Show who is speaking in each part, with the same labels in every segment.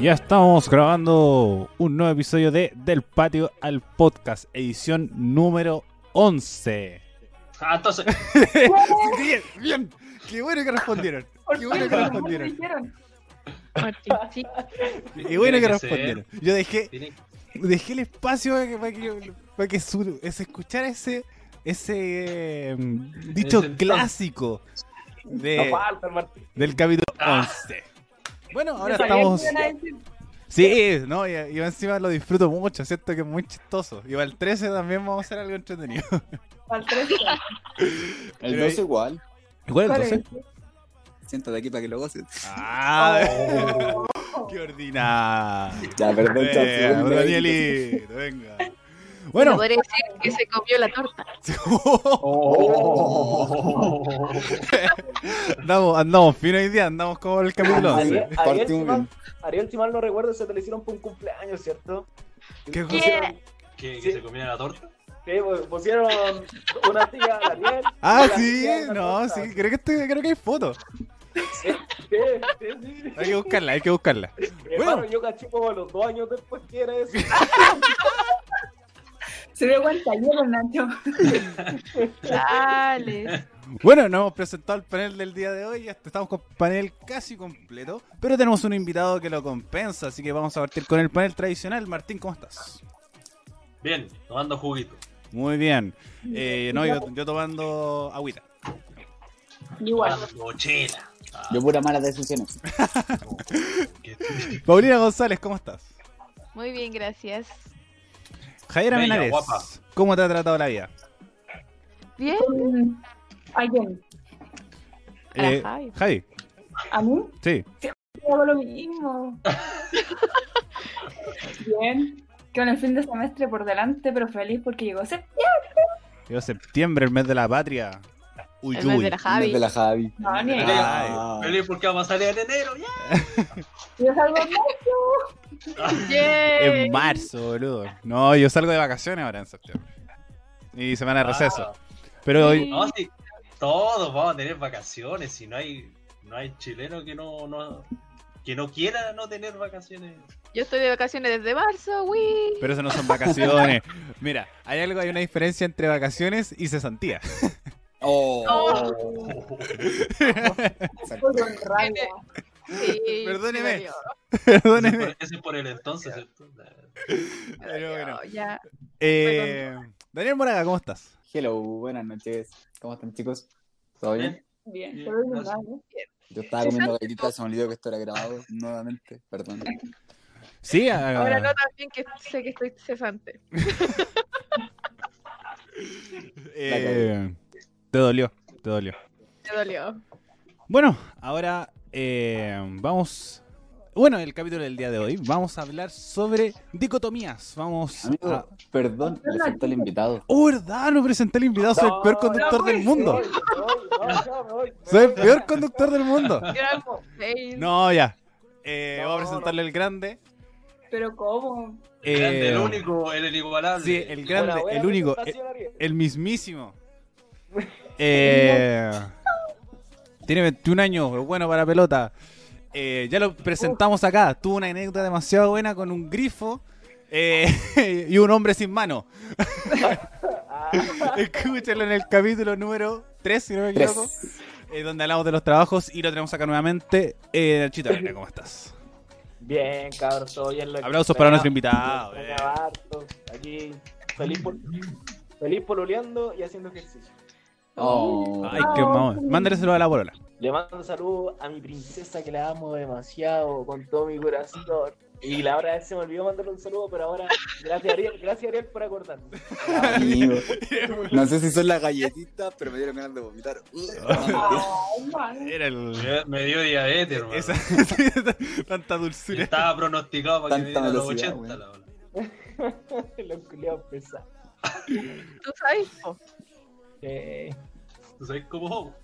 Speaker 1: Ya estamos grabando un nuevo episodio de Del Patio al Podcast, edición número 11.
Speaker 2: Ah, entonces,
Speaker 1: bien, bien. Qué bueno que respondieron. Qué bueno que respondieron.
Speaker 3: Martincito.
Speaker 1: Qué bueno que
Speaker 2: Tiene que ser.
Speaker 1: respondieron. Yo dejé,
Speaker 2: tiene-
Speaker 1: dejé el espacio para que, para que, para que su- se escuchara ese, ese eh, dicho
Speaker 2: Ese-
Speaker 1: clásico de,
Speaker 4: No falta el Martín.
Speaker 1: del capítulo
Speaker 2: Ah.
Speaker 1: 11. Bueno, ahora
Speaker 3: Yo sabía
Speaker 1: estamos...
Speaker 3: que iban a decir-
Speaker 1: Sí, no, y, y encima lo disfruto mucho, siento que es muy chistoso. Y para el 13 también vamos a hacer algo entretenido.
Speaker 3: al 13.
Speaker 5: El
Speaker 1: Pero
Speaker 5: 12 igual.
Speaker 1: Igual
Speaker 3: ¿Cuál es?
Speaker 5: Siéntate aquí para que lo goces.
Speaker 1: ¡Ah!
Speaker 3: Oh.
Speaker 1: ¡Qué ordinario!
Speaker 5: Ya,
Speaker 1: Eh,
Speaker 5: perdón,
Speaker 1: Venga,
Speaker 5: chaval.
Speaker 1: Danielito, venga.
Speaker 3: Se
Speaker 1: Bueno,
Speaker 3: podría decir que se comió la torta.
Speaker 1: Oh,
Speaker 5: Oh.
Speaker 1: andamos, andamos fino hoy día, andamos como el capítulo
Speaker 4: Oh,
Speaker 1: 11.
Speaker 4: Ariel,
Speaker 5: Dale.
Speaker 4: Ariel,
Speaker 5: Partió
Speaker 4: si
Speaker 5: bien.
Speaker 4: mal, Ariel, si mal no recuerdo, se te lo hicieron por un cumpleaños, ¿cierto?
Speaker 1: ¿Qué cosa?
Speaker 4: Pusieron-
Speaker 2: que, que
Speaker 4: Sí.
Speaker 2: se comiera la torta.
Speaker 4: Sí, pues, pusieron una tía a Ariel.
Speaker 1: Ah,
Speaker 4: y la
Speaker 1: sí,
Speaker 4: tía a la
Speaker 1: no,
Speaker 4: torta.
Speaker 1: sí, creo que, estoy- creo que hay fotos.
Speaker 4: Sí, sí, sí.
Speaker 1: Hay que buscarla, hay que buscarla.
Speaker 4: Hermano, yo caché como a los dos años después que era eso.
Speaker 1: Ah,
Speaker 6: Se ve guantallero, Nacho.
Speaker 3: Dale.
Speaker 1: Bueno, nos hemos presentado el panel del día de hoy. ya Estamos con panel casi completo, pero tenemos un invitado que lo compensa, así que vamos a partir con el panel tradicional. Martín, ¿cómo estás?
Speaker 2: Bien, tomando juguito.
Speaker 1: Muy bien. Eh, no, yo, yo tomando agüita.
Speaker 6: Igual.
Speaker 2: Tomando chela. Oh, Ah,
Speaker 5: Yo pura malas decisiones.
Speaker 2: que-
Speaker 1: Paulina González, ¿cómo estás?
Speaker 3: Muy bien, gracias.
Speaker 1: Jaira
Speaker 2: Bella,
Speaker 1: Menares,
Speaker 2: guapa.
Speaker 1: ¿cómo te ha tratado la vida?
Speaker 3: Bien.
Speaker 6: Mm, ¿A quién?
Speaker 3: A la
Speaker 1: Eh,
Speaker 3: Javi.
Speaker 1: Javi,
Speaker 6: ¿A mí?
Speaker 1: sí.
Speaker 6: Yo hago lo mismo. Bien. Con el fin de semestre por delante, pero feliz porque llegó septiembre.
Speaker 1: Llegó septiembre, el mes de la patria. Uy,
Speaker 3: El mes
Speaker 1: uy.
Speaker 3: de la
Speaker 5: Desde
Speaker 3: Javi.
Speaker 5: De la Javi.
Speaker 6: No, ni
Speaker 2: Ay,
Speaker 5: Ah.
Speaker 2: Feliz porque vamos a salir en enero. ya.
Speaker 6: Yo salgo en
Speaker 3: Yay.
Speaker 1: En marzo, boludo. No, yo salgo de vacaciones ahora en septiembre. Y semana de
Speaker 3: Ah.
Speaker 1: receso. Pero hoy,
Speaker 2: Ah, No, sí, todos vamos a tener vacaciones. Si no hay, no hay chileno que no, no, que no quiera no tener vacaciones.
Speaker 3: Yo estoy de vacaciones desde marzo, uy.
Speaker 1: Pero eso no son vacaciones. Mira, hay algo, hay una diferencia entre vacaciones y cesantía.
Speaker 5: Oh, exacto.
Speaker 6: marzo con rabia.
Speaker 3: Sí,
Speaker 1: Perdóneme.
Speaker 3: sí,
Speaker 2: Ese es
Speaker 1: Perdóneme.
Speaker 2: por- ese es por el entonces. ¿cierto?
Speaker 3: me dolió,
Speaker 1: Pero
Speaker 3: me
Speaker 1: bueno.
Speaker 3: dolió, Ya.
Speaker 1: Eh, Daniel Moraga, ¿cómo estás?
Speaker 5: Hello, buenas noches. ¿Cómo están, chicos? ¿Todo bien?
Speaker 6: Bien,
Speaker 2: Bien,
Speaker 6: todo bien,
Speaker 2: gracias.
Speaker 6: ¿no?
Speaker 5: Yo estaba comiendo galletitas, se me olvidó que esto era grabado nuevamente. Perdón.
Speaker 1: Sí, ah,
Speaker 3: Ahora no también que sé que estoy cesante.
Speaker 1: eh, te dolió, te dolió.
Speaker 3: Me dolió.
Speaker 1: Bueno, ahora eh, vamos. Bueno, el capítulo del día de hoy vamos a hablar sobre dicotomías. Vamos
Speaker 5: Amigo,
Speaker 1: a.
Speaker 5: perdón, le faltó el invitado.
Speaker 1: ¡Oh, verdad! No presenté al invitado, soy el peor
Speaker 4: No,
Speaker 1: conductor
Speaker 6: no,
Speaker 1: del
Speaker 6: pues,
Speaker 1: mundo.
Speaker 4: Me voy, me voy, no, me voy, me
Speaker 1: Soy el
Speaker 4: voy.
Speaker 1: peor conductor del mundo.
Speaker 3: Gran fail.
Speaker 1: No, ya. Eh,
Speaker 4: No,
Speaker 1: Vamos a presentarle el grande.
Speaker 6: Pero ¿cómo?
Speaker 2: El grande, el
Speaker 1: Eh,
Speaker 2: único, el inigualable.
Speaker 1: Sí, el
Speaker 4: Buena,
Speaker 1: grande,
Speaker 4: buena
Speaker 1: el único, el,
Speaker 4: presentación, Ariel.
Speaker 1: el mismísimo. Eh, tiene 21 años, es bueno para pelota. Eh, ya lo presentamos acá. Tuvo una anécdota demasiado buena con un grifo eh, y un hombre sin mano.
Speaker 4: Ah,
Speaker 1: Escúchalo en el capítulo número 3, si no me equivoco,
Speaker 5: Tres.
Speaker 1: eh, donde hablamos de los trabajos y lo tenemos acá nuevamente. Eh, Chito Arena, ¿cómo estás?
Speaker 4: Bien, cabrón, todo bien. lo que
Speaker 1: Aplausos para nuestro invitado.
Speaker 4: esperaba. Bien,
Speaker 1: eh.
Speaker 4: harto, Aquí, feliz, por, feliz pololeando y haciendo ejercicio.
Speaker 5: Oh.
Speaker 1: Ay, qué mamón. Mándale saludos a la bolola.
Speaker 4: Le mando saludos a mi princesa que la amo demasiado con todo mi corazón. Y la verdad se me olvidó mandarle un saludo, pero ahora gracias Ariel, gracias Ariel por acordarme.
Speaker 5: Amigo. No sé si son las galletitas, pero me dieron ganas de vomitar. Ah.
Speaker 6: Ay, man.
Speaker 1: Era el.
Speaker 2: Me- Me dio diabetes, hermano.
Speaker 1: Esa, tanta
Speaker 2: Y
Speaker 1: dulzura.
Speaker 2: Estaba pronosticado para que me
Speaker 5: Tanta
Speaker 2: diera los
Speaker 5: velocidad,
Speaker 2: 80.
Speaker 5: weón.
Speaker 2: la verdad.
Speaker 4: Los culiados pesados.
Speaker 3: ¿Tú sabes? po?
Speaker 4: Eh,
Speaker 2: ¿Tú sabes cómo?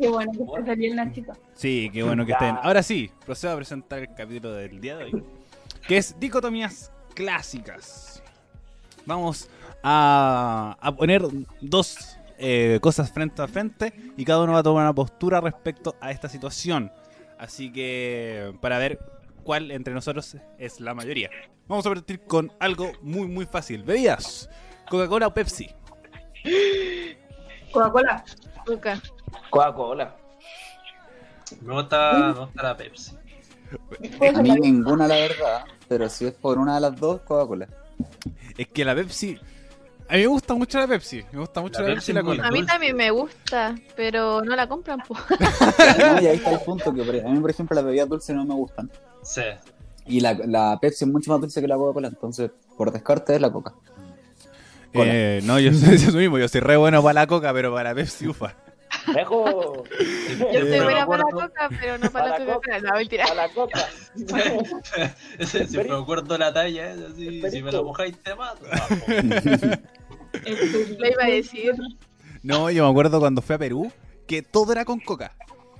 Speaker 6: Qué bueno que esté feliz el Nachito.
Speaker 1: Sí, qué bueno que estén. Ahora sí, procedo a presentar el capítulo del día de hoy, que es dicotomías clásicas. Vamos a, a poner dos eh, cosas frente a frente y cada uno va a tomar una postura respecto a esta situación. Así que para ver cuál entre nosotros es la mayoría. Vamos a partir con algo muy muy fácil. Bebidas. Coca-Cola o Pepsi.
Speaker 6: Coca-Cola.
Speaker 3: Coca.
Speaker 4: Coca-Cola.
Speaker 2: Me gusta, me gusta la Pepsi.
Speaker 5: Eh, A mí ninguna, la verdad. Pero si es por una de las dos, Coca-Cola.
Speaker 1: Es que la Pepsi. A mí me gusta mucho la Pepsi. Me gusta mucho la,
Speaker 2: La
Speaker 1: Pepsi
Speaker 2: Pepsi
Speaker 1: y la
Speaker 2: es muy
Speaker 1: cola.
Speaker 3: A mí
Speaker 2: Dulce.
Speaker 3: también me gusta, pero no la compran, po.
Speaker 5: No, y ahí está el punto. que por- e-, A mí, por ejemplo, las bebidas dulces no me gustan.
Speaker 2: Sí.
Speaker 5: Y la, la Pepsi es mucho más dulce que la Coca-Cola. Entonces, por descarte, es la Coca. Cola.
Speaker 1: Eh, no, yo soy eso mismo. Yo soy re bueno para la coca, pero para Pepsi, ufa.
Speaker 4: Dejo
Speaker 3: Yo
Speaker 2: Pero
Speaker 3: soy
Speaker 2: me
Speaker 3: buena para la
Speaker 2: acuerdo-
Speaker 3: coca, pero no para la
Speaker 4: Para la
Speaker 3: Coca-Cola. No, mentira.
Speaker 4: a la copa.
Speaker 2: Siempre me acuerdo la talla, ¿eh? Así, si me la mojáis te mato. Ah, po.
Speaker 6: Este,
Speaker 3: Lo iba a decir.
Speaker 1: No, yo me acuerdo cuando fui a Perú que todo era con coca.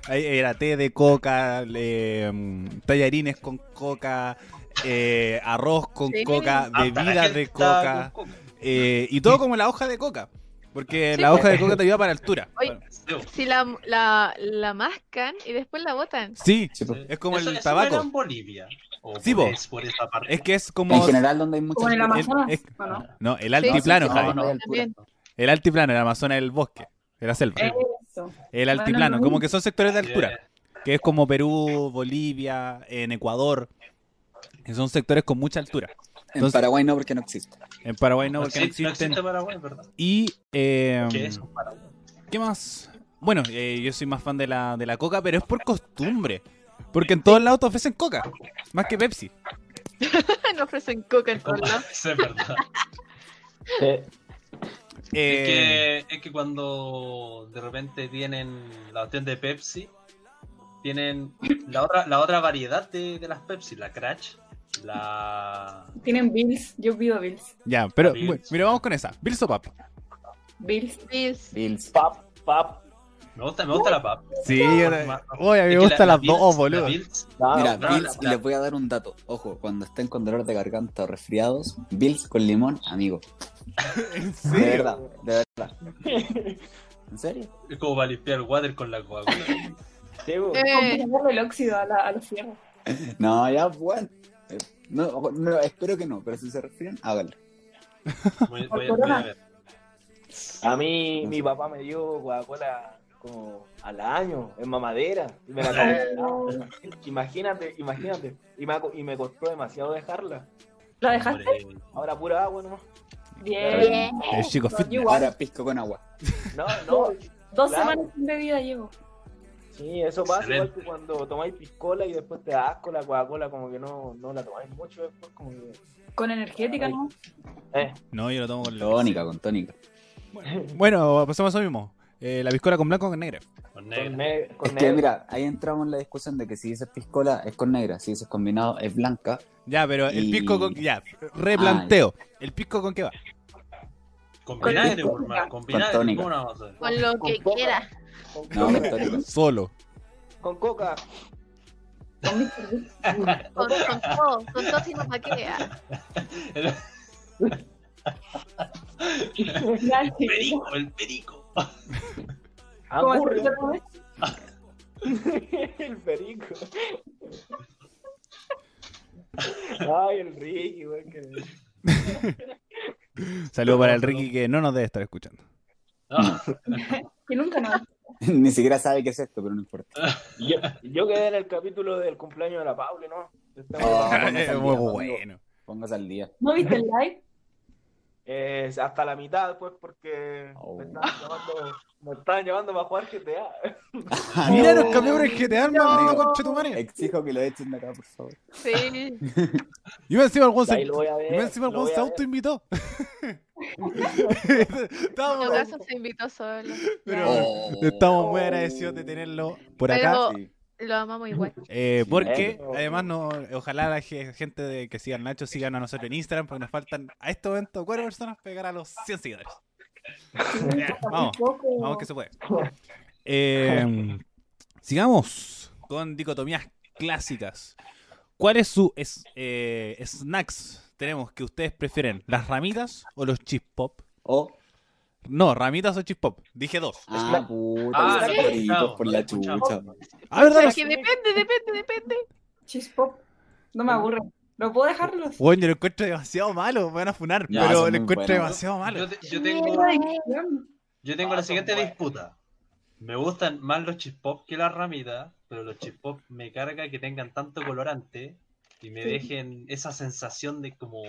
Speaker 1: Ahí Era té de coca, eh, mm, tallarines con coca, eh, arroz con
Speaker 3: Sí.
Speaker 1: coca,
Speaker 2: Hasta la
Speaker 1: bebidas
Speaker 2: gente
Speaker 1: de
Speaker 2: estaba
Speaker 1: coca,
Speaker 2: con coca.
Speaker 1: eh, y todo como la hoja de coca. Porque
Speaker 3: Sí,
Speaker 1: la
Speaker 3: pues.
Speaker 1: hoja de coca te ayuda para altura.
Speaker 3: Oye.
Speaker 2: Sí, po.
Speaker 3: Si la, la, la mascan y después la botan.
Speaker 1: Sí,
Speaker 5: Sí, pues.
Speaker 1: es como
Speaker 2: Eso-
Speaker 1: el
Speaker 2: eso no era
Speaker 1: tabaco.
Speaker 2: en Bolivia. O
Speaker 1: Sí,
Speaker 2: por,
Speaker 1: po.
Speaker 2: es- por esa parte.
Speaker 1: Es que es
Speaker 5: En
Speaker 1: como...
Speaker 5: general, donde hay muchas.
Speaker 6: Como en el
Speaker 1: es-
Speaker 6: Amazonas.
Speaker 1: es-
Speaker 6: ¿o no?
Speaker 1: no, el
Speaker 5: No, sí,
Speaker 1: altiplano,
Speaker 5: sí, no,
Speaker 1: Javi.
Speaker 5: no hay altura.
Speaker 3: También.
Speaker 1: El altiplano, el Amazonas, el bosque, la selva.
Speaker 5: Eh,
Speaker 6: Eso.
Speaker 1: El
Speaker 6: Bueno,
Speaker 1: altiplano,
Speaker 6: no.
Speaker 1: como que son sectores de
Speaker 2: Sí,
Speaker 1: altura, que es como Perú, Bolivia, en Ecuador, que son sectores con mucha altura.
Speaker 5: En Paraguay no, porque no existe.
Speaker 1: En Paraguay no,
Speaker 2: No
Speaker 1: porque no
Speaker 2: existe, no
Speaker 1: existen.
Speaker 2: existe Paraguay, ¿verdad?
Speaker 1: Y, eh,
Speaker 2: Que es un Paraguay.
Speaker 1: ¿qué más? Bueno, eh, yo soy más fan de la, de la coca, pero es por costumbre. Porque en todos lados te ofrecen coca, más que Pepsi.
Speaker 3: No ofrecen coca en todos lados.
Speaker 2: Eso es verdad.
Speaker 4: Eh,
Speaker 2: Es,
Speaker 1: Eh,
Speaker 2: que, es que cuando de repente tienen la opción de Pepsi, tienen la otra, la otra variedad de, de las Pepsi, la Crash, la...
Speaker 6: Tienen Bills. Yo pido Bills.
Speaker 1: Ya, pero
Speaker 2: Bills.
Speaker 1: bueno, mira, vamos con esa. Bills o Pap.
Speaker 6: Bills.
Speaker 3: Bills.
Speaker 5: Bills.
Speaker 4: pap, pap.
Speaker 2: Me gusta, me gusta la pap.
Speaker 1: Sí,
Speaker 2: Uy,
Speaker 1: a mí me gustan las dos, boludo.
Speaker 4: Ah, No,
Speaker 5: Mira,
Speaker 2: no,
Speaker 5: Bills,
Speaker 2: no,
Speaker 5: y les voy a dar un dato. Ojo, cuando estén con dolor de garganta o resfriados, Bills con limón, amigo.
Speaker 1: ¿En
Speaker 5: De verdad, de verdad. ¿En serio?
Speaker 2: Es como para limpiar el water con la Coca-Cola.
Speaker 4: sí, pues. bo.
Speaker 3: Eh,
Speaker 6: Comprarle el óxido a, la- a los fierros.
Speaker 5: No, ya, bueno. Eh, No, ojo, no, espero que no, pero si se resfrían, háganlo.
Speaker 2: Voy, voy- voy a ver.
Speaker 4: A mí, mi papá me dio Coca-Cola como al año, en mamadera. Y me la compró. imagínate, imagínate. Y me, y me costó demasiado dejarla.
Speaker 6: ¿La dejaste?
Speaker 2: Hombre,
Speaker 4: Ahora pura agua nomás.
Speaker 6: Bien.
Speaker 1: El chico
Speaker 6: Yo
Speaker 1: fit.
Speaker 6: igual.
Speaker 5: Ahora pisco con agua.
Speaker 4: No, no.
Speaker 6: Dos
Speaker 4: Claro.
Speaker 6: semanas sin bebida llevo.
Speaker 4: Sí, eso pasa igual
Speaker 2: Excelente.
Speaker 4: que cuando tomáis piscola y después te da asco la Coca-Cola, como que no, no la tomáis mucho después, como que...
Speaker 6: Con energética, ¿no?
Speaker 4: Eh,
Speaker 1: No, yo lo tomo con
Speaker 5: Tónica, con tónica.
Speaker 1: Bueno, pasemos a lo mismo. Eh, la piscola con blanco o con negra.
Speaker 2: con
Speaker 4: con,
Speaker 2: negro.
Speaker 4: ne- con
Speaker 5: Es que
Speaker 4: negro.
Speaker 5: mira, ahí entramos en la discusión de que si dices piscola es con negra, si dices combinado es blanca.
Speaker 1: Ya, pero el
Speaker 5: Y-
Speaker 1: pisco con. Ya, replanteo.
Speaker 4: Ah,
Speaker 1: ¿El pisco con qué va?
Speaker 2: Con
Speaker 3: Con
Speaker 2: vinagre,
Speaker 5: tónica.
Speaker 2: por hermano, Con
Speaker 5: Con
Speaker 2: vinagre,
Speaker 5: tónica.
Speaker 2: ¿cómo no vamos a hacer?
Speaker 3: con lo que
Speaker 4: Coca,
Speaker 3: quiera.
Speaker 4: Con,
Speaker 5: No, con
Speaker 4: coca,
Speaker 5: tónica.
Speaker 1: Solo.
Speaker 4: con coca.
Speaker 3: Con, con todo. Con todo sino pa' qué. ah.
Speaker 6: Ya, sí.
Speaker 2: Perico, el perico.
Speaker 6: ¿Cómo
Speaker 4: Angurria.
Speaker 6: se llama?
Speaker 4: el perico. Ay, el Ricky, güey. Que...
Speaker 1: Saludo para el Ricky que no nos debe estar escuchando.
Speaker 2: No,
Speaker 6: Que nunca nos.
Speaker 5: Ni siquiera sabe qué es esto, pero no importa.
Speaker 4: Yo, yo quedé en el capítulo del cumpleaños de este la Paule, Ah, ¿no? Estamos-
Speaker 5: Oh,
Speaker 1: Eh,
Speaker 5: póngase al
Speaker 1: muy
Speaker 5: día, amigo,
Speaker 1: bueno.
Speaker 5: Póngase al día.
Speaker 6: ¿No viste el live?
Speaker 4: Eh, hasta la mitad, pues, porque
Speaker 5: Oh.
Speaker 4: me, estaban llamando, me estaban llamando para jugar GTA. Ah,
Speaker 1: Mira, nos
Speaker 5: No.
Speaker 1: cambiaron el GTA, hermano,
Speaker 5: No.
Speaker 4: Eh,
Speaker 1: conchetumare.
Speaker 5: Exijo que lo echen de acá, por favor.
Speaker 3: Sí.
Speaker 1: Y me encima el Juan se.
Speaker 4: Ahí lo voy a ver.
Speaker 1: Y me encima el
Speaker 4: lo
Speaker 1: Juan
Speaker 4: voy
Speaker 1: se
Speaker 4: a ver.
Speaker 1: autoinvitó.
Speaker 3: En
Speaker 1: Estábamos,
Speaker 3: todo caso se invitó solo.
Speaker 1: pero
Speaker 5: Oh.
Speaker 1: estamos muy agradecidos de tenerlo por acá.
Speaker 3: Pero- Lo amamos igual.
Speaker 1: eh, porque
Speaker 4: Pero-
Speaker 1: además no, ojalá la ge- gente de que sigan Nacho sigan a nosotros en Instagram porque nos faltan a este momento cuatro personas para llegar a los 100 seguidores. Ya, vamos.
Speaker 6: Tampoco.
Speaker 1: Vamos que se puede. Eh, sigamos con dicotomías clásicas. ¿Cuál es su es, eh, snacks? Tenemos que ustedes prefieren las ramitas o los chip pop.
Speaker 5: O
Speaker 1: No, ramitas o chispop. Dije dos.
Speaker 5: Ah, puta,
Speaker 2: Ah,
Speaker 5: los
Speaker 2: lo he
Speaker 5: favoritos
Speaker 2: escuchado,
Speaker 5: por
Speaker 2: lo he
Speaker 5: la
Speaker 2: escuchado.
Speaker 5: chucha.
Speaker 1: Ah, verdad.
Speaker 3: Pero
Speaker 1: Los...
Speaker 3: que depende, depende, depende.
Speaker 6: Chispop. No me aburre. ¿Lo puedo dejarlos?
Speaker 1: Bueno, yo lo encuentro demasiado malo. Me van a funar.
Speaker 5: Ya,
Speaker 1: pero
Speaker 5: son
Speaker 1: lo
Speaker 5: muy
Speaker 1: encuentro
Speaker 5: buenos.
Speaker 1: demasiado malo.
Speaker 2: Yo, te- yo tengo, yo tengo
Speaker 4: Ah,
Speaker 2: la
Speaker 4: son
Speaker 2: siguiente
Speaker 4: buenos.
Speaker 2: disputa. Me gustan más los chispop que las ramitas, pero los chispop me carga que tengan tanto colorante y me dejen esa sensación de como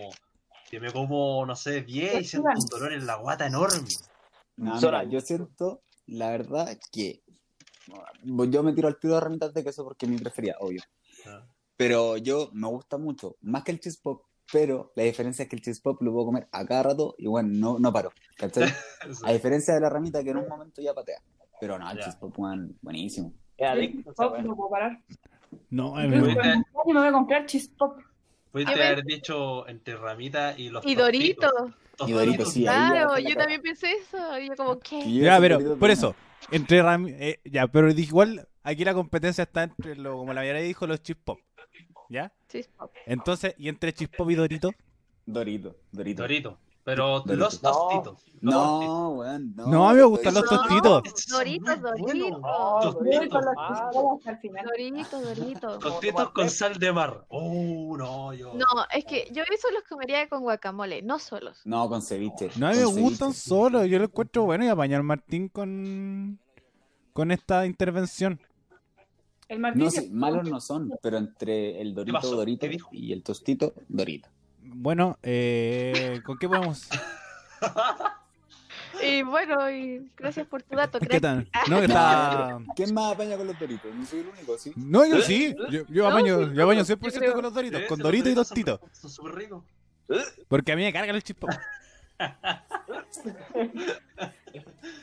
Speaker 2: que me como, no sé, 10 y siento un dolor en la guata enorme.
Speaker 5: No,
Speaker 4: Sora,
Speaker 5: mira, yo siento, la verdad, que yo me tiro al tiro de ramitas de queso porque es mi preferida, obvio.
Speaker 2: Ah.
Speaker 5: Pero yo me gusta mucho, más que el cheese pop, pero la diferencia es que el cheese pop lo puedo comer a cada rato y bueno, no, no paro. ¿Cachai? A diferencia de la ramita que en un momento ya patea. Pero no, el
Speaker 2: Ya.
Speaker 5: cheese pop, weón, buenísimo.
Speaker 4: Es adicto esa
Speaker 6: Chispop,
Speaker 4: weá.
Speaker 6: no puedo parar.
Speaker 1: No,
Speaker 6: Yo
Speaker 1: es
Speaker 6: voy
Speaker 1: verdad.
Speaker 6: al supermercado y me voy a comprar chispop.
Speaker 2: Pudiste
Speaker 3: A ver.
Speaker 2: haber dicho entre ramita y los
Speaker 3: Y
Speaker 2: tostitos.
Speaker 3: Dorito.
Speaker 5: Y Doritos, sí, eh. ahí ya
Speaker 3: Claro,
Speaker 5: dejé la
Speaker 3: yo
Speaker 5: cagada.
Speaker 3: también pensé eso. Y yo como, ¿qué?
Speaker 5: Y yo
Speaker 1: Ya,
Speaker 5: siempre
Speaker 1: pero
Speaker 5: digo,
Speaker 1: por eso, entre Ram- eh, ya, pero dije, igual aquí la competencia está entre lo, como la mayoría dijo, los chispop. ¿Ya?
Speaker 3: Chispop.
Speaker 1: Entonces, y entre chispop y dorito,
Speaker 5: Dorito, Dorito.
Speaker 2: Dorito. Pero
Speaker 5: Dorito.
Speaker 2: los
Speaker 4: No.
Speaker 2: tostitos. los tostitos.
Speaker 5: No, weón, no.
Speaker 1: No, a mí me gustan
Speaker 5: Dorito.
Speaker 1: los tostitos.
Speaker 3: Doritos,
Speaker 2: Son muy
Speaker 3: Doritos.
Speaker 2: buenos.
Speaker 4: No,
Speaker 6: Yo voy
Speaker 2: Tostitos.
Speaker 6: con los
Speaker 4: Ah.
Speaker 6: chispop hasta el final.
Speaker 3: Doritos, Doritos.
Speaker 2: Tostitos con sal de mar. Oh, no, yo.
Speaker 3: No, es que yo eso los comería con guacamole, no solos.
Speaker 5: No, con ceviche.
Speaker 1: no a mí
Speaker 5: con
Speaker 1: me
Speaker 5: ceviche.
Speaker 1: gustan solo. Yo lo encuentro bueno y apañar Martín con, con esta intervención.
Speaker 6: El Martín
Speaker 5: No,
Speaker 6: se-
Speaker 5: sí, malos no son, pero entre el Dorito
Speaker 2: pasó?
Speaker 5: Dorito
Speaker 2: ¿Qué dijo?
Speaker 5: y el Tostito Dorito.
Speaker 1: Bueno, eh, ¿con qué podemos?
Speaker 3: Y bueno, y gracias por tu dato,
Speaker 1: ¿Qué
Speaker 3: crack.
Speaker 1: tal? No, que está.
Speaker 5: ¿Quién más apaña con los Doritos? No soy el único, sí.
Speaker 1: No, yo sí. Yo, yo
Speaker 3: No,
Speaker 1: apaño,
Speaker 3: sí,
Speaker 1: yo apaño
Speaker 3: yo
Speaker 1: 100%
Speaker 3: creo.
Speaker 1: con los doritos,
Speaker 2: Sí,
Speaker 1: con
Speaker 2: los
Speaker 1: dorito y
Speaker 2: son-
Speaker 1: tostito.
Speaker 2: Son súper ricos.
Speaker 1: Porque a mí me cargan los chispop.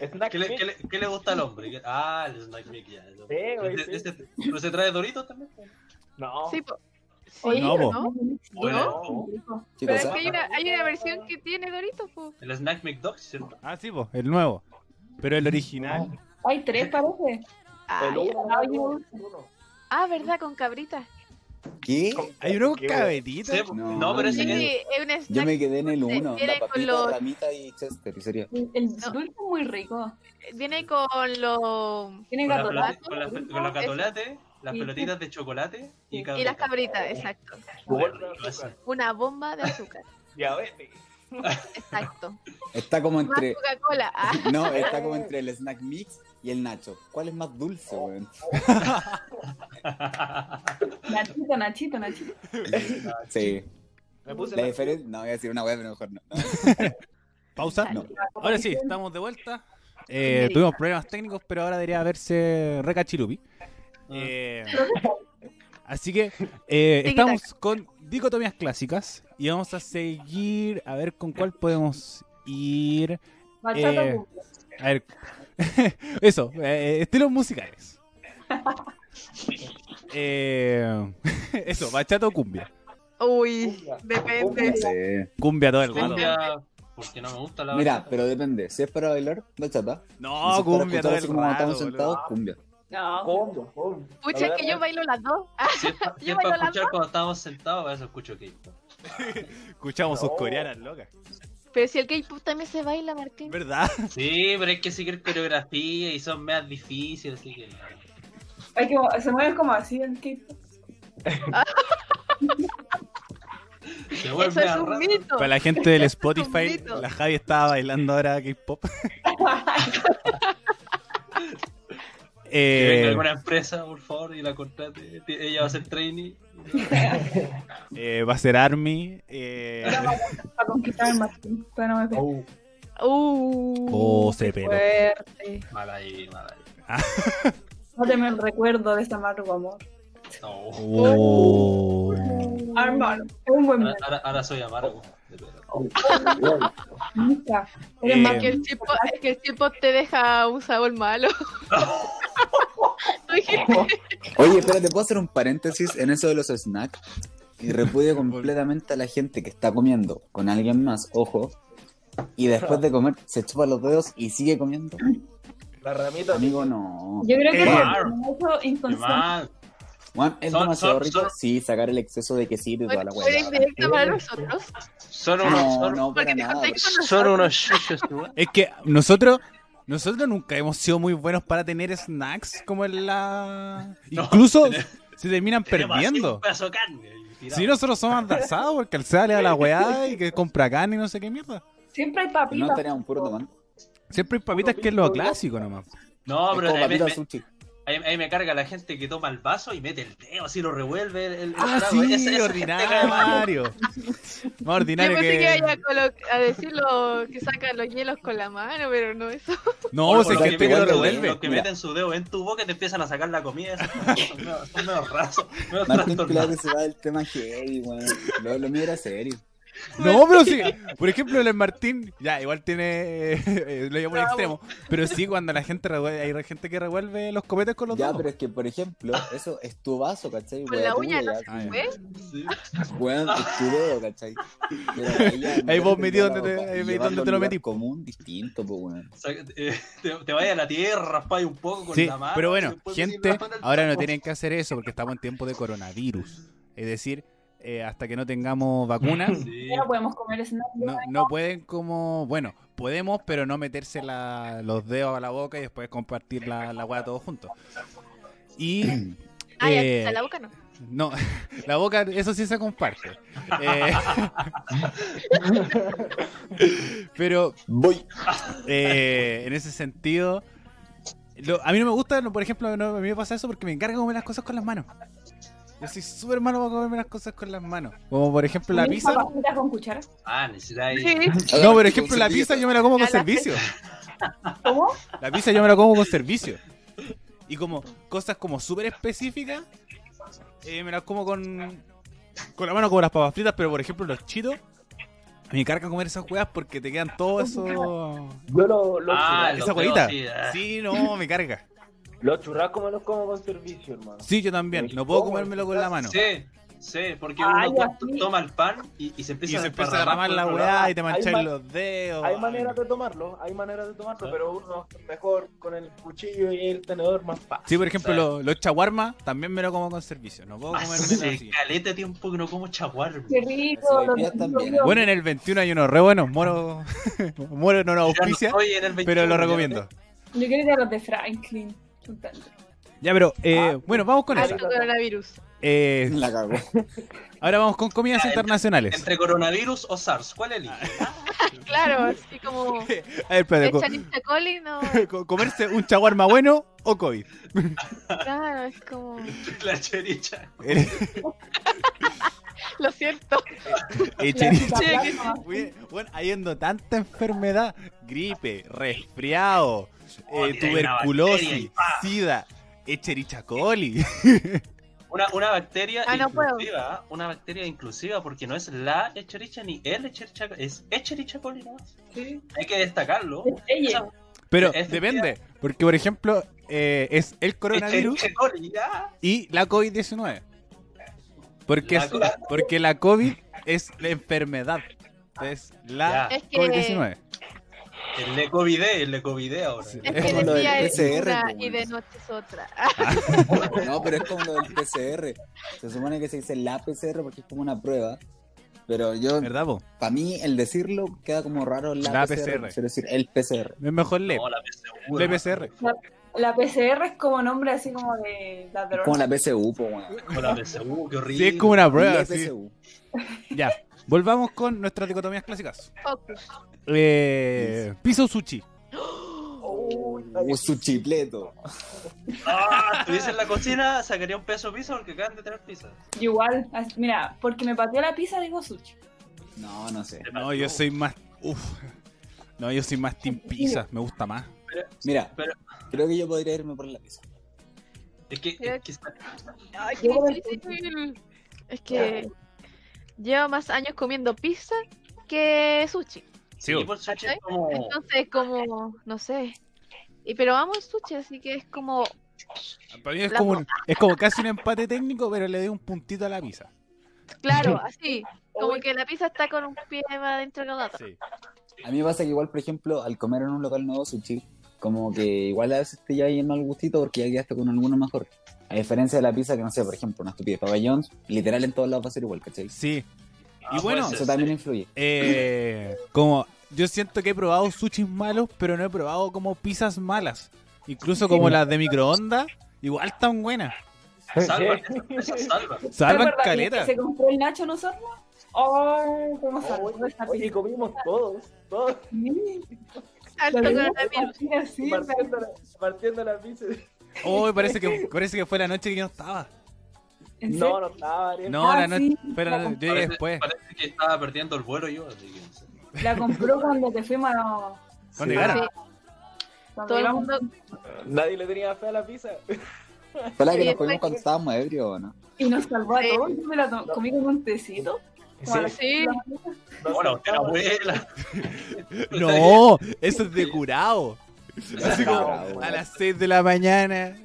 Speaker 4: Snack
Speaker 2: ¿Qué le,
Speaker 4: Kick.
Speaker 2: qué, le, qué le gusta al hombre? ¿Qué- Ah, el Snack Mickey. Ya. eso.
Speaker 4: güey,
Speaker 2: Ese-
Speaker 4: sí.
Speaker 2: ese- ¿Pero se trae Doritos también?
Speaker 4: No.
Speaker 3: Sí, po-
Speaker 6: Oye,
Speaker 1: No,
Speaker 6: pero
Speaker 1: po.
Speaker 2: Bueno,
Speaker 6: rico.
Speaker 3: pero es
Speaker 5: Chicos,
Speaker 3: que hay una, hay una versión que tiene Doritos, po.
Speaker 2: el Snack McDog, ¿cierto?
Speaker 1: Ah, sí, pues, el nuevo. Pero el original.
Speaker 6: Hay tres, parece.
Speaker 3: Ay,
Speaker 4: El uno,
Speaker 6: ay,
Speaker 4: el uno,
Speaker 6: ay.
Speaker 4: el uno.
Speaker 3: ah, ¿verdad? Con cabrita.
Speaker 5: ¿qué?
Speaker 1: Hay uno con
Speaker 4: Qué bueno.
Speaker 1: cabetito.
Speaker 2: Sí, po.
Speaker 5: No,
Speaker 2: no, pero ese
Speaker 3: Sí,
Speaker 5: no.
Speaker 2: que
Speaker 3: es un snack.
Speaker 5: Yo me quedé en el
Speaker 3: Te
Speaker 5: 1,
Speaker 3: viene
Speaker 5: la
Speaker 3: con
Speaker 5: papita,
Speaker 3: los-
Speaker 5: ramita y Chester, y sería.
Speaker 6: El, el
Speaker 3: No.
Speaker 6: dulce es muy rico.
Speaker 3: Viene con los...
Speaker 2: con,
Speaker 6: Tiene
Speaker 2: la
Speaker 6: gato.
Speaker 2: pelota- con, la- con los catolates, las
Speaker 6: Y-
Speaker 2: pelotitas de chocolate y,
Speaker 6: y
Speaker 3: Y las
Speaker 2: cabrita.
Speaker 3: cabritas,
Speaker 5: Eh,
Speaker 3: exacto.
Speaker 2: Súper rico ese.
Speaker 3: Una bomba de azúcar,
Speaker 4: Diabetes.
Speaker 3: exacto.
Speaker 5: Está como
Speaker 3: Más
Speaker 5: entre.
Speaker 3: Coca-Cola. Ah,
Speaker 5: No, está como entre el Snack Mix y el Nacho. ¿Cuál es más dulce, weón?
Speaker 6: Nachito, Nachito, Nachito.
Speaker 5: Sí.
Speaker 4: Me puse
Speaker 5: La
Speaker 4: la-
Speaker 5: diferencia. No, voy a decir una weá, pero mejor no. No,
Speaker 1: Pausa.
Speaker 5: no.
Speaker 1: Ahora sí, estamos de vuelta. Eh, tuvimos problemas técnicos, pero ahora debería verse recachirupi. Eh, así que eh, estamos con dicotomías clásicas y vamos a seguir a ver con cuál podemos ir.
Speaker 6: Bachata,
Speaker 1: Eh,
Speaker 6: con-
Speaker 1: A ver, eso, eh, estilos musicales. Eh, eso, bachata o cumbia.
Speaker 3: Uy, depende.
Speaker 5: Sí.
Speaker 1: Cumbia todo el rato.
Speaker 2: Cumbia, porque no me gusta la
Speaker 5: Mira,
Speaker 2: bachata.
Speaker 5: pero depende. Si es para bailar, bachata.
Speaker 1: No,
Speaker 5: si es para
Speaker 1: Ah, cumbia
Speaker 5: escuchar
Speaker 1: todo
Speaker 5: así
Speaker 1: el
Speaker 5: como estamos
Speaker 1: rato.
Speaker 5: sentados,
Speaker 1: boludo.
Speaker 5: cumbia.
Speaker 6: No.
Speaker 4: Combo, combo.
Speaker 3: Pucha, es que
Speaker 2: eh.
Speaker 3: yo bailo las dos. Ah,
Speaker 2: Si es pa- si
Speaker 3: Yo
Speaker 2: es para
Speaker 3: bailo
Speaker 2: escuchar cuando estamos sentados, a eso escucho que
Speaker 1: Escuchamos sus
Speaker 4: No.
Speaker 1: coreanas locas.
Speaker 3: pero si el K-pop también se baila, Martín.
Speaker 1: ¿Verdad?
Speaker 2: Sí, pero hay que seguir coreografía y son más difíciles, así que...
Speaker 6: Hay que, se mueven como así el K-pop.
Speaker 2: Se
Speaker 3: Eso
Speaker 2: vuelve
Speaker 3: es
Speaker 2: a
Speaker 3: un
Speaker 2: rato.
Speaker 3: mito.
Speaker 1: Para la gente del
Speaker 3: Eso es un
Speaker 1: Spotify,
Speaker 3: mito.
Speaker 1: la Javi estaba bailando ahora K-pop.
Speaker 2: Que venga
Speaker 1: Eh,
Speaker 2: alguna empresa, por favor, y la contrate. Ti- Ella va a ser trainee.
Speaker 1: eh, va a ser Army. eh,
Speaker 6: Para conquistar el Martín. Todavía no me pego.
Speaker 2: Oh,
Speaker 3: Uh,
Speaker 1: Oh, se
Speaker 3: qué
Speaker 1: peló.
Speaker 3: fuerte.
Speaker 2: mal ahí, mal ahí.
Speaker 6: No te me recuerdo de este amargo amor.
Speaker 2: No.
Speaker 1: oh.
Speaker 6: Armar,
Speaker 1: Ah.
Speaker 6: es un buen
Speaker 2: Ahora,
Speaker 6: man.
Speaker 2: ahora- ahora soy amargo.
Speaker 3: Oh.
Speaker 2: de verdad.
Speaker 6: Nunca.
Speaker 1: Eh,
Speaker 6: Eres
Speaker 3: Es que,
Speaker 6: más
Speaker 3: el chipo, es que el chipo te deja un sabor malo. Tú dijiste,
Speaker 5: Oye, espérate, ¿puedo hacer un paréntesis en eso de los snacks? Y repudio completamente a la gente que está comiendo con alguien más, ojo, y después de comer se chupa los dedos y sigue comiendo.
Speaker 4: La ramita.
Speaker 5: Amigo, no.
Speaker 6: Yo creo que
Speaker 1: Eh,
Speaker 6: es mucho
Speaker 2: Qué
Speaker 6: inconsciente.
Speaker 2: mal.
Speaker 5: Juan, es
Speaker 2: Son-
Speaker 5: demasiado
Speaker 2: son-
Speaker 5: rico.
Speaker 2: son-
Speaker 5: Sí, sacar el exceso de quesito y toda la
Speaker 3: Bueno,
Speaker 5: hueá.
Speaker 3: ¿Fue indirecta para nosotros?
Speaker 2: Son unos,
Speaker 5: No,
Speaker 2: son,
Speaker 5: no,
Speaker 3: Porque
Speaker 5: para
Speaker 3: te
Speaker 5: nada.
Speaker 3: contáis con
Speaker 2: son
Speaker 3: nosotros.
Speaker 2: unos chuchos, weón.
Speaker 1: Es que nosotros nosotros nunca hemos sido muy buenos para tener snacks como en la.
Speaker 2: No,
Speaker 1: Incluso
Speaker 2: tenemos-
Speaker 1: se terminan
Speaker 2: Tenemos así
Speaker 1: perdiendo.
Speaker 2: Un pedazo de carne. y tirado.
Speaker 1: Si nosotros somos atrasados porque el sale a la weá y que compra carne y no sé qué mierda.
Speaker 6: Siempre hay
Speaker 5: No
Speaker 6: papitas.
Speaker 5: estaría un puro tomando.
Speaker 1: Siempre hay papitas que es lo clásico nomás.
Speaker 2: No,
Speaker 5: Es
Speaker 2: pero
Speaker 5: como
Speaker 2: ahí me,
Speaker 5: papita
Speaker 2: me-
Speaker 5: sushi.
Speaker 2: ahí- ahí me carga la gente que toma el vaso y mete el dedo, así lo revuelve. El, el-
Speaker 1: Ah,
Speaker 2: el trago. Esa- esa
Speaker 1: sí,
Speaker 2: gente cae mal.
Speaker 1: ordinario. Más
Speaker 3: Yo
Speaker 1: ordinario
Speaker 3: pensé que,
Speaker 1: que.
Speaker 3: iba a, colo- a decir lo que sacan los hielos con la mano, pero no eso.
Speaker 2: O
Speaker 1: No,
Speaker 2: los
Speaker 1: si hay
Speaker 5: que
Speaker 1: gente que este lo
Speaker 5: igual lo
Speaker 1: revuelve.
Speaker 2: Los que
Speaker 5: Mira.
Speaker 2: meten su dedo en tu boca y te empiezan a sacar la comida. esos Son medio- son medio rasos, medio
Speaker 5: Martín, claro que
Speaker 2: trastornados.
Speaker 5: se va del tema heavy, weón. Lo, lo mío era serio.
Speaker 1: No, pero sí. Por ejemplo, el Martín, ya, igual tiene. eh, lo llevo al extremo. Pero sí, cuando la gente revuelve, hay gente que revuelve los copetes con los
Speaker 5: Ya,
Speaker 1: dedos.
Speaker 5: pero es que, por ejemplo, eso es tu vaso, ¿cachai?
Speaker 3: Con
Speaker 5: Weá
Speaker 3: la
Speaker 5: tuya,
Speaker 3: uña no
Speaker 5: ya,
Speaker 3: se
Speaker 1: Ah, ya.
Speaker 3: fue.
Speaker 2: Sí.
Speaker 5: Weón, es tu dedo, ¿cachai? Pero ahí ya-
Speaker 1: Ahí vos metí
Speaker 5: ya
Speaker 1: donde
Speaker 5: la
Speaker 1: te-
Speaker 5: ropa,
Speaker 1: ahí metí
Speaker 5: llevarlo
Speaker 1: donde
Speaker 5: a
Speaker 1: te lo
Speaker 5: un lugar
Speaker 1: metí.
Speaker 5: común distinto, pues, weón.
Speaker 2: Saca- eh, te, te vayas a la tierra, raspáis un poco con
Speaker 1: Sí,
Speaker 2: la mano.
Speaker 1: pero
Speaker 2: y
Speaker 1: bueno,
Speaker 2: después metís la
Speaker 1: gente,
Speaker 2: mano al
Speaker 1: ahora no
Speaker 2: taco.
Speaker 1: tienen que hacer eso porque estamos en tiempo de coronavirus. Es decir, eh, hasta que no tengamos vacunas,
Speaker 2: Sí.
Speaker 6: Ya no podemos comer snack.
Speaker 1: no, no pueden como, bueno, podemos, pero no meterse la- los dedos a la boca y después compartir la, la hueá todos juntos. Y...
Speaker 3: Ah, ya,
Speaker 1: eh,
Speaker 3: a la boca no.
Speaker 1: no, la boca, eso sí se comparte. Eh, pero
Speaker 5: Voy.
Speaker 1: eh, en ese sentido, lo- a mí no me gusta, no, por ejemplo, no- a mí me pasa eso porque me encarga comer las cosas con las manos. Yo soy súper malo para comerme las cosas con las manos. Como por ejemplo la pizza.
Speaker 6: papitas con cuchara?
Speaker 2: Ah, necesitáis.
Speaker 3: Sí,
Speaker 1: No, por ejemplo la pizza yo me la como con
Speaker 3: Ya la-
Speaker 1: servicio.
Speaker 6: ¿Cómo?
Speaker 1: La pizza yo me la como con servicio. Y como cosas como súper específicas, eh, me las como con, con la mano como las papas fritas, pero por ejemplo los chitos, me encarga comer esas huevas porque te quedan todos esos...
Speaker 4: Yo lo- los
Speaker 2: Ah,
Speaker 4: churrascos-
Speaker 1: Esa
Speaker 2: Los
Speaker 1: huevita.
Speaker 2: dedos, sí, ah.
Speaker 1: Sí, no, me carga.
Speaker 4: los churrascos me los como con servicio, hermano.
Speaker 1: Sí, yo también. No puedo comérmelo con la mano.
Speaker 2: Sí, sí, porque
Speaker 6: Ay,
Speaker 2: uno to-
Speaker 6: así.
Speaker 2: toma el pan y, y
Speaker 1: Y
Speaker 2: se empieza
Speaker 1: se empieza a derramar
Speaker 2: derramar
Speaker 1: la
Speaker 2: por otro
Speaker 1: weá y te
Speaker 4: Hay
Speaker 1: mancháis
Speaker 4: ma-
Speaker 1: los dedos.
Speaker 4: Hay
Speaker 1: Ay,
Speaker 4: maneras
Speaker 1: no.
Speaker 4: de tomarlo, hay maneras de tomarlo,
Speaker 2: Ah.
Speaker 4: pero uno mejor con el cuchillo y el tenedor más fácil.
Speaker 1: Sí, por ejemplo,
Speaker 2: Sí.
Speaker 1: los, los chaguarmas también me lo como con servicio. No puedo
Speaker 4: Ah,
Speaker 2: lado.
Speaker 1: comerme
Speaker 2: Hace
Speaker 1: así.
Speaker 2: caleta de tiempo que no como chaguar.
Speaker 6: Qué
Speaker 5: Eso
Speaker 6: rico.
Speaker 5: hoy día también,
Speaker 6: los-
Speaker 1: ¿eh? Bueno, en el 21 hay unos re buenos. Moro, Moro no nos auspicia, pero lo recomiendo.
Speaker 6: Yo quiero ir a los de Franklin. Puta.
Speaker 1: Ya, pero eh, bueno, vamos con
Speaker 3: Ah,
Speaker 1: esa.
Speaker 3: no, coronavirus.
Speaker 1: Eh,
Speaker 5: La cagó.
Speaker 1: ahora vamos con comidas
Speaker 2: Ya, entre-
Speaker 1: internacionales.
Speaker 2: ¿eh? Entre coronavirus o SARS, ¿cuál
Speaker 1: Ah.
Speaker 2: elige?
Speaker 3: Claro, así como
Speaker 1: A ver, espérate, co-
Speaker 3: echan esta coli, no.
Speaker 1: co- comerse un chaguarma bueno o COVID.
Speaker 3: Claro, es como.
Speaker 2: La chericha.
Speaker 1: El-
Speaker 3: Lo siento.
Speaker 1: el
Speaker 6: La-
Speaker 1: cheri-
Speaker 6: la
Speaker 3: Che,
Speaker 6: plasma.
Speaker 1: Oye, Bueno, hayendo tanta enfermedad, gripe, resfriado,
Speaker 2: Oh,
Speaker 1: eh,
Speaker 2: mira, hay una
Speaker 1: tuberculosis,
Speaker 2: bacteria ahí,
Speaker 1: sida, Escherichia coli.
Speaker 2: Una, una bacteria
Speaker 3: Ah, no puedo.
Speaker 2: inclusiva, ¿ah? una bacteria inclusiva, porque no es la echericha ni el echericha, es echericha coli nomás.
Speaker 6: Sí.
Speaker 2: Hay que destacarlo.
Speaker 6: Ella.
Speaker 2: Esa-
Speaker 1: Pero
Speaker 2: Efectivamente.
Speaker 1: depende, porque por ejemplo eh, es el coronavirus
Speaker 2: Echerichia coli, ya.
Speaker 1: y la COVID-19. Porque,
Speaker 2: La
Speaker 1: es-
Speaker 2: co-
Speaker 1: porque la COVID es la enfermedad. Es la
Speaker 2: Ya.
Speaker 3: Es que-
Speaker 1: COVID-19.
Speaker 2: El de COVID, el de COVID ahora. Oh,
Speaker 1: Sí.
Speaker 3: Es
Speaker 5: Es
Speaker 3: que
Speaker 5: como lo
Speaker 3: de
Speaker 5: del
Speaker 3: día es
Speaker 5: PCR,
Speaker 3: una
Speaker 5: pues,
Speaker 3: y de
Speaker 5: bueno.
Speaker 3: noche es otra.
Speaker 5: No, pero es como lo del PCR. Se supone que se dice la PCR porque es como una prueba. Pero yo,
Speaker 1: ¿Verdad, vos?
Speaker 5: para mí, el decirlo queda como raro la,
Speaker 1: La
Speaker 5: PCR.
Speaker 1: PCR.
Speaker 5: Prefiero decir el PCR.
Speaker 1: Es mejor le
Speaker 2: No, la PCU,
Speaker 1: le
Speaker 2: hermano.
Speaker 1: PCR.
Speaker 6: La PCR es como nombre así como de la droga.
Speaker 5: Como la PSU, po, weón.
Speaker 2: Como Oh, la PCU, qué horrible.
Speaker 1: Sí, es como una
Speaker 5: La
Speaker 1: prueba. sí.
Speaker 5: PSU.
Speaker 1: Ya, volvamos con nuestras dicotomías clásicas.
Speaker 3: Focus.
Speaker 1: Eh, piso sushi.
Speaker 3: Oh.
Speaker 5: O su chipleto.
Speaker 2: Ah, estuviese en la cocina, sacaría un peso pizza porque acaban de tener pizza.
Speaker 6: Yo Igual, as- mira, porque me pateó la pizza, digo sushi.
Speaker 5: No, no sé.
Speaker 1: No, yo soy más. Uf. No, yo soy más team pizza. Me gusta más.
Speaker 5: Mira,
Speaker 2: Pero-
Speaker 5: creo que yo podría irme por la pizza.
Speaker 2: Es que, es que está-
Speaker 3: Ay, qué difícil. Es que llevo más años comiendo pizza que sushi.
Speaker 1: Sí,
Speaker 2: y por sushi es como.
Speaker 3: Entonces, como, no sé. Y pero amo el sushi, así que es como
Speaker 1: Para mí es
Speaker 3: La
Speaker 1: como, un- es como casi un empate técnico, pero le doy un puntito a la pizza.
Speaker 3: Claro, así. Como que la pizza está con un pie más adentro que el otro.
Speaker 1: Sí.
Speaker 5: A mí me pasa que igual, por ejemplo, al comer en un local nuevo sushi, Como que igual a veces te llevas el mal gustito porque ya quedaste con alguno mejor. A diferencia de la pizza que no sé, por ejemplo, una estupidez. Papa John's, literal en todos lados va a ser igual, ¿cachai?
Speaker 1: Sí.
Speaker 2: Ah,
Speaker 1: y bueno,
Speaker 2: puede
Speaker 5: Eso
Speaker 2: ser,
Speaker 5: también
Speaker 2: sí.
Speaker 5: influye.
Speaker 1: eh, como yo siento que he probado sushis malos, pero no he probado como pizzas malas. Incluso como las de microondas, igual tan buenas.
Speaker 2: Salva, esa salva.
Speaker 1: Salvan
Speaker 6: ¿Recuerdan
Speaker 1: caleta.
Speaker 6: que ¿Se compró el Nacho nosotros? Oh, cómo salvó esa
Speaker 4: Oye,
Speaker 6: pizza.
Speaker 4: comimos todos, todos.
Speaker 3: Alto coronavirus.
Speaker 6: Sí, pero-
Speaker 4: Partiendo la, partiendo la pizza.
Speaker 1: Oh, parece que, parece que fue la noche que yo no estaba.
Speaker 6: ¿en
Speaker 4: No,
Speaker 6: serio?
Speaker 4: no estaba, Ariel.
Speaker 1: No,
Speaker 6: Ah,
Speaker 1: la noche.
Speaker 6: sí.
Speaker 1: Fue la noche- yo llegué
Speaker 2: Parece,
Speaker 1: después.
Speaker 2: parece que estaba perdiendo el vuelo yo, así que no sé.
Speaker 6: La compró cuando te fuimos a...
Speaker 1: Con el gana.
Speaker 3: Sí,
Speaker 6: cuando
Speaker 3: todo el
Speaker 6: íbamos-
Speaker 3: mundo.
Speaker 4: Nadie le tenía fe a la pizza.
Speaker 5: Fue la que
Speaker 3: Sí,
Speaker 5: nos comimos
Speaker 3: fue-
Speaker 5: cuando estábamos ebrios, ¿o no?
Speaker 6: Y nos salvó a
Speaker 3: Sí.
Speaker 6: todos. Yo me la to- comí con un tecito. como a las-
Speaker 3: Sí.
Speaker 4: no
Speaker 2: Bueno, usted la
Speaker 4: aceptaba.
Speaker 2: abuela.
Speaker 1: No, eso es de curado. Así como
Speaker 5: Cabra, weón.
Speaker 1: a las 6 de la mañana.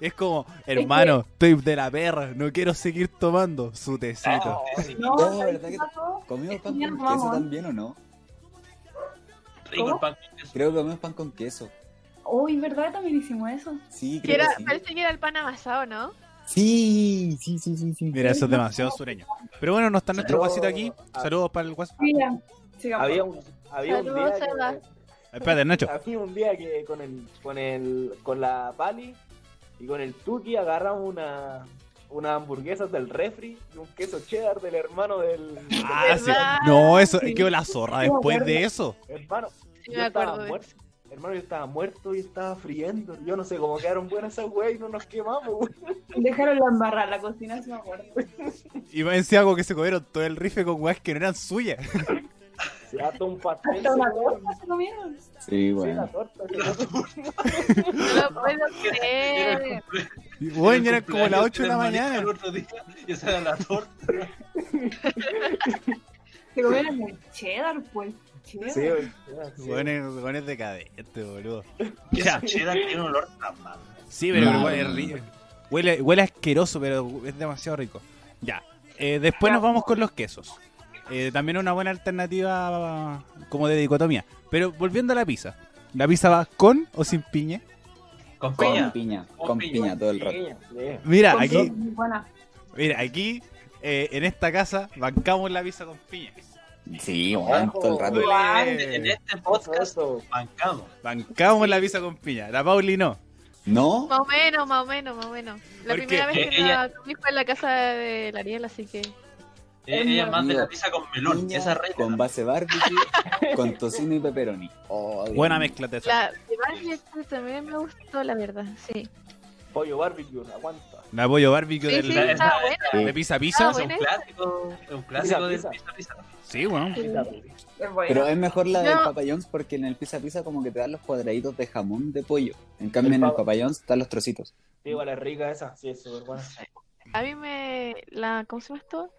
Speaker 1: Es como, hermano, estoy de la perra, no quiero seguir tomando su tecito.
Speaker 6: No,
Speaker 5: No,
Speaker 6: ¿sabes
Speaker 5: ¿verdad
Speaker 6: qué
Speaker 5: que-
Speaker 6: pasó?
Speaker 5: ¿Comimos pan
Speaker 6: Ya
Speaker 5: con
Speaker 6: nos
Speaker 5: queso
Speaker 6: vamos.
Speaker 5: también o no?
Speaker 2: Rico el
Speaker 6: ¿Cómo?
Speaker 2: pan con queso.
Speaker 5: Creo que comimos pan con queso.
Speaker 6: Uy, ¿verdad? También hicimos eso.
Speaker 5: Sí,
Speaker 3: Que
Speaker 5: creo
Speaker 3: era,
Speaker 5: que sí.
Speaker 3: parece que era el pan amasado, ¿no?
Speaker 5: Sí, sí, sí, sí, sí.
Speaker 1: Mira, eso es demasiado sureño. Pero bueno, no está nuestro guasito aquí. Saludos para el guasito.
Speaker 6: Mira, sigamos.
Speaker 4: Había un, había un
Speaker 3: Saludos, Seba.
Speaker 4: día
Speaker 1: Espérate,
Speaker 4: que,
Speaker 1: Nacho.
Speaker 4: había un día que con el, con el, con la pali y con el tuki agarramos una, unas hamburguesas del refri y un queso cheddar del hermano del
Speaker 1: Ah, sí.
Speaker 3: ¿Verdad?
Speaker 1: No, eso, quedó la zorra después de eso.
Speaker 4: hermano.
Speaker 3: Sí,
Speaker 4: yo
Speaker 3: me
Speaker 4: estaba
Speaker 3: acuerdo. de-
Speaker 4: muerto. Hermano, yo estaba muerto y estaba friendo. Yo no sé cómo quedaron buenas esas weas y no nos quemamos, weón.
Speaker 6: Dejaron la embarrada, la cocina se me acuerdo.
Speaker 1: Y va encima algo que se comieron todo el rife con weas que no eran suyas.
Speaker 4: Se ató un pastel.
Speaker 6: Hasta una
Speaker 4: se comieron.
Speaker 6: torta se comieron.
Speaker 5: Sí,
Speaker 4: Sí, la
Speaker 5: bueno.
Speaker 4: torta. se comieron.
Speaker 3: No lo puedo
Speaker 2: Era
Speaker 3: creer.
Speaker 2: el cumple-
Speaker 1: Y bueno, ya
Speaker 2: era
Speaker 1: eran
Speaker 2: el
Speaker 1: como las
Speaker 2: cumpleaños
Speaker 1: 8 de la
Speaker 2: del Manuel
Speaker 1: mañana.
Speaker 2: el otro día, y esa era la torta.
Speaker 6: Se comieron el cheddar, pues. Cheddar.
Speaker 4: Sí, weón. Sí.
Speaker 1: Bueno, es- bueno, es decadente, boludo.
Speaker 2: Y esa
Speaker 1: Ya.
Speaker 2: cheddar tiene un olor tan malo.
Speaker 1: Sí, pero
Speaker 5: No,
Speaker 1: huele
Speaker 5: no, no.
Speaker 1: rico. Huele, huele asqueroso, pero es demasiado rico. Ya. Eh, después nos vamos con los quesos. Eh, también una buena alternativa como de dicotomía. Pero volviendo a la pizza. ¿La pizza va con o sin piña?
Speaker 2: Con
Speaker 5: Con
Speaker 2: piña.
Speaker 5: piña,
Speaker 2: Con
Speaker 5: con
Speaker 2: piña.
Speaker 5: piña todo el rato.
Speaker 4: Pequeña, sí.
Speaker 1: Mira,
Speaker 6: Con
Speaker 1: aquí,
Speaker 6: dos muy buenas.
Speaker 1: mira, aquí eh, en esta casa bancamos la pizza con piña.
Speaker 5: Sí, bueno, todo el rato.
Speaker 1: Duele.
Speaker 2: En este
Speaker 4: Ojo,
Speaker 2: podcast
Speaker 4: ojo.
Speaker 2: bancamos.
Speaker 1: Bancamos la pizza con piña. La Pauli no.
Speaker 5: ¿No?
Speaker 3: Más o menos, más o menos, más o menos. La
Speaker 1: ¿Por
Speaker 3: primera
Speaker 2: qué?
Speaker 3: vez que
Speaker 2: Ella-
Speaker 3: la comí fue en la casa de la Ariel, así que.
Speaker 2: Eh, Ella es más de la
Speaker 5: Amigo,
Speaker 2: pizza con melón.
Speaker 5: Piña
Speaker 2: Esa es rica.
Speaker 5: con base barbecue, con tocino y pepperoni. Oh, Dios
Speaker 1: Buena
Speaker 5: mío.
Speaker 1: mezcla de esa.
Speaker 3: La de Barney también me gustó, la verdad, sí.
Speaker 4: Pollo barbecue, aguanta.
Speaker 1: La apoyo barbecue
Speaker 3: Sí,
Speaker 1: del-
Speaker 3: sí,
Speaker 2: la-
Speaker 3: estaba buena.
Speaker 1: de pizza pizza.
Speaker 3: Ah,
Speaker 2: Es un
Speaker 3: bueno.
Speaker 2: clásico. Es un clásico de
Speaker 4: Pizza,
Speaker 2: pizza pizza.
Speaker 1: Sí, bueno.
Speaker 6: Es bueno.
Speaker 5: Pero es mejor la del
Speaker 3: No.
Speaker 5: Papa John's porque en el pizza pizza como que te dan los cuadraditos de jamón de pollo. En cambio en el Papa John's están los trocitos.
Speaker 4: Sí, igual es rica esa. Sí, es súper buena.
Speaker 3: A mí me. La, ¿Cómo se llama esto?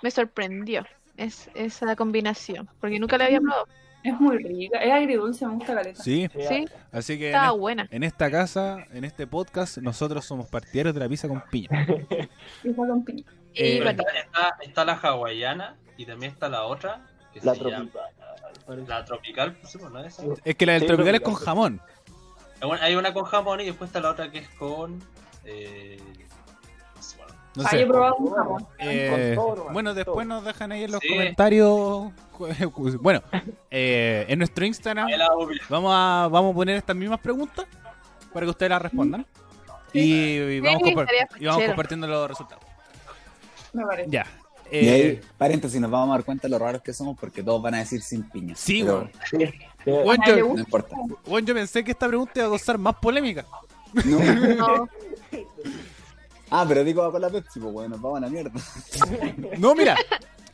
Speaker 3: Me sorprendió es, esa combinación, porque nunca la había probado.
Speaker 6: Es muy rica. Es agridulce, me gusta la letra.
Speaker 1: Sí,
Speaker 4: Sí,
Speaker 3: Sí,
Speaker 1: así que en
Speaker 3: estaba buena.
Speaker 1: En esta casa, en este podcast, nosotros somos partidarios de la pizza con piña.
Speaker 6: Y fue con piña.
Speaker 1: Eh,
Speaker 3: Y bueno,
Speaker 2: Está, está la hawaiana y también está la otra. Que
Speaker 4: La
Speaker 2: se llama-
Speaker 4: tropical. parece.
Speaker 2: La tropical, pues, sí, ¿no? Esa.
Speaker 1: Es que la del
Speaker 4: Sí,
Speaker 1: tropical es
Speaker 4: tropical.
Speaker 1: con jamón.
Speaker 2: Bueno, Hay una con jamón y después está la otra que es con. Eh, no sé, bueno.
Speaker 1: No
Speaker 6: Ah, yo
Speaker 1: sé.
Speaker 6: he probado un jamón.
Speaker 1: Eh,
Speaker 4: Con todo nomás,
Speaker 1: bueno,
Speaker 4: con
Speaker 1: después
Speaker 4: todo.
Speaker 1: nos dejan ahí en los
Speaker 2: Sí.
Speaker 1: comentarios. Bueno, eh, en nuestro Instagram
Speaker 2: Ahí la obvia.
Speaker 1: vamos a, vamos a poner estas mismas preguntas para que ustedes las respondan. Y, y vamos,
Speaker 3: Sí,
Speaker 1: compar-
Speaker 3: estaría
Speaker 1: y vamos
Speaker 3: fachero.
Speaker 1: compartiendo los resultados.
Speaker 6: Me parece.
Speaker 1: Ya.
Speaker 5: Y ahí,
Speaker 1: Eh,
Speaker 5: paréntesis, nos vamos a dar cuenta de lo raros que somos porque todos van a decir sin piña.
Speaker 1: Sí,
Speaker 5: Pero
Speaker 1: weón.
Speaker 4: Sí,
Speaker 1: bueno,
Speaker 6: ¿A nadie le
Speaker 1: yo,
Speaker 5: No importa.
Speaker 1: bueno, yo pensé que esta pregunta iba a causar más polémica.
Speaker 5: No.
Speaker 3: no,
Speaker 5: Ah, pero digo con la Pepsi, pues bueno, nos vamos a la mierda.
Speaker 1: No, mira.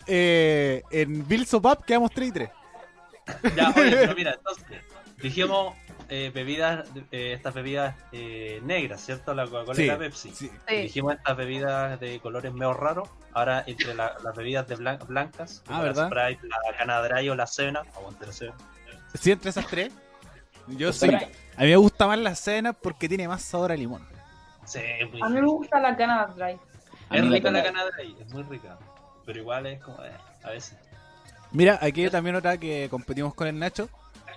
Speaker 1: eh, en Bill Sopap quedamos 3 y 3.
Speaker 2: Ya, oye, pero mira, entonces. Dijimos eh, bebidas, eh, estas bebidas eh, negras, ¿cierto? La Coca-Cola y la Pepsi.
Speaker 1: sí.
Speaker 3: sí.
Speaker 2: Dijimos estas bebidas de colores medio raros. Ahora, entre la- las bebidas de blan- blancas,
Speaker 1: Ah,
Speaker 2: como
Speaker 1: ¿verdad?
Speaker 2: la Sprite, la Canadry o la Cena, aguante la Cena.
Speaker 1: Sí, entre esas tres. Yo soy. A mí me gusta más la cena porque tiene más sabor a limón.
Speaker 2: Sí, muy
Speaker 6: A mí me
Speaker 2: rico.
Speaker 6: gusta la cana dry.
Speaker 5: A mí
Speaker 2: Es
Speaker 5: la
Speaker 2: rica la
Speaker 5: cana-
Speaker 2: Canadry, es muy rica. Pero igual es como. eh, a veces.
Speaker 1: Mira, aquí hay también otra que competimos con el Nacho.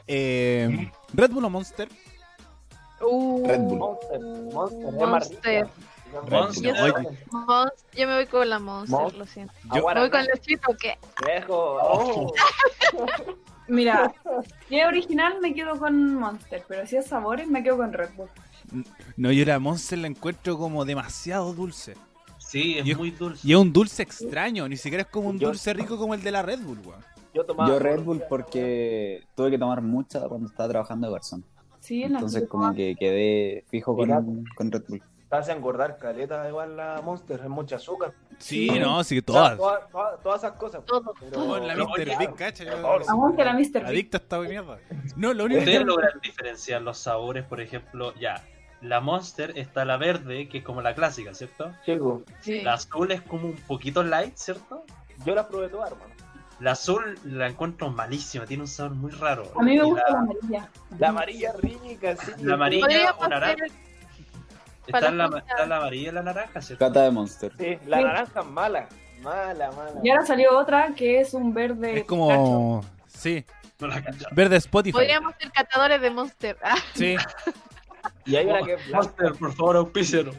Speaker 1: Eh, Red Bull o Monster.
Speaker 3: Uh,
Speaker 5: Red Bull.
Speaker 4: Monster. Monster. ¿eh? Es más
Speaker 3: Monster.
Speaker 4: rica.
Speaker 2: Monster.
Speaker 3: Yo- Monst- yo me voy con la Monster,
Speaker 4: Monst-
Speaker 3: lo siento.
Speaker 1: Yo-
Speaker 3: Me
Speaker 4: Aguara,
Speaker 3: voy con los chitos que
Speaker 4: viejo. Oh.
Speaker 6: Mira, si es original me quedo con Monster, pero si es sabores me quedo con Red Bull.
Speaker 1: No, yo la Monster la encuentro como demasiado dulce.
Speaker 2: Sí, es
Speaker 1: Yo-
Speaker 2: muy dulce.
Speaker 1: Y es un dulce extraño, ni siquiera es como un
Speaker 4: Yo-
Speaker 1: dulce rico como el de la Red Bull, weón.
Speaker 4: Yo tomaba.
Speaker 5: Yo Red Bull porque tuve que tomar mucha cuando estaba trabajando de garzón.
Speaker 6: Sí, en la
Speaker 5: Entonces como que quedé fijo con, con Red Bull.
Speaker 4: Te hace engordar caleta igual la Monster. Es mucha azúcar.
Speaker 1: Sí,
Speaker 6: Sí.
Speaker 1: no, sí que
Speaker 4: O
Speaker 1: todas.
Speaker 4: sea, todas- todas- todas esas cosas.
Speaker 3: todo.
Speaker 4: Pero-
Speaker 1: Weón, la
Speaker 2: No,
Speaker 1: Mr.
Speaker 2: ya.
Speaker 1: Big, cacha. yo-
Speaker 4: Ahora,
Speaker 6: La Monster, la Mr. Big.
Speaker 1: Adicta a esta mierda. No, lo único
Speaker 2: Ustedes
Speaker 1: que...
Speaker 2: logran diferenciar los sabores, por ejemplo, ya. La Monster está la verde, que es como la clásica, ¿cierto?
Speaker 4: Chico,
Speaker 3: Sí.
Speaker 2: La azul es como un poquito light, ¿cierto?
Speaker 4: pues. yo las probé todas, hermano.
Speaker 2: La azul la encuentro malísima, tiene un sabor muy raro.
Speaker 6: A mí
Speaker 2: Y
Speaker 6: me gusta la
Speaker 2: la,
Speaker 6: amarilla.
Speaker 4: La amarilla rica, sí.
Speaker 2: La amarilla.
Speaker 3: Podríamos
Speaker 2: o naranja.
Speaker 3: hacer-
Speaker 2: está, la,
Speaker 3: para la
Speaker 2: está la amarilla y la naranja, ¿cierto?
Speaker 5: Cata de Monster.
Speaker 4: Sí, la
Speaker 6: Sí.
Speaker 4: naranja es mala. Mala, mala.
Speaker 6: Y ahora salió otra que es un verde.
Speaker 1: Es como... Sí,
Speaker 2: No la cacho.
Speaker 1: verde Spotify.
Speaker 3: Podríamos ser catadores de Monster. Ah,
Speaker 1: Sí, eh,
Speaker 4: Y hay una que es blanca.
Speaker 2: Monster, por favor, auspícianos.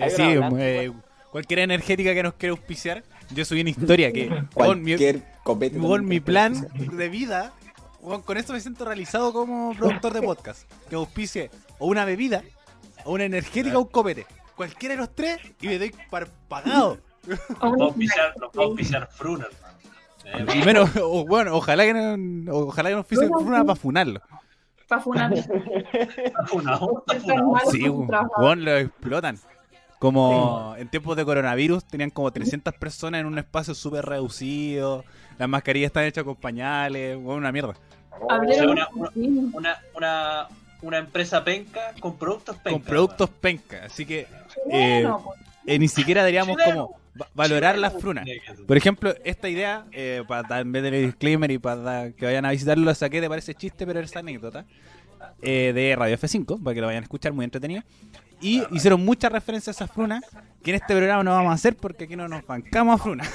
Speaker 4: Hay
Speaker 1: sí,
Speaker 4: una blanca,
Speaker 1: eh, cualquier energética que nos quiera auspiciar. Yo subí una historia que... weón, mi-
Speaker 5: Cualquier copete.
Speaker 1: Con
Speaker 5: también
Speaker 1: mi
Speaker 5: te
Speaker 1: plan
Speaker 5: puede ser.
Speaker 1: de vida, weón, con esto me siento realizado como productor de podcast. Que auspicie o una bebida, o una energética o un copete. Cualquiera de los tres y me doy par- pagado.
Speaker 6: o
Speaker 2: Nos
Speaker 6: un-
Speaker 2: va a auspiciar, nos va a auspiciar Fruner, hermano. Eh,
Speaker 1: Primero, o, bueno, ojalá que no, ojalá que no auspicie una para funarlo.
Speaker 6: pa' funar.
Speaker 2: está funado, está
Speaker 6: Está
Speaker 2: funado.
Speaker 6: mal
Speaker 1: Sí,
Speaker 6: con su trabajo.
Speaker 1: weón, lo explotan. Como en tiempos de coronavirus tenían como 300 personas en un espacio súper reducido, las mascarillas están hechas con pañales, weón, una mierda.
Speaker 6: Abrieron
Speaker 2: Una-
Speaker 6: un jardín.
Speaker 2: Una, una, una empresa penca con productos penca.
Speaker 1: Con productos penca, así que eh,
Speaker 6: Bueno, pues,
Speaker 1: eh, ni siquiera deberíamos
Speaker 2: Chileno.
Speaker 1: como va- valorar las frunas. Por
Speaker 2: frunas.
Speaker 1: ejemplo, esta idea, eh, para dar- en vez de disclaimer y para dar- que vayan a visitarlo, la saqué de parece chiste, pero es anécdota, eh, de Radio F5, para que lo vayan a escuchar, muy entretenido. Y hicieron muchas referencias a esas frunas, que en este programa no vamos a hacer porque aquí no nos bancamos a frunas.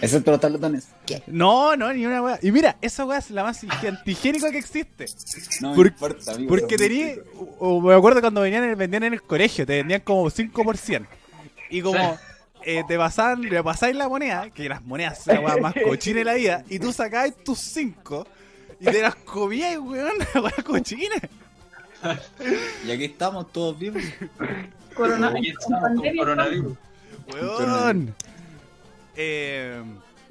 Speaker 5: Excepto los tabletones.
Speaker 1: No, no, ni una weá. Y mira, esa weá es la más antigénica que existe.
Speaker 5: No
Speaker 1: Por-
Speaker 5: me importa, amigo.
Speaker 1: Porque
Speaker 5: son muy
Speaker 1: tenía,
Speaker 5: ricos.
Speaker 1: o, o me acuerdo cuando venían, en- vendían en el colegio, te vendían como 5%. Y como eh, te pasaban, le pasáis la moneda, que las monedas son la weá más cochina de la vida, y tú sacabas tus 5 y te las comías, weón, la weá cochina.
Speaker 5: Y aquí estamos todos bien.
Speaker 6: corona-
Speaker 2: Aquí estamos con
Speaker 6: pandemia,
Speaker 2: coronavirus.
Speaker 1: Weón. Eh,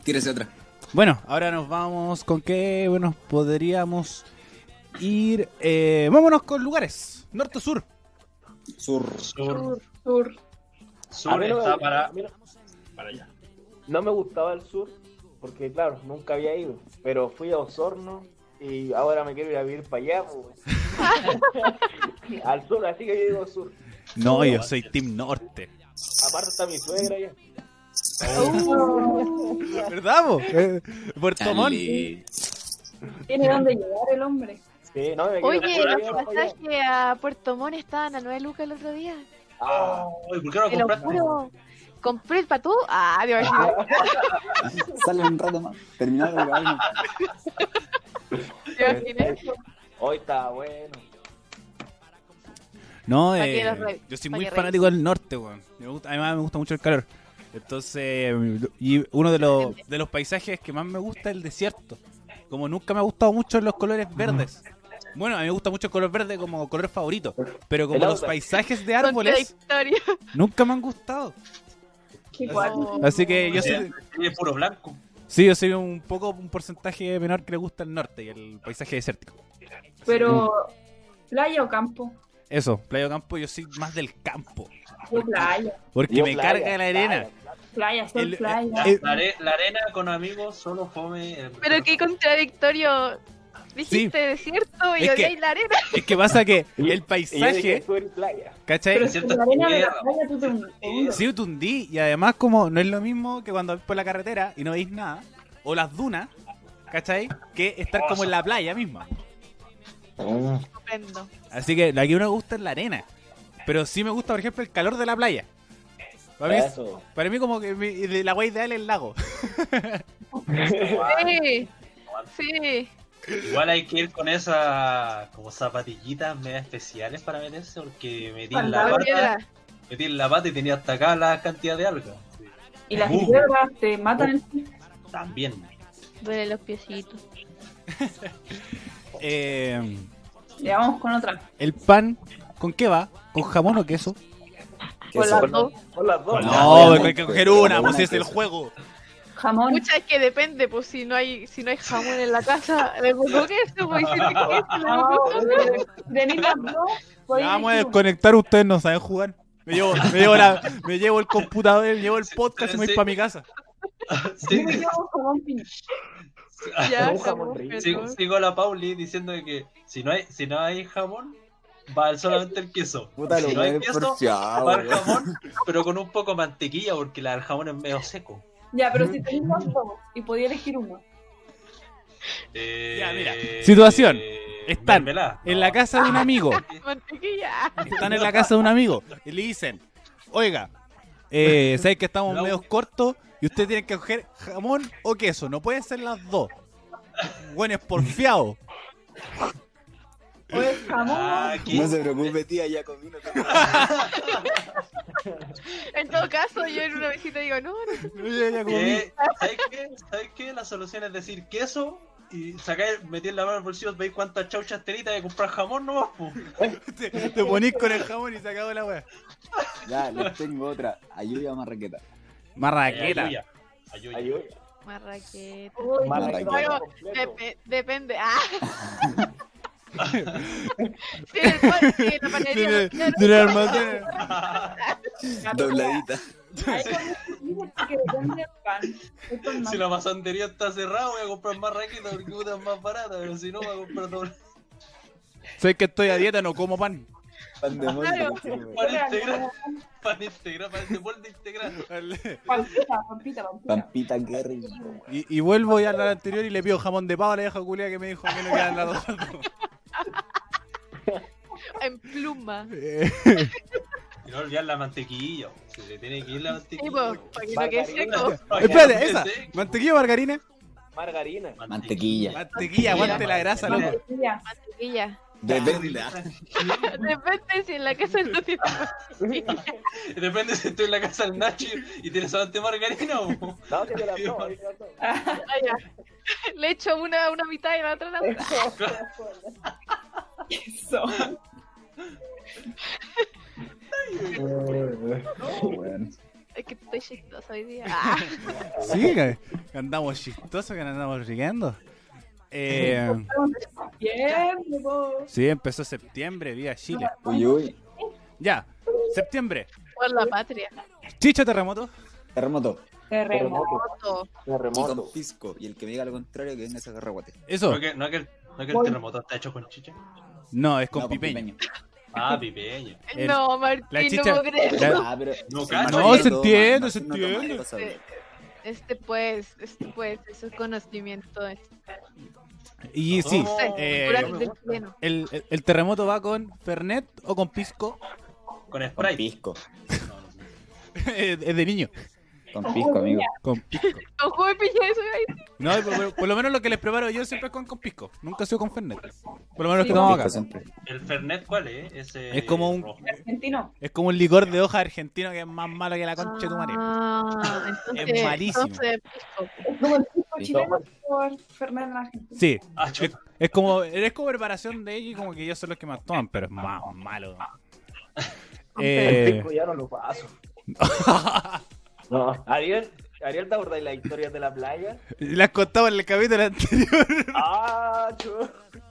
Speaker 5: Tírese otra.
Speaker 1: bueno, ahora nos vamos con qué nos podríamos ir. Eh, vámonos con lugares, norte-sur.
Speaker 5: Sur.
Speaker 2: Sur,
Speaker 6: sur.
Speaker 4: A
Speaker 2: sur
Speaker 4: mí no me-
Speaker 2: está para,
Speaker 4: a mí no-
Speaker 2: para allá.
Speaker 4: No me gustaba el sur, porque claro, nunca había ido. Pero fui a Osorno y ahora me quiero ir a vivir para allá. pues. Al sur, así que yo digo sur.
Speaker 1: No, yo soy Team Norte.
Speaker 4: Aparte está mi suegra allá.
Speaker 1: ¿Verdad, po? Eh, Puerto Montt.
Speaker 5: Dale.
Speaker 6: Tiene dónde llegar el hombre.
Speaker 4: Sí, no, me quiero
Speaker 3: Oye,
Speaker 4: ir
Speaker 3: los
Speaker 4: para allá.
Speaker 3: pasajes a Puerto Montt estaban a 9 lucas el otro día.
Speaker 4: Ah,
Speaker 2: Uy, ¿Por qué no lo
Speaker 3: Te lo
Speaker 2: compraste?
Speaker 3: juro. ¿Compré el patú? Ah, Dios mío.
Speaker 5: Sale un rato más. Terminar de grabar.
Speaker 3: Te imaginé.
Speaker 4: hoy está bueno.
Speaker 1: No,
Speaker 3: Pa'
Speaker 1: eh,
Speaker 3: que los re-
Speaker 1: yo soy
Speaker 3: pa'
Speaker 1: muy
Speaker 3: que
Speaker 1: fanático del norte, weón. Me gusta- además me gusta mucho el calor. Entonces, y uno de los, de los paisajes que más me gusta es el desierto. Como nunca me ha gustado mucho los colores verdes. Bueno, a mí me gusta mucho el color verde como color favorito. Pero como
Speaker 4: El
Speaker 1: los
Speaker 4: árbol.
Speaker 1: paisajes de árboles
Speaker 3: Contradictorio.
Speaker 1: nunca me han gustado.
Speaker 6: Qué cuático.
Speaker 1: Así que yo
Speaker 2: Sí,
Speaker 1: soy,
Speaker 2: tiene puro blanco.
Speaker 1: sí, yo soy un poco un porcentaje menor que le gusta el norte y el paisaje desértico.
Speaker 6: Pero, ¿playa o campo?
Speaker 1: Eso, playa o campo, yo soy más del campo.
Speaker 6: Yo playa.
Speaker 1: Porque
Speaker 4: Yo
Speaker 1: me
Speaker 4: playa,
Speaker 1: carga la arena.
Speaker 6: Playa, sol,
Speaker 1: El-
Speaker 6: playa.
Speaker 2: La,
Speaker 1: Eh,
Speaker 2: la are- la arena con amigos solo come. eh, el-
Speaker 3: Pero qué contradictorio. Dijiste desierto y
Speaker 1: Es que-
Speaker 3: odiáis la arena.
Speaker 1: Es que pasa que el
Speaker 4: Y- Y yo dije
Speaker 1: paisaje,
Speaker 4: sur y playa.
Speaker 1: ¿cachai?
Speaker 6: Pero
Speaker 2: es
Speaker 6: si
Speaker 2: cierto,
Speaker 6: la arena de la
Speaker 2: tierra.
Speaker 6: playa tú te hundes.
Speaker 1: Sí, te hundí y además como no es lo mismo que cuando vas por la carretera y no veis nada, o las dunas, ¿cachai? Que estar como en la playa misma.
Speaker 3: Comprendo.
Speaker 1: Así que la que uno gusta es la arena. Pero sí me gusta, por ejemplo, el calor de la playa. Para mí, es-
Speaker 4: Eso.
Speaker 1: para mí como que mi- de la agua ideal es el lago.
Speaker 3: Sí. Sí.
Speaker 2: Igual hay que ir con esas como zapatillitas media especiales para meterse porque metí en la pata, metí en la pata y tenía hasta acá la cantidad de algo.
Speaker 6: Y las
Speaker 2: Uh.
Speaker 6: hierbas te matan el pie.
Speaker 2: También.
Speaker 3: Duele los piecitos.
Speaker 1: Eh,
Speaker 6: Ya vamos con otra.
Speaker 1: el pan, ¿con qué va? ¿Con jamón o queso?
Speaker 5: Que
Speaker 3: Con
Speaker 5: eso-
Speaker 3: las dos.
Speaker 4: Con las dos.
Speaker 2: No, No,
Speaker 5: hay que coger una, pues, es el
Speaker 1: juego.
Speaker 6: Jamón.
Speaker 3: Mucha es que depende, pues si no hay, si no hay jamón en la casa, le pongo queso, pues y si no hay queso, le
Speaker 6: No,
Speaker 3: pongo queso.
Speaker 6: tenéis las dos.
Speaker 1: Vamos
Speaker 6: podéis
Speaker 1: a
Speaker 6: elegir una.
Speaker 1: desconectar, ustedes no saben jugar. Me llevo, me llevo, la- me llevo el computador, me llevo el podcast y me voy para mi casa.
Speaker 2: Sí,
Speaker 6: Yo me quedo con jamón pincho.
Speaker 3: Ya,
Speaker 4: Un jamón
Speaker 3: jamón,
Speaker 4: rico.
Speaker 2: sigo,
Speaker 3: perdón.
Speaker 2: sigo a la Pauli diciendo que si no hay, si no hay jamón, va solamente el queso.
Speaker 5: Puta,
Speaker 2: si
Speaker 5: lo
Speaker 2: no hay
Speaker 5: voy
Speaker 2: queso, va el jamón, pero con un poco de mantequilla porque la- el jamón es medio seco.
Speaker 6: Ya, pero
Speaker 2: Mm.
Speaker 6: si tenéis las dos y podía elegir uno.
Speaker 2: Eh,
Speaker 1: Ya, mira. Situación. Están
Speaker 2: mermelada.
Speaker 1: En la casa de un amigo.
Speaker 3: Mantequilla.
Speaker 1: Están en la casa de un amigo. Y le dicen, oiga, eh, ¿sabes que estamos
Speaker 2: No.
Speaker 1: medios cortos? Y ustedes tienen que coger jamón o queso. No pueden ser las dos. Bueno, es porfiado.
Speaker 6: O es jamón.
Speaker 2: Ah, ¿qué?
Speaker 5: No se preocupe, tía, ya comí. no tengo-
Speaker 3: En todo caso, yo en una visita digo, no, no sé.
Speaker 2: ¿Qué? Eh, ¿Sabes qué? ¿Sabes qué? La solución es decir queso y sacar, meter la mano en el bolsillo, veis cuántas chauchas tenitas de comprar jamón nomás. po.
Speaker 1: Te, te ponís con el jamón y se acabó la wea.
Speaker 5: Ya, les tengo otra. Ayuda marraqueta.
Speaker 1: Marraqueta.
Speaker 2: Eh, Ayuya, ayuya.
Speaker 4: Ayuda.
Speaker 3: Marraqueta.
Speaker 6: Uy,
Speaker 5: Marraqueta.
Speaker 6: bueno,
Speaker 4: completo.
Speaker 3: Dep- depende. Ah. sí, el pan, sí, la panadería.
Speaker 1: Tiene-
Speaker 3: claro.
Speaker 1: tiene almacén.
Speaker 5: Dobladita.
Speaker 6: ahí cuando- porque depende del pan. Es con más.
Speaker 2: Si la masandería está cerrada, voy a comprar más raqueta porque puta es más barata, pero si no, voy a comprar doble.
Speaker 1: Sé que estoy a dieta, no como pan.
Speaker 5: Pan de molde,
Speaker 3: Claro.
Speaker 5: sí, güey.
Speaker 2: Para integrar, para integrar, para este molde integral.
Speaker 6: Pampita, pampita, pampita.
Speaker 5: Pampita, qué rico. güey.
Speaker 1: Y, y vuelvo ya a la anterior y le pido jamón de pavo a la vieja culia que me dijo que no quedan las dos.
Speaker 3: En pluma.
Speaker 1: Eh,
Speaker 2: Y no olvidar la mantequilla, po. se le tiene que ir la
Speaker 3: Sí,
Speaker 2: mantequilla.
Speaker 3: pues, para que no quede seco.
Speaker 2: Para que no
Speaker 1: espérate,
Speaker 2: quede
Speaker 1: esa.
Speaker 2: seco.
Speaker 1: ¿Mantequilla o margarina?
Speaker 4: Margarina.
Speaker 5: Mantequilla.
Speaker 1: Mantequilla, aguante la grasa, loco.
Speaker 6: Mantequilla.
Speaker 3: Mantequilla.
Speaker 5: Depende. ah.
Speaker 3: Depende si en la casa no tiene mantequilla.
Speaker 2: Depende si estoy en la casa del Nachi y tienes solamente margarina o. po.
Speaker 4: No, que te la tomo, que te la tomo.
Speaker 3: Ah, ya. Le echo una, una mitad y la otra la otra.
Speaker 6: Eso.
Speaker 5: Oh, güey.
Speaker 3: Es que estoy chistosa hoy día. Ah.
Speaker 1: Sí, que que andamos chistosos, que nos andamos riendo. Eh,
Speaker 6: Bien, po.
Speaker 1: sí, empezó septiembre, vía Chile.
Speaker 5: Uy, uy.
Speaker 1: Ya, septiembre.
Speaker 3: Por la patria.
Speaker 1: Chicha terremoto.
Speaker 5: Terremoto.
Speaker 6: Terremoto.
Speaker 4: Terremoto.
Speaker 3: Todo.
Speaker 5: Y con
Speaker 4: Terremoto.
Speaker 5: pisco. Y el que me diga lo contrario, que venga a sacar raguate.
Speaker 1: Eso.
Speaker 2: No que, no que el, no que el terremoto está hecho con chicha.
Speaker 1: No, es con
Speaker 5: No,
Speaker 1: pipeño.
Speaker 2: Ah, pipeña.
Speaker 1: El-
Speaker 3: Eh, no, Martín,
Speaker 1: la
Speaker 3: no
Speaker 1: chicha-
Speaker 3: puedo creer.
Speaker 1: Ya.
Speaker 5: Ah, pero.
Speaker 2: No,
Speaker 5: Sí,
Speaker 2: cacho.
Speaker 5: Martín,
Speaker 2: No,
Speaker 1: se
Speaker 5: todo,
Speaker 1: entiende,
Speaker 5: Martín,
Speaker 1: se
Speaker 5: no toma
Speaker 1: entiende.
Speaker 5: cosas, güey.
Speaker 3: Este, este pues, este pues, eso es conocimiento. es
Speaker 1: Y sí,
Speaker 2: No,
Speaker 1: eh,
Speaker 3: cultural de chileno.
Speaker 1: el, el- el terremoto va con Fernet o con pisco.
Speaker 2: Con
Speaker 5: Con
Speaker 2: Sprite.
Speaker 5: pisco.
Speaker 2: No, no sé.
Speaker 1: es de niño.
Speaker 5: Con pisco, amigo.
Speaker 1: Con pisco.
Speaker 3: No jugué pilla eso ahí.
Speaker 1: No, por, por- por lo menos lo que les preparo yo siempre es con, con pisco. Nunca ha sido con Fernet. Por lo menos que
Speaker 6: Sí,
Speaker 1: tomamos
Speaker 5: Pisco
Speaker 1: acá.
Speaker 5: siempre.
Speaker 2: ¿El Fernet cuál es? Ese
Speaker 1: Es como un-
Speaker 2: rojo.
Speaker 6: Argentino.
Speaker 1: Es como un licor de hoja argentino que es más malo que la concha de tu madre.
Speaker 3: Ah, entonces,
Speaker 1: Es malísimo.
Speaker 3: entonces, pisco.
Speaker 6: Es como el tipo
Speaker 5: Sí,
Speaker 6: chileno por Fernández Argentino.
Speaker 1: Sí,
Speaker 2: Ah, chup.
Speaker 1: es, es como es como preparación de ellos y como que ellos son los que más toman, pero es más malo.
Speaker 4: El
Speaker 1: Eh,
Speaker 4: pisco ya no lo paso. No. Ariel, Ariel, ¿te acordás la historia de la playa?
Speaker 1: las contaba en el capítulo anterior.
Speaker 4: Ah, chu.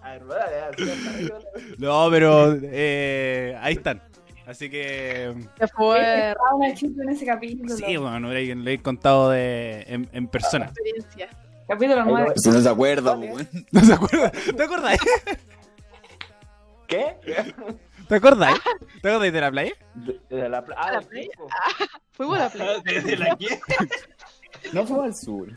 Speaker 4: A ver, vale, así hasta arriba.
Speaker 1: No, pero eh, ahí están. Así que
Speaker 3: Se fue
Speaker 6: Estaba una chica en ese capítulo.
Speaker 1: sí, bueno, no le he contado de, en, en persona.
Speaker 3: experiencia.
Speaker 6: Capítulo 9.
Speaker 5: Si no se acuerda, güey.
Speaker 1: ¿No se acuerda? ¿Te acordás?
Speaker 4: ¿Qué?
Speaker 1: ¿Te acordás? ¿Te acordás de la playa?
Speaker 4: De, de la playa. Ah,
Speaker 3: La
Speaker 4: del
Speaker 3: playa.
Speaker 4: pisco.
Speaker 3: Fuimos a la playa.
Speaker 2: ¿Desde la qué?
Speaker 5: No fue al sur.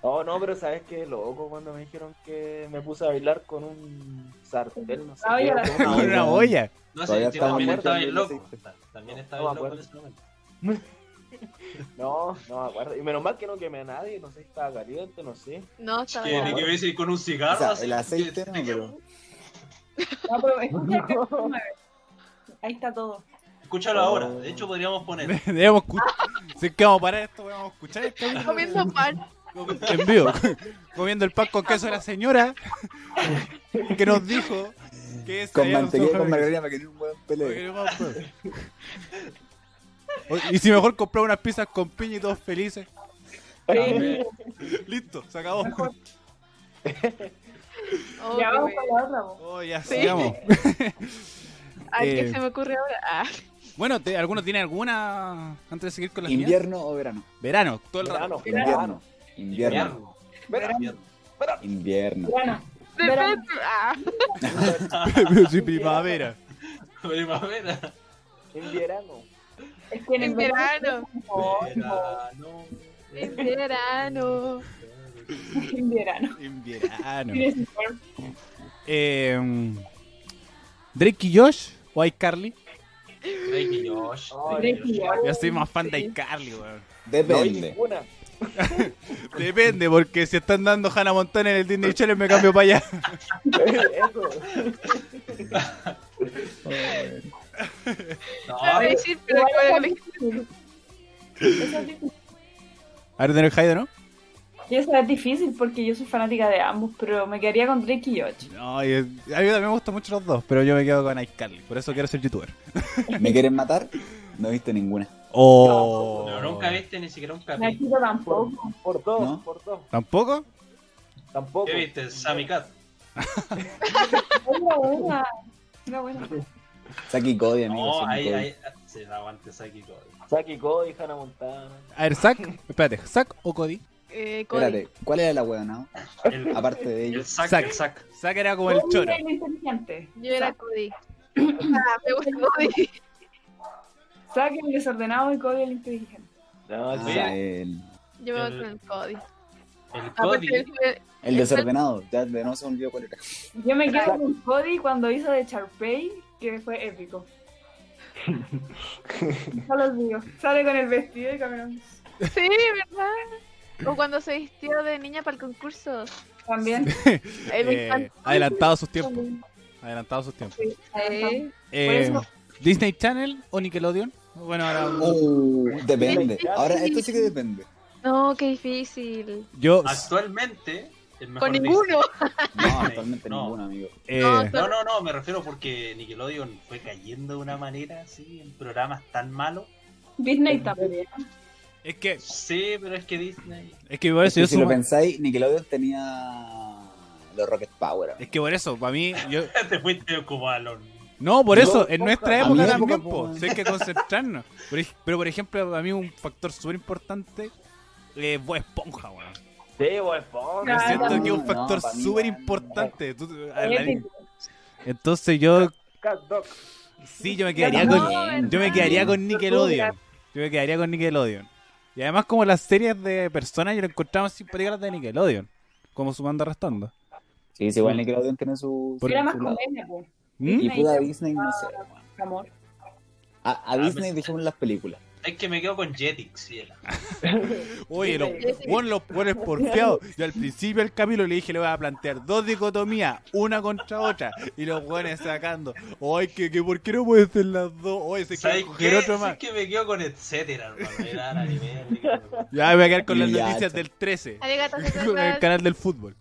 Speaker 4: Oh, no, pero ¿sabes qué? Loco, cuando me dijeron que me puse a bailar con un sartén, no sé.
Speaker 6: Ah,
Speaker 4: qué,
Speaker 6: ya.
Speaker 4: con
Speaker 1: Con una
Speaker 5: bueno.
Speaker 1: olla.
Speaker 2: No
Speaker 5: Todavía
Speaker 2: sé, sí,
Speaker 5: estaba
Speaker 2: también
Speaker 4: muerto,
Speaker 2: estaba bien
Speaker 4: yo no sé.
Speaker 2: loco. También estaba bien loco
Speaker 4: No me
Speaker 2: en
Speaker 4: acuerdo.
Speaker 2: ese momento.
Speaker 4: No, no me acuerdo. Y menos mal que no quemé a nadie, no sé si estaba caliente, no sé.
Speaker 3: No,
Speaker 2: Que
Speaker 3: estaba
Speaker 2: ni que hubiese ido con un
Speaker 5: O
Speaker 2: cigarro.
Speaker 5: sea,
Speaker 2: así,
Speaker 5: el
Speaker 2: que-
Speaker 5: aceite no, pero.
Speaker 6: No, pero escucha que esto mueve. Ahí está todo.
Speaker 2: Escúchalo
Speaker 5: Oh.
Speaker 2: ahora. De hecho, podríamos poner.
Speaker 1: Debemos escuchar. Si es que vamos a parar esto, vamos a escuchar el capítulo
Speaker 3: comiendo pan.
Speaker 1: en vivo. Comiendo el pan con queso de la señora que nos dijo que es.
Speaker 5: Con mantequilla y con margarina para que no un buen peleo.
Speaker 1: Y si mejor comprar unas pizzas con piña y todos felices.
Speaker 2: También.
Speaker 1: Listo, se acabó.
Speaker 6: ya
Speaker 3: Oh, qué
Speaker 6: vamos
Speaker 3: bueno.
Speaker 6: para la otra. po.
Speaker 1: Oh, ya
Speaker 3: Sí.
Speaker 1: sigamos.
Speaker 3: Ay, ¿qué
Speaker 1: Eh,
Speaker 3: se me ocurre ahora? Ah,
Speaker 1: Bueno, te- ¿alguno tiene alguna antes de seguir con las mías?
Speaker 5: ¿Invierno o verano?
Speaker 1: Verano, todo el rato.
Speaker 4: Verano,
Speaker 5: Invierno.
Speaker 4: verano.
Speaker 5: Invierno. Invierno.
Speaker 6: Bueno,
Speaker 3: de
Speaker 6: Verano.
Speaker 3: repente- ah,
Speaker 1: Pero sí, primavera.
Speaker 2: Primavera.
Speaker 4: En verano.
Speaker 6: es que en el
Speaker 3: en
Speaker 6: verano.
Speaker 3: verano.
Speaker 6: es mejor,
Speaker 2: Verano.
Speaker 3: En verano.
Speaker 6: po. En verano.
Speaker 1: Invierno.
Speaker 6: Tienes mejor.
Speaker 1: Eh, Drake y Josh o iCarly.
Speaker 2: Drake y Josh.
Speaker 4: Ay,
Speaker 2: Drake y
Speaker 6: Drake y
Speaker 2: Josh.
Speaker 1: Yo soy más fan de
Speaker 6: Sí.
Speaker 1: iCarly, weón.
Speaker 4: No hay
Speaker 5: Depende.
Speaker 4: ninguna.
Speaker 1: Depende, porque si están dando Hannah Montana en el Disney Channel, me cambio para allá.
Speaker 4: Eso.
Speaker 2: No,
Speaker 3: Lo voy a decir, pero que voy a elegir.
Speaker 6: Eso es difícil.
Speaker 1: Arden el Jairo, ¿no?
Speaker 6: Y eso es difícil porque yo soy fanática de ambos, pero me quedaría con Drake y Josh.
Speaker 1: No, y- a mí también me gustan mucho los dos, pero yo me quedo con iCarly. Por eso quiero ser youtuber.
Speaker 5: ¿Me quieren matar? No viste ninguna.
Speaker 1: Oh.
Speaker 2: pero nunca viste ni siquiera un capítulo.
Speaker 6: Naquito tampoco.
Speaker 4: Por dos,
Speaker 5: ¿No?
Speaker 4: por dos.
Speaker 1: ¿Tampoco?
Speaker 4: Tampoco.
Speaker 2: ¿Qué viste? Sammy Cat.
Speaker 6: Es una buena. Una buena.
Speaker 5: Saki Cody, amigo.
Speaker 2: No,
Speaker 5: Saki
Speaker 2: ahí,
Speaker 5: Cody.
Speaker 2: ahí. ah, Se la aguante Saki Cody.
Speaker 4: Saki Cody, Hannah Montana.
Speaker 1: A ver, Zack. Espérate, ¿Zack o Cody?
Speaker 3: Eh, Cody.
Speaker 5: Espérate, ¿cuál era la hueá, no?
Speaker 2: El,
Speaker 5: Aparte de
Speaker 2: el
Speaker 5: ellos.
Speaker 2: sac,
Speaker 1: Zack.
Speaker 2: el sac.
Speaker 1: Zack era como el
Speaker 6: Muy
Speaker 1: choro.
Speaker 3: eh,
Speaker 6: bien inteligente.
Speaker 3: Yo era Cody. Ah, me gusta Cody.
Speaker 6: Saquen el desordenado y Cody el inteligente.
Speaker 4: No,
Speaker 5: Ah,
Speaker 4: sí.
Speaker 2: Oye.
Speaker 5: el,
Speaker 3: Yo me voy
Speaker 2: El-
Speaker 3: con el Cody. Ah, pues,
Speaker 2: El
Speaker 3: Aparte,
Speaker 2: Cody.
Speaker 3: él-
Speaker 5: el desordenado. Ya de no se me olvidó cuál era.
Speaker 6: Yo me quedo con Cody cuando hizo de Charpey, que fue épico. No los digo. Sale con el vestido y caminando.
Speaker 3: Sí, ¿verdad? O cuando se vistió de niña para el concurso.
Speaker 6: También.
Speaker 3: Él me
Speaker 1: Eh,
Speaker 3: encanta.
Speaker 1: adelantado a sus tiempos. Adelantado a sus tiempos.
Speaker 3: Sí.
Speaker 1: Eh,
Speaker 6: eso-
Speaker 1: ¿Disney Channel o Nickelodeon? Bueno, ahora.
Speaker 5: Uh, depende. Ahora, esto sí que depende.
Speaker 3: No, qué difícil.
Speaker 1: Yo.
Speaker 2: Actualmente. El mejor
Speaker 3: Con
Speaker 2: Disney-
Speaker 3: ninguno.
Speaker 5: No, actualmente
Speaker 2: No.
Speaker 5: ninguno, amigo.
Speaker 1: eh,
Speaker 3: No,
Speaker 2: No, no, no, me refiero porque Nickelodeon fue cayendo de una manera así en programas tan malos.
Speaker 6: Disney también.
Speaker 1: es que.
Speaker 2: Sí, pero es que Disney.
Speaker 1: Es que por eso yo
Speaker 5: si lo
Speaker 1: sumo-
Speaker 5: pensáis, Nickelodeon tenía los Rocket Power. amigo.
Speaker 1: Es que por eso, para mí. Yo...
Speaker 2: Te fuiste como a los.
Speaker 1: No, por
Speaker 4: Yo-
Speaker 1: eso, en nuestra
Speaker 5: a
Speaker 1: época
Speaker 5: mi
Speaker 1: también,
Speaker 5: época,
Speaker 1: po,
Speaker 5: po,
Speaker 1: si hay que concentrarnos. Por ej- pero por ejemplo, a mí un factor súper importante es Bob Esponja, weón.
Speaker 4: Sí, Bob Esponja.
Speaker 1: Yo
Speaker 6: Claro.
Speaker 1: siento que es un
Speaker 5: No,
Speaker 1: factor
Speaker 5: pa' mí,
Speaker 1: súper
Speaker 5: no, no.
Speaker 1: importante. Tú- a la-
Speaker 6: Épico.
Speaker 1: Entonces yo,
Speaker 4: Cat Dog.
Speaker 1: sí, yo me quedaría
Speaker 6: No,
Speaker 1: con
Speaker 6: ¿verdad?
Speaker 1: Yo me quedaría con Nickelodeon. Yo me quedaría con Nickelodeon. Y además como las series de personas yo las encontraba simpáticas las de Nickelodeon. Como sumando restando.
Speaker 5: Sí, sí, igual Nickelodeon tiene su.
Speaker 1: Por-
Speaker 6: Era más
Speaker 5: su lado.
Speaker 6: comedia, pues.
Speaker 1: ¿Mm?
Speaker 5: Y puta Disney, no sé.
Speaker 6: Amor.
Speaker 5: A, a Disney dejamos las películas.
Speaker 2: Es que me quedo con Jetix, sí.
Speaker 1: Oye, los
Speaker 3: Sí, sí.
Speaker 1: bueno, los buenos porfiados. Yo al principio del capítulo le dije, le voy a plantear dos dicotomías, una contra otra. Y los buenos sacando. Ay, que, que ¿por qué no pueden ser las dos? Oye, se quiere
Speaker 2: ¿Sabes
Speaker 1: coger
Speaker 2: qué?
Speaker 1: otro más.
Speaker 2: Es que me quedo con etcétera, hermano. Era anime, Nickelodeon.
Speaker 1: Ya me voy a quedar con las
Speaker 5: Ya,
Speaker 1: noticias
Speaker 5: chao.
Speaker 1: del 13.
Speaker 3: Arigato,
Speaker 1: Con el
Speaker 3: gozaimasu.
Speaker 1: canal del fútbol.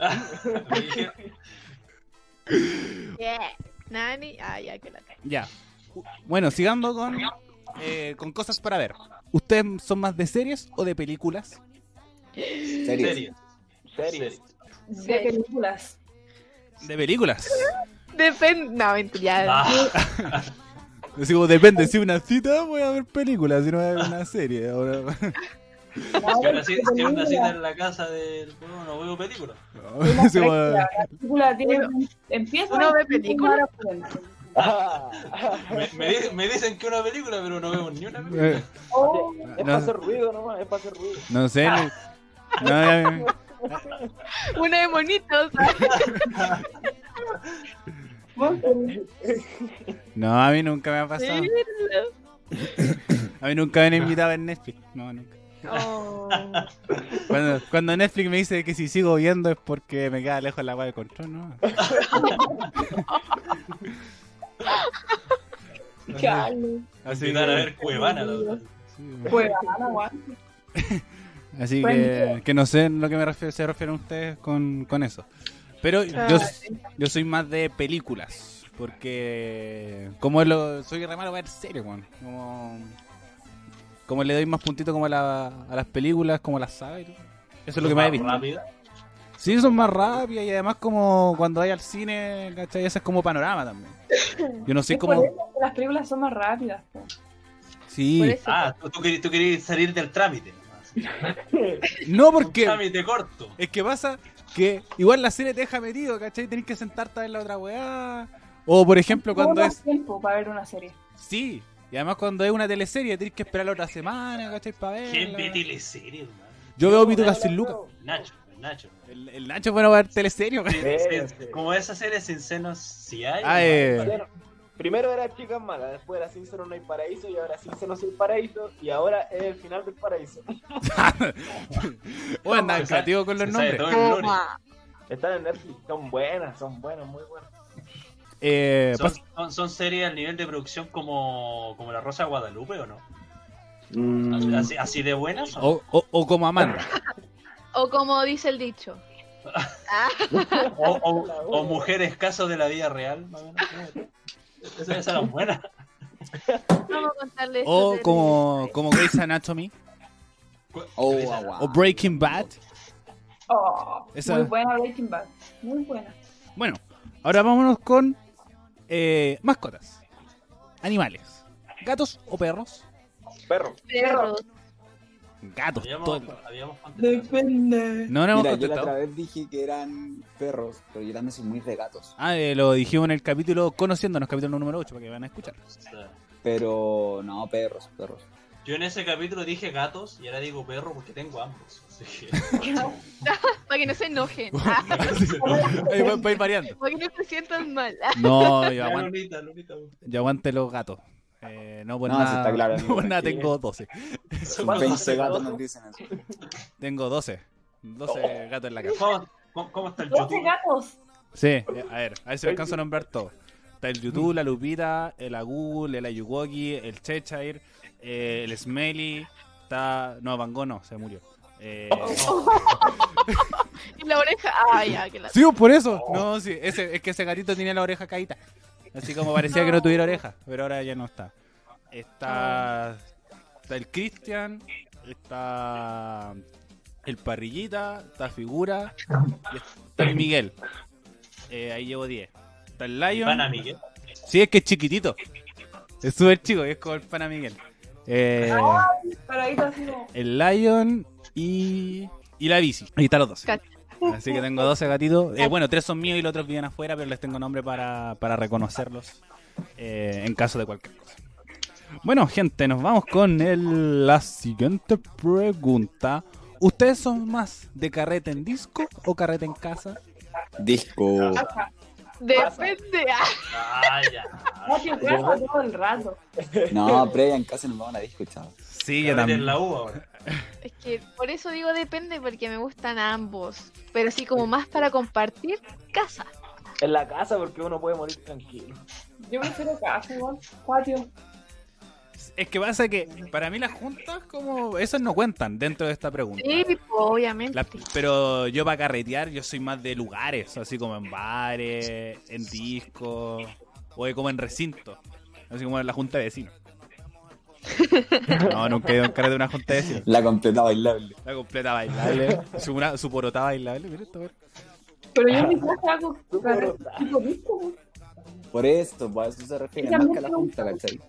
Speaker 2: Me dije,
Speaker 3: Yeah. Nani. Ay, ay, qué lata.
Speaker 1: Ya. Bueno, sigando con, eh, con cosas para ver. ¿Ustedes son más de series o de películas?
Speaker 5: Series.
Speaker 2: Series.
Speaker 4: Series.
Speaker 6: De películas.
Speaker 1: De películas.
Speaker 3: Depende. No, mentira. ya.
Speaker 2: Ah,
Speaker 1: Digo, depende, si una cita voy a ver películas, si no voy a ver una serie. Ahora-
Speaker 2: si una cita- si una cita en la casa del. Bueno, no veo películas.
Speaker 1: no sé, bueno,
Speaker 6: La película tiene. Empieza.
Speaker 3: Uno ve películas.
Speaker 4: Ah,
Speaker 2: Me, me di- me dicen que una película, pero no veo ni una película.
Speaker 1: eh,
Speaker 6: Oh,
Speaker 4: es
Speaker 1: No.
Speaker 4: para hacer ruido nomás, es para hacer ruido.
Speaker 1: no sé. no- no, ya-
Speaker 3: Uno de monitos.
Speaker 6: Monster.
Speaker 1: no, a mí nunca me ha pasado.
Speaker 3: Sí.
Speaker 1: A mí nunca me han invitado en Netflix. No, nunca.
Speaker 3: Oh.
Speaker 1: Cuando, cuando Netflix me dice que si sigo viendo es porque me queda lejos la agua de control, ¿no?
Speaker 6: Chale.
Speaker 1: Así
Speaker 2: Invitar a
Speaker 1: que-
Speaker 2: ver Cuevana. la verdad.
Speaker 1: sí,
Speaker 6: Pues, ah, guau.
Speaker 1: Así
Speaker 6: Buen
Speaker 1: que, que no sé en lo que me refiero, se refieren ustedes con, con eso. Pero yo, yo soy más de películas. Porque como lo, soy re malo para ver series, weón. Como, como le doy más puntito como a, la- a las películas, como las sabe. y todo. Eso es lo que más he visto.
Speaker 2: Rápida.
Speaker 1: Sí, son más rápidas y además como cuando hay al cine, ¿cachai? Ese es como panorama también. Yo no sé
Speaker 6: Es por
Speaker 1: cómo...
Speaker 6: eso que Las películas son más rápidas. po.
Speaker 3: Por
Speaker 1: Sí.
Speaker 3: eso.
Speaker 2: Ah, tú, tú querías, tú querías salir del trámite.
Speaker 1: No
Speaker 2: Un
Speaker 1: porque...
Speaker 2: trámite corto.
Speaker 1: Es que pasa que igual la serie te deja metido, ¿cachai? Tenés que sentarte a ver la otra weá. O por ejemplo, cuando
Speaker 6: Tengo más
Speaker 1: es.
Speaker 6: tiempo para ver una serie.
Speaker 1: Sí. Y además cuando es una teleserie tenés que esperar la otra semana, ¿cachai? Para
Speaker 2: ¿Qué ve
Speaker 1: ver.
Speaker 2: teleserie, hermano?
Speaker 1: Yo veo Pitucas sin Lucas.
Speaker 2: Nacho, Nacho.
Speaker 1: El, el Nacho es bueno para ver teleserie, weón.
Speaker 4: Eh,
Speaker 2: Sí, sí. Como esa serie sin senos, si hay.
Speaker 1: Ah, eh.
Speaker 4: Primero, primero era Chicas Malas, después era Sincero No Hay Paraíso, y ahora Sincero Sí Hay Paraíso, y ahora es el final del paraíso.
Speaker 1: O andan creativo con los
Speaker 2: se sabe
Speaker 1: nombres.
Speaker 2: todo el lore.
Speaker 4: Están en Netflix, son buenas, son buenas, muy buenas.
Speaker 1: Eh,
Speaker 2: ¿Son,
Speaker 1: pasa-
Speaker 2: son, son series al nivel de producción como, como La Rosa de Guadalupe o no?
Speaker 1: Mm.
Speaker 2: ¿Así, así de buenas? o no?
Speaker 1: o, o- o como Amanda.
Speaker 3: O como dice el dicho. Ah,
Speaker 2: O, o- o mujeres casos de la vida real. más o menos. Esas esas eran buenas.
Speaker 3: vamos a contarle esto
Speaker 1: O
Speaker 3: de-
Speaker 1: como, como Grey's Anatomy.
Speaker 5: Oh, agua.
Speaker 1: O Breaking Bad.
Speaker 6: Oh,
Speaker 1: Esa-
Speaker 6: Muy buena Breaking Bad. Muy buena.
Speaker 1: Bueno, ahora vámonos con eh, mascotas. Animales. ¿Gatos o perros?
Speaker 4: Perro.
Speaker 3: Perros.
Speaker 1: Gatos,
Speaker 2: Habíamos,
Speaker 1: todo.
Speaker 2: habíamos
Speaker 6: Depende.
Speaker 1: No, no hemos
Speaker 5: Mira, yo la
Speaker 1: contestado.
Speaker 5: otra vez dije que eran perros, pero yo también soy muy de gatos.
Speaker 1: Ah, eh, lo dijimos en el capítulo Conociéndonos, capítulo número 8, para que van a escuchar.
Speaker 5: Pero no, perros, perros.
Speaker 2: Yo en ese capítulo dije gatos y ahora digo perro porque tengo ambos. Así que-
Speaker 3: Para que no se enojen. Ah,
Speaker 1: Ahí va- va a ir variando.
Speaker 3: para que no se sientan mal. Ah,
Speaker 1: No, yo
Speaker 2: Ya,
Speaker 1: aguante,
Speaker 2: Lunita, Lunita.
Speaker 1: yo aguante los gatos. Eh, no, por
Speaker 5: No,
Speaker 1: nada,
Speaker 5: sí está claro,
Speaker 1: no por
Speaker 5: amigo,
Speaker 1: nada
Speaker 5: sí.
Speaker 1: tengo 12.
Speaker 2: Son
Speaker 5: Son 20 gatos
Speaker 2: gatos.
Speaker 5: nos dicen eso.
Speaker 1: Tengo 12. 12
Speaker 5: Oh.
Speaker 1: gatos en la casa.
Speaker 2: ¿Cómo, cómo, cómo está el
Speaker 6: 12
Speaker 2: YouTube?
Speaker 6: gatos.
Speaker 1: Sí, eh, a ver, a ver si alcanzo a nombrar todo. Está el YouTube, la Lupita, el Agul, el Ayuwoki, el Cheshire, eh, el Smelly, está... No, Van Gogh no, se murió. Eh,
Speaker 3: Y la oreja. Ah, ya, que la.
Speaker 1: Sí, por eso. No, sí, ese, es que ese gatito tenía la oreja caída. Así como parecía que no tuviera oreja, pero ahora ya no está. Está, está el Christian, está el Parrillita, está Figura, y está el Miguel. Eh, ahí llevo 10. Está el
Speaker 2: Y
Speaker 1: Lion.
Speaker 2: Van a Miguel.
Speaker 1: Sí, es que es chiquitito. Es súper chico, es como el pana Miguel. Eh,
Speaker 6: Pero ahí está así como-
Speaker 1: el Lion y, y la bici. Ahí están los 12.
Speaker 3: Cacha.
Speaker 1: Así que tengo 12 gatitos. Eh, bueno, tres son míos y los otros viven afuera, pero les tengo nombre para, para reconocerlos eh, en caso de cualquier cosa. Bueno, gente, nos vamos con el- la siguiente pregunta. ¿Ustedes son más de carrete en disco o carrete en casa?
Speaker 5: Disco.
Speaker 3: Depende. Ah,
Speaker 2: Ah, ya.
Speaker 6: No, que pasa todo el rato.
Speaker 5: No, previa en casa nos vamos a la disco, chao.
Speaker 1: Sí,
Speaker 2: Ya meten la U ahora.
Speaker 3: es que por eso digo depende, porque me gustan ambos. Pero sí, como más para compartir casa.
Speaker 4: En la casa, porque uno puede morir tranquilo.
Speaker 6: Yo prefiero casa, igual. Patio.
Speaker 1: Es que pasa que para mí las juntas como esas no cuentan dentro de esta pregunta.
Speaker 3: Sí, pues, obviamente.
Speaker 1: La- pero yo para carretear yo soy más de lugares, así como en bares, en discos, o de como en recinto, así como en la junta de vecinos. No, nunca he ido a un carrete de una junta de vecinos.
Speaker 5: La completa bailable.
Speaker 1: La completa bailable, su, una- su porota bailable, mira esto, a ver.
Speaker 6: Pero yo en mi casa hago carreras tipo disco, ¿no?
Speaker 5: Por esto, por eso se refiere.
Speaker 6: Esa
Speaker 5: Más que
Speaker 6: música
Speaker 5: a la
Speaker 6: me
Speaker 5: junta,
Speaker 6: gusta.
Speaker 5: ¿cachai?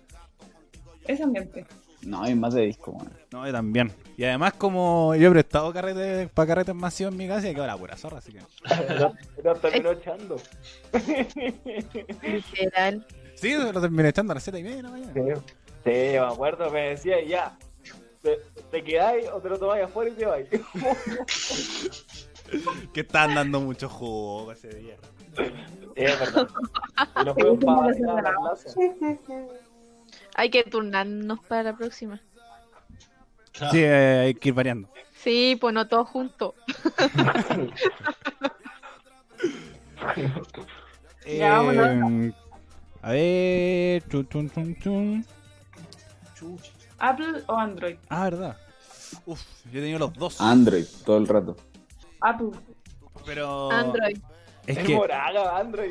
Speaker 6: ese ambiente.
Speaker 5: No, es más de disco, weón.
Speaker 1: No, yo también. Y además como yo he prestado carrete, para carretes masivos en mi casa y he quedado la pura zorra, así que...
Speaker 4: Nos nos terminó echando.
Speaker 3: Literal.
Speaker 1: Sí, lo terminé echando a las 7 y media de la mañana.
Speaker 4: Sí, Sí, yo me acuerdo, me decía y ya. ¿Te, te quedáis o te lo tomáis afuera y te vais?
Speaker 1: Que estaban dando mucho jugo ese día.
Speaker 4: Sí, es verdad. Y nos fuimos para
Speaker 6: Sí,
Speaker 4: la
Speaker 6: sí,
Speaker 4: plaza.
Speaker 6: sí, sí.
Speaker 3: Hay que turnarnos para la próxima.
Speaker 1: Sí, eh, hay que ir variando.
Speaker 3: Sí, pues no todos juntos.
Speaker 6: Ya, vámonos.
Speaker 1: Em, a ver. chun, chun, chun, chun.
Speaker 2: Chucha.
Speaker 6: Apple o Android.
Speaker 1: Ah, verdad. Uf, yo he tenido los dos.
Speaker 5: Android, todo el rato.
Speaker 6: Apple.
Speaker 1: Pero.
Speaker 3: Android.
Speaker 1: Es
Speaker 4: Es
Speaker 1: que,
Speaker 4: moraga, Android.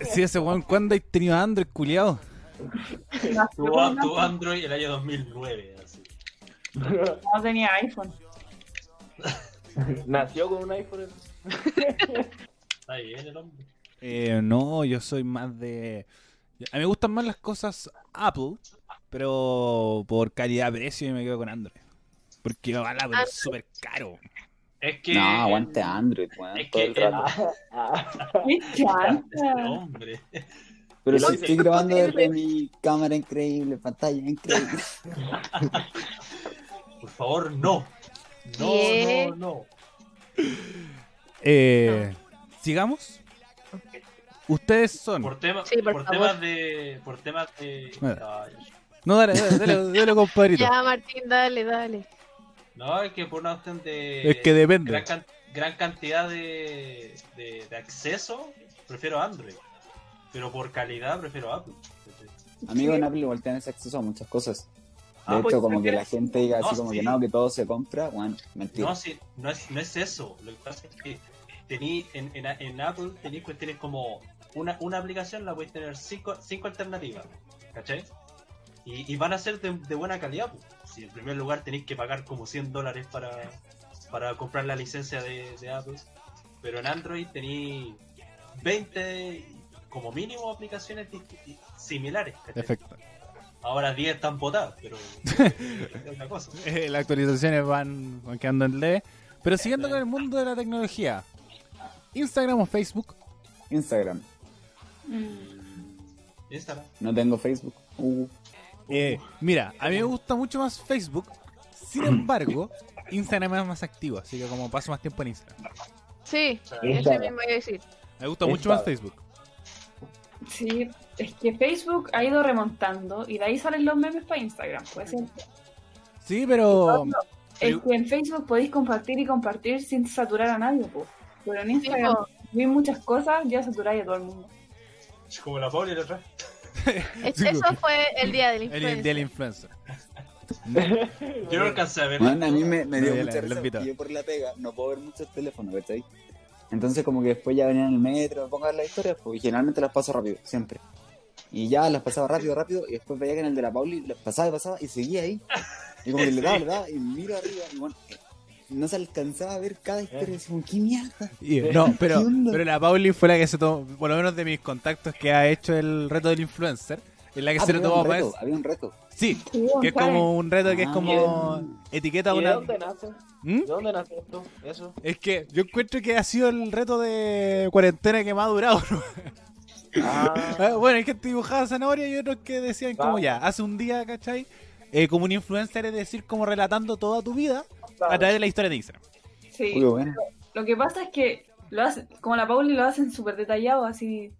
Speaker 1: si ese weón, ¿cuándo has tenido Android, culiado?
Speaker 2: Tu, a- tu Android el año 2009, así.
Speaker 6: No tenía iPhone.
Speaker 4: Nació con un iPhone.
Speaker 2: Está bien el hombre.
Speaker 1: Eh, no, yo soy más de. A mí me gustan más las cosas Apple, pero por calidad-precio yo me quedo con Android. Porque vale, pero es súper caro.
Speaker 2: Es que.
Speaker 5: No, aguante Android, weón,
Speaker 2: Es
Speaker 5: todo
Speaker 2: que
Speaker 5: el rato.
Speaker 4: Ah,
Speaker 6: ¡Qué
Speaker 2: Este
Speaker 6: chanta!
Speaker 2: hombre.
Speaker 5: Pero
Speaker 4: lo
Speaker 5: si
Speaker 4: hice.
Speaker 5: estoy grabando desde mi cámara increíble, pantalla increíble.
Speaker 2: Por favor, no. No,
Speaker 3: ¿Qué?
Speaker 2: no, no.
Speaker 1: Eh, sigamos. Ustedes son.
Speaker 2: Por, tema,
Speaker 3: Sí, por
Speaker 2: por
Speaker 3: favor.
Speaker 2: temas de. Por temas de.
Speaker 1: Mira.
Speaker 2: Ay,
Speaker 1: No, dale, dale, dale, dale, compadrito.
Speaker 3: Ya, Martín, dale, dale.
Speaker 2: No, es que por una cuestión de.
Speaker 1: Es que depende.
Speaker 2: gran, can- gran cantidad de, de, de acceso, prefiero Android. Pero por calidad, prefiero Apple.
Speaker 5: Amigos en Apple igual tienes acceso a muchas cosas. De
Speaker 2: Ah,
Speaker 5: hecho,
Speaker 2: pues,
Speaker 5: como que la gente diga así
Speaker 2: No,
Speaker 5: como
Speaker 2: sí.
Speaker 5: que no, que todo se compra, bueno,
Speaker 2: No,
Speaker 5: mentira.
Speaker 2: sí, no, es, no es eso. Lo que pasa es que tení, en, en, en Apple tenéis cuestiones como una, una aplicación, la podéis tener cinco, cinco alternativas. ¿Cachai? Y, y van a ser de, de buena calidad. pues. Si en primer lugar tenéis que pagar como 100 dólares para, para comprar la licencia de, de Apple, pero en Android tenéis 20 como mínimo aplicaciones dis- di- similares. ¿cachai?
Speaker 1: Perfecto.
Speaker 2: Ahora 10 están botadas, pero es otra cosa.
Speaker 1: Eh, las actualizaciones van, van quedando en leve. Pero siguiendo con el mundo de la tecnología. Instagram o Facebook.
Speaker 5: Instagram,
Speaker 6: Mm,
Speaker 2: Instagram.
Speaker 5: no tengo Facebook. Uh, Mm.
Speaker 1: Eh, mira, a mí me gusta mucho más Facebook. Sin embargo, Instagram es más activo, así que como paso más tiempo en Instagram.
Speaker 3: Sí, eso
Speaker 4: Instagram.
Speaker 3: mismo voy a decir.
Speaker 1: Me gusta mucho más Facebook.
Speaker 6: Sí, es que Facebook ha ido remontando y de ahí salen los memes para Instagram. Pues, ¿sí?
Speaker 1: Sí, pero
Speaker 6: es
Speaker 1: Pero-
Speaker 6: que en Facebook podéis compartir y compartir sin saturar a nadie. Pues. Pero en
Speaker 3: Sí,
Speaker 6: Instagram
Speaker 3: po.
Speaker 6: vi muchas cosas, ya saturáis a todo el mundo.
Speaker 2: Como la Pauli la otra.
Speaker 3: Es-
Speaker 1: Sí,
Speaker 3: eso
Speaker 1: po.
Speaker 3: fue el día
Speaker 1: el
Speaker 3: del influencer.
Speaker 1: del influencer.
Speaker 2: Yo no alcancé a ver.
Speaker 5: Bueno, a mí me, me dio
Speaker 1: No, ya la-
Speaker 5: mucha
Speaker 1: la
Speaker 5: risa
Speaker 1: invitaba.
Speaker 5: porque yo por la pega no puedo ver muchos teléfonos, ¿cachai? Entonces como que después ya venía en el metro, me pongo a ver las historias, pues, y generalmente las paso rápido, siempre. Y ya las pasaba rápido, rápido, y después veía que en el de la Pauli las pasaba y pasaba y seguía ahí. Y como que le daba, le daba, y miro arriba, y bueno, no se alcanzaba a ver cada historia, y decimos, ¿qué mierda?
Speaker 1: Y- no, pero,
Speaker 5: ¿Qué onda?
Speaker 1: pero la Pauli fue la que se tomó, por lo menos de mis contactos que ha hecho el reto del influencer, en la que
Speaker 5: Ah,
Speaker 1: se lo
Speaker 5: pero
Speaker 1: tomó
Speaker 5: había un
Speaker 1: más.
Speaker 5: reto, había un reto.
Speaker 1: Sí,
Speaker 6: Sí,
Speaker 1: que es
Speaker 6: ¿sabes?
Speaker 1: como un reto que es
Speaker 5: Ah.
Speaker 1: como etiqueta
Speaker 4: ¿Y de
Speaker 1: una.
Speaker 4: dónde nace?
Speaker 1: ¿Mm?
Speaker 4: ¿De dónde nace esto? Eso.
Speaker 1: Es que yo encuentro que ha sido el reto de cuarentena que más ha durado. ¿no? Ah, Bueno, hay gente dibujaba zanahoria y otros que decían como
Speaker 4: Claro.
Speaker 1: ya, hace un día, ¿cachai? Eh, como un influencer es decir, como relatando toda tu vida a
Speaker 4: Claro.
Speaker 1: través de la historia de Instagram.
Speaker 6: Sí.
Speaker 5: Uy, bueno.
Speaker 6: Lo que pasa es que lo hacen, como la Pauli lo hacen súper detallado, así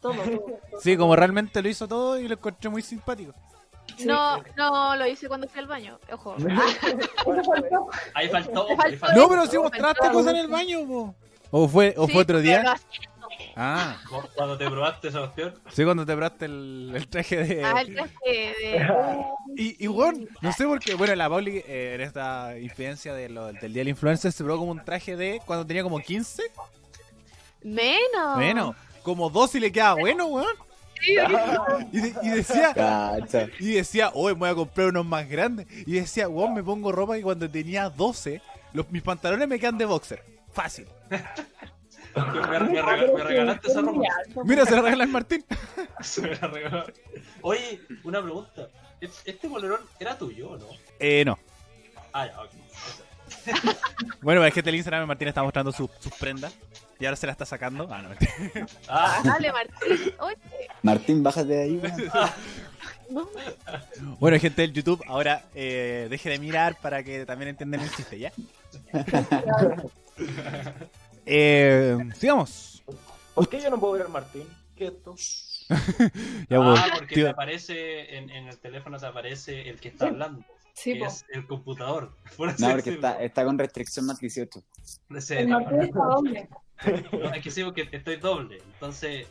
Speaker 6: todo. todo, todo.
Speaker 1: Sí, como realmente lo hizo todo y lo encontré muy simpático.
Speaker 6: Sí.
Speaker 3: No, no, lo hice cuando fui al baño. Ojo.
Speaker 6: Eso faltó.
Speaker 2: Ahí faltó.
Speaker 3: Faltó
Speaker 2: Ahí faltó.
Speaker 1: No, pero si mostraste cosas en el baño, po. ¿O fue, o
Speaker 3: Sí,
Speaker 1: fue otro
Speaker 3: pero
Speaker 1: día?
Speaker 3: así-
Speaker 1: Ah,
Speaker 2: Vos, Cuando te probaste esa cuestión.
Speaker 1: sí, cuando te probaste el, el traje de...
Speaker 3: Ah, el traje de-
Speaker 1: Y, y weón, no sé por qué. Bueno, la Pauli, eh, en esta influencia de lo- del día del influencer, se probó como un traje de cuando tenía como 15.
Speaker 3: Menos.
Speaker 1: Bueno, como 12 y le quedaba bueno, weón. Y, de- y decía,
Speaker 5: Cacha.
Speaker 1: y decía, hoy me voy a comprar unos más grandes. Y decía, weón, me pongo ropa que cuando tenía 12, los, mis pantalones me quedan de boxer. Fácil.
Speaker 2: Me, me rega- me regalaste esa ropa.
Speaker 1: Mira, se la regalan Martín.
Speaker 2: Se me la regaló. Oye, una pregunta. ¿Es- ¿Este bolerón era tuyo o no?
Speaker 1: Eh, no.
Speaker 2: Ah, ya, ok. Eso.
Speaker 1: Bueno, es que el Instagram de Martín está mostrando su- sus prendas. Y ahora se la está sacando. Ah, no, mentira.
Speaker 2: Ah,
Speaker 3: Dale, Martín. Oye,
Speaker 5: Martín, bájate de ahí, weón.
Speaker 3: no.
Speaker 1: Bueno, gente del YouTube, ahora eh, deje de mirar para que también entiendan el chiste, ¿ya? eh, sigamos. Eh,
Speaker 4: ¿Por qué yo no puedo ver al Martín? ¿Qué es esto?
Speaker 1: Ya, pues,
Speaker 2: ah, porque
Speaker 1: tío.
Speaker 2: te aparece en, en el teléfono, te aparece el que está hablando.
Speaker 6: Sí,
Speaker 2: que
Speaker 6: po.
Speaker 2: es el computador. Por así
Speaker 5: No, porque
Speaker 2: decirlo.
Speaker 5: está, está con restricción más 18.
Speaker 2: Ese-
Speaker 6: El Martín está doble.
Speaker 2: No, es que sí, porque estoy doble. Entonces,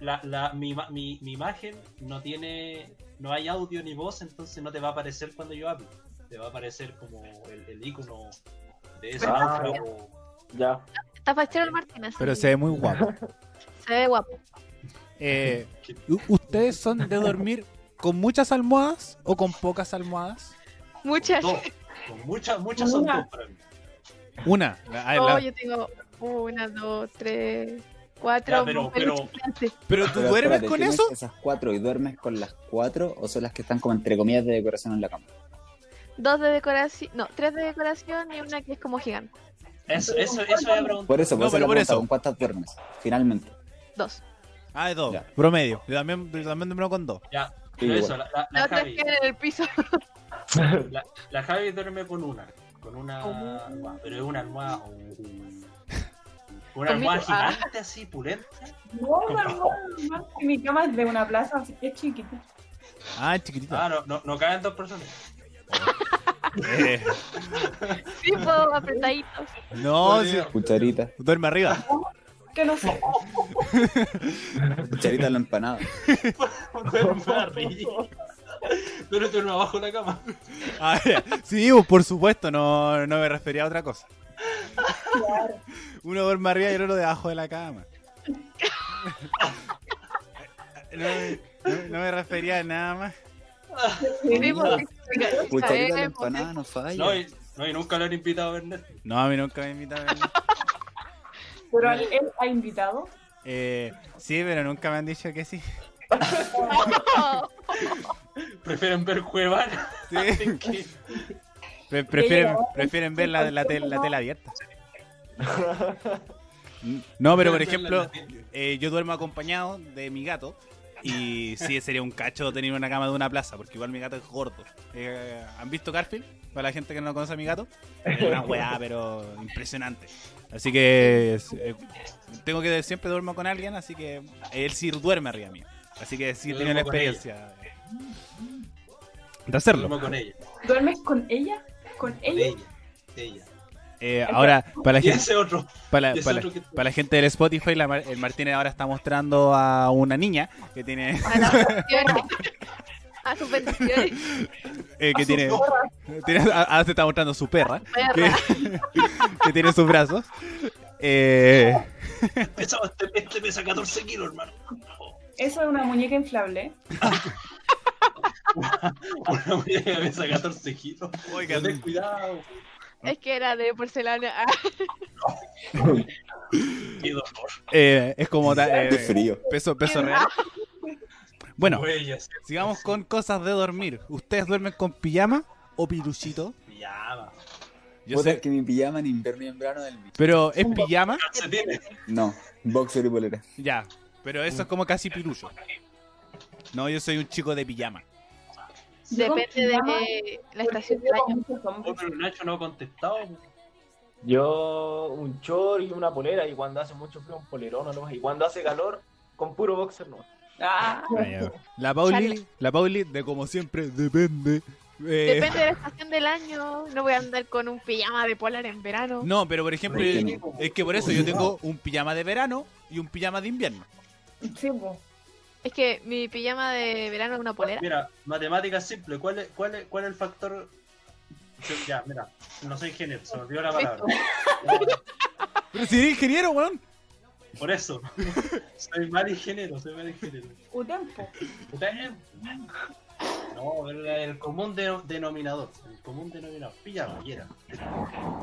Speaker 2: la, la, mi, ima- mi, mi imagen no tiene. No hay audio ni voz, entonces no te va a aparecer cuando yo hablo. Te va a aparecer como el, el icono de ese
Speaker 4: Ah,
Speaker 2: outro.
Speaker 4: Ya.
Speaker 3: Está fachero el Martínez.
Speaker 1: Pero se ve muy guapo.
Speaker 3: Se ve guapo.
Speaker 1: Eh, ¿u- ¿Ustedes son de dormir con muchas almohadas o con pocas almohadas?
Speaker 3: Muchas.
Speaker 2: Dos. Con muchas, muchas son dos para mí.
Speaker 1: Una. la- ah,
Speaker 3: Oh,
Speaker 1: la-
Speaker 3: yo tengo una, dos, tres, cuatro.
Speaker 2: Ya, pero-
Speaker 3: mujeres
Speaker 2: pero-
Speaker 3: gigantes.
Speaker 1: ¿Pero tú
Speaker 5: Pero
Speaker 1: duermes
Speaker 5: espérate,
Speaker 1: con
Speaker 5: ¿tienes
Speaker 1: eso?
Speaker 5: Esas cuatro y duermes con las cuatro o son las que están como entre comillas de decoración en la cama.
Speaker 3: Dos de decoración. No, tres de decoración y una que es como gigante.
Speaker 2: Eso, eso, eso voy a preguntar.
Speaker 5: Por eso,
Speaker 1: No,
Speaker 5: por
Speaker 1: pero por
Speaker 5: eso, la pregunta,
Speaker 1: eso.
Speaker 5: ¿con cuántas duermes? Finalmente.
Speaker 3: Dos.
Speaker 1: Ah, de dos.
Speaker 5: Ya.
Speaker 1: Promedio. Yo también, yo también duermo con dos.
Speaker 2: Ya,
Speaker 5: Sí,
Speaker 2: pero eso,
Speaker 5: igual.
Speaker 2: la, la,
Speaker 3: La
Speaker 2: la
Speaker 3: otra es
Speaker 2: Javi.
Speaker 3: que en el piso.
Speaker 2: La, la Javi duerme con una. Con una.
Speaker 3: Oh.
Speaker 2: almohada, pero es una almohada. oh, un- una
Speaker 3: Conmigo,
Speaker 2: almohada
Speaker 3: ah.
Speaker 2: gigante así, pulenta.
Speaker 6: No, no, no, no. Mi cama es de una plaza, así que es chiquitita.
Speaker 1: Ah, chiquitita.
Speaker 2: Ah, no, no, no caen dos personas.
Speaker 1: Eh,
Speaker 3: Sí, puedo apretaditos.
Speaker 1: no, sí,
Speaker 5: Cucharita.
Speaker 1: duerme arriba.
Speaker 6: Que no sé.
Speaker 5: Cucharita en la empanada.
Speaker 2: Duerme arriba. Pero duerme abajo de la cama.
Speaker 1: Ah, ya. sí, pues, por supuesto, no, no me refería a otra cosa. Uno duerme arriba y el otro debajo de la cama. No, no- no me refería a nada más.
Speaker 3: Sí, porque-
Speaker 5: Cucharita en la
Speaker 3: Sabemos,
Speaker 5: empanada, no falla.
Speaker 2: No, y, no, y nunca lo han invitado a ver Netflix.
Speaker 1: No, a mí nunca me invitan. a verlo.
Speaker 6: Pero él, él ha invitado.
Speaker 1: Eh, sí, pero nunca me han dicho que sí.
Speaker 3: No.
Speaker 2: Prefieren ver Cuevana
Speaker 1: Sí.
Speaker 2: que
Speaker 1: Pre- prefieren, prefieren ver la, la, tel- la tela abierta. No, pero por ejemplo, eh, yo duermo acompañado de mi gato. Y sí, sería un cacho tener una cama de una plaza, porque igual mi gato es gordo. Eh, ¿Han visto Garfield? Para la gente que no conoce a mi gato. Es una weá, pero impresionante. Así que eh, tengo que siempre duermo con alguien, así que él sí duerme arriba mío. Así que sí he
Speaker 2: Yo
Speaker 1: tenido la
Speaker 2: duermo con ella.
Speaker 1: experiencia eh, de hacerlo.
Speaker 2: duermo con ella.
Speaker 6: ¿Duermes con ella? ¿Con
Speaker 2: Con
Speaker 6: ella?
Speaker 2: ella. Ella.
Speaker 1: Eh, ahora, para la
Speaker 2: Y
Speaker 1: gente, Ah,
Speaker 2: ese otro.
Speaker 1: Para,
Speaker 2: Y ese
Speaker 1: para-
Speaker 2: otro que-
Speaker 1: para la gente del Spotify, la Mar- el Martínez ahora está mostrando a una niña que tiene
Speaker 3: A las bendiciones. A sus bendiciones.
Speaker 1: eh, que tiene, tiene- a- ahora se está mostrando su perra que,
Speaker 3: perra.
Speaker 1: que tiene en sus brazos. Eh,
Speaker 2: Pesa- este, este pesa 14 kilos, hermano.
Speaker 6: Eso es una muñeca inflable.
Speaker 2: Una muñeca pesa 14 kilos.
Speaker 1: oigan,
Speaker 2: Ten cuidado.
Speaker 3: Es que era de porcelana. Ah,
Speaker 2: Qué dolor.
Speaker 1: eh, es como ta- eh,
Speaker 5: De frío.
Speaker 1: peso, peso real. Bueno,
Speaker 2: Huellas.
Speaker 1: sigamos con cosas de dormir. ¿Ustedes duermen con pijama o piruchito?
Speaker 2: Llama.
Speaker 1: Yo
Speaker 5: Puta,
Speaker 1: sé-
Speaker 5: que mi pijama en invierno y en verano del bicho.
Speaker 1: pero es pijama,
Speaker 2: Calcetines.
Speaker 5: No, boxer y bolera.
Speaker 1: ya. Pero eso es como casi pirucho. No, yo soy un chico de pijama.
Speaker 3: Depende de la estación del año.
Speaker 2: Oh, pero Nacho no ha contestado.
Speaker 4: Yo un short y una polera y cuando hace mucho frío un polerón nomás. Y cuando hace calor con puro boxer no.
Speaker 6: Ah,
Speaker 1: La Pauli,
Speaker 3: Charlie.
Speaker 1: la Pauli, de como siempre, depende. Eh,
Speaker 3: Depende de la estación del año. No voy a andar con un pijama de polar en verano.
Speaker 1: No, pero por ejemplo,
Speaker 5: ¿Por qué
Speaker 1: eh, es que por eso yo tengo un pijama de verano y un pijama de invierno.
Speaker 6: sí, po.
Speaker 3: Es que mi pijama de verano es una polera.
Speaker 2: Mira, matemáticas simple. ¿Cuál es, cuál es, cuál es el factor? Sí, Ya, mira. No soy ingeniero, se me olvidó la palabra.
Speaker 1: Pero si eres ingeniero, weón.
Speaker 2: Por eso. Soy mal ingeniero, soy mal ingeniero.
Speaker 6: Utempo.
Speaker 2: ¿Ustedes? No, el, el común de- denominador. El común denominador. Pijama, y era.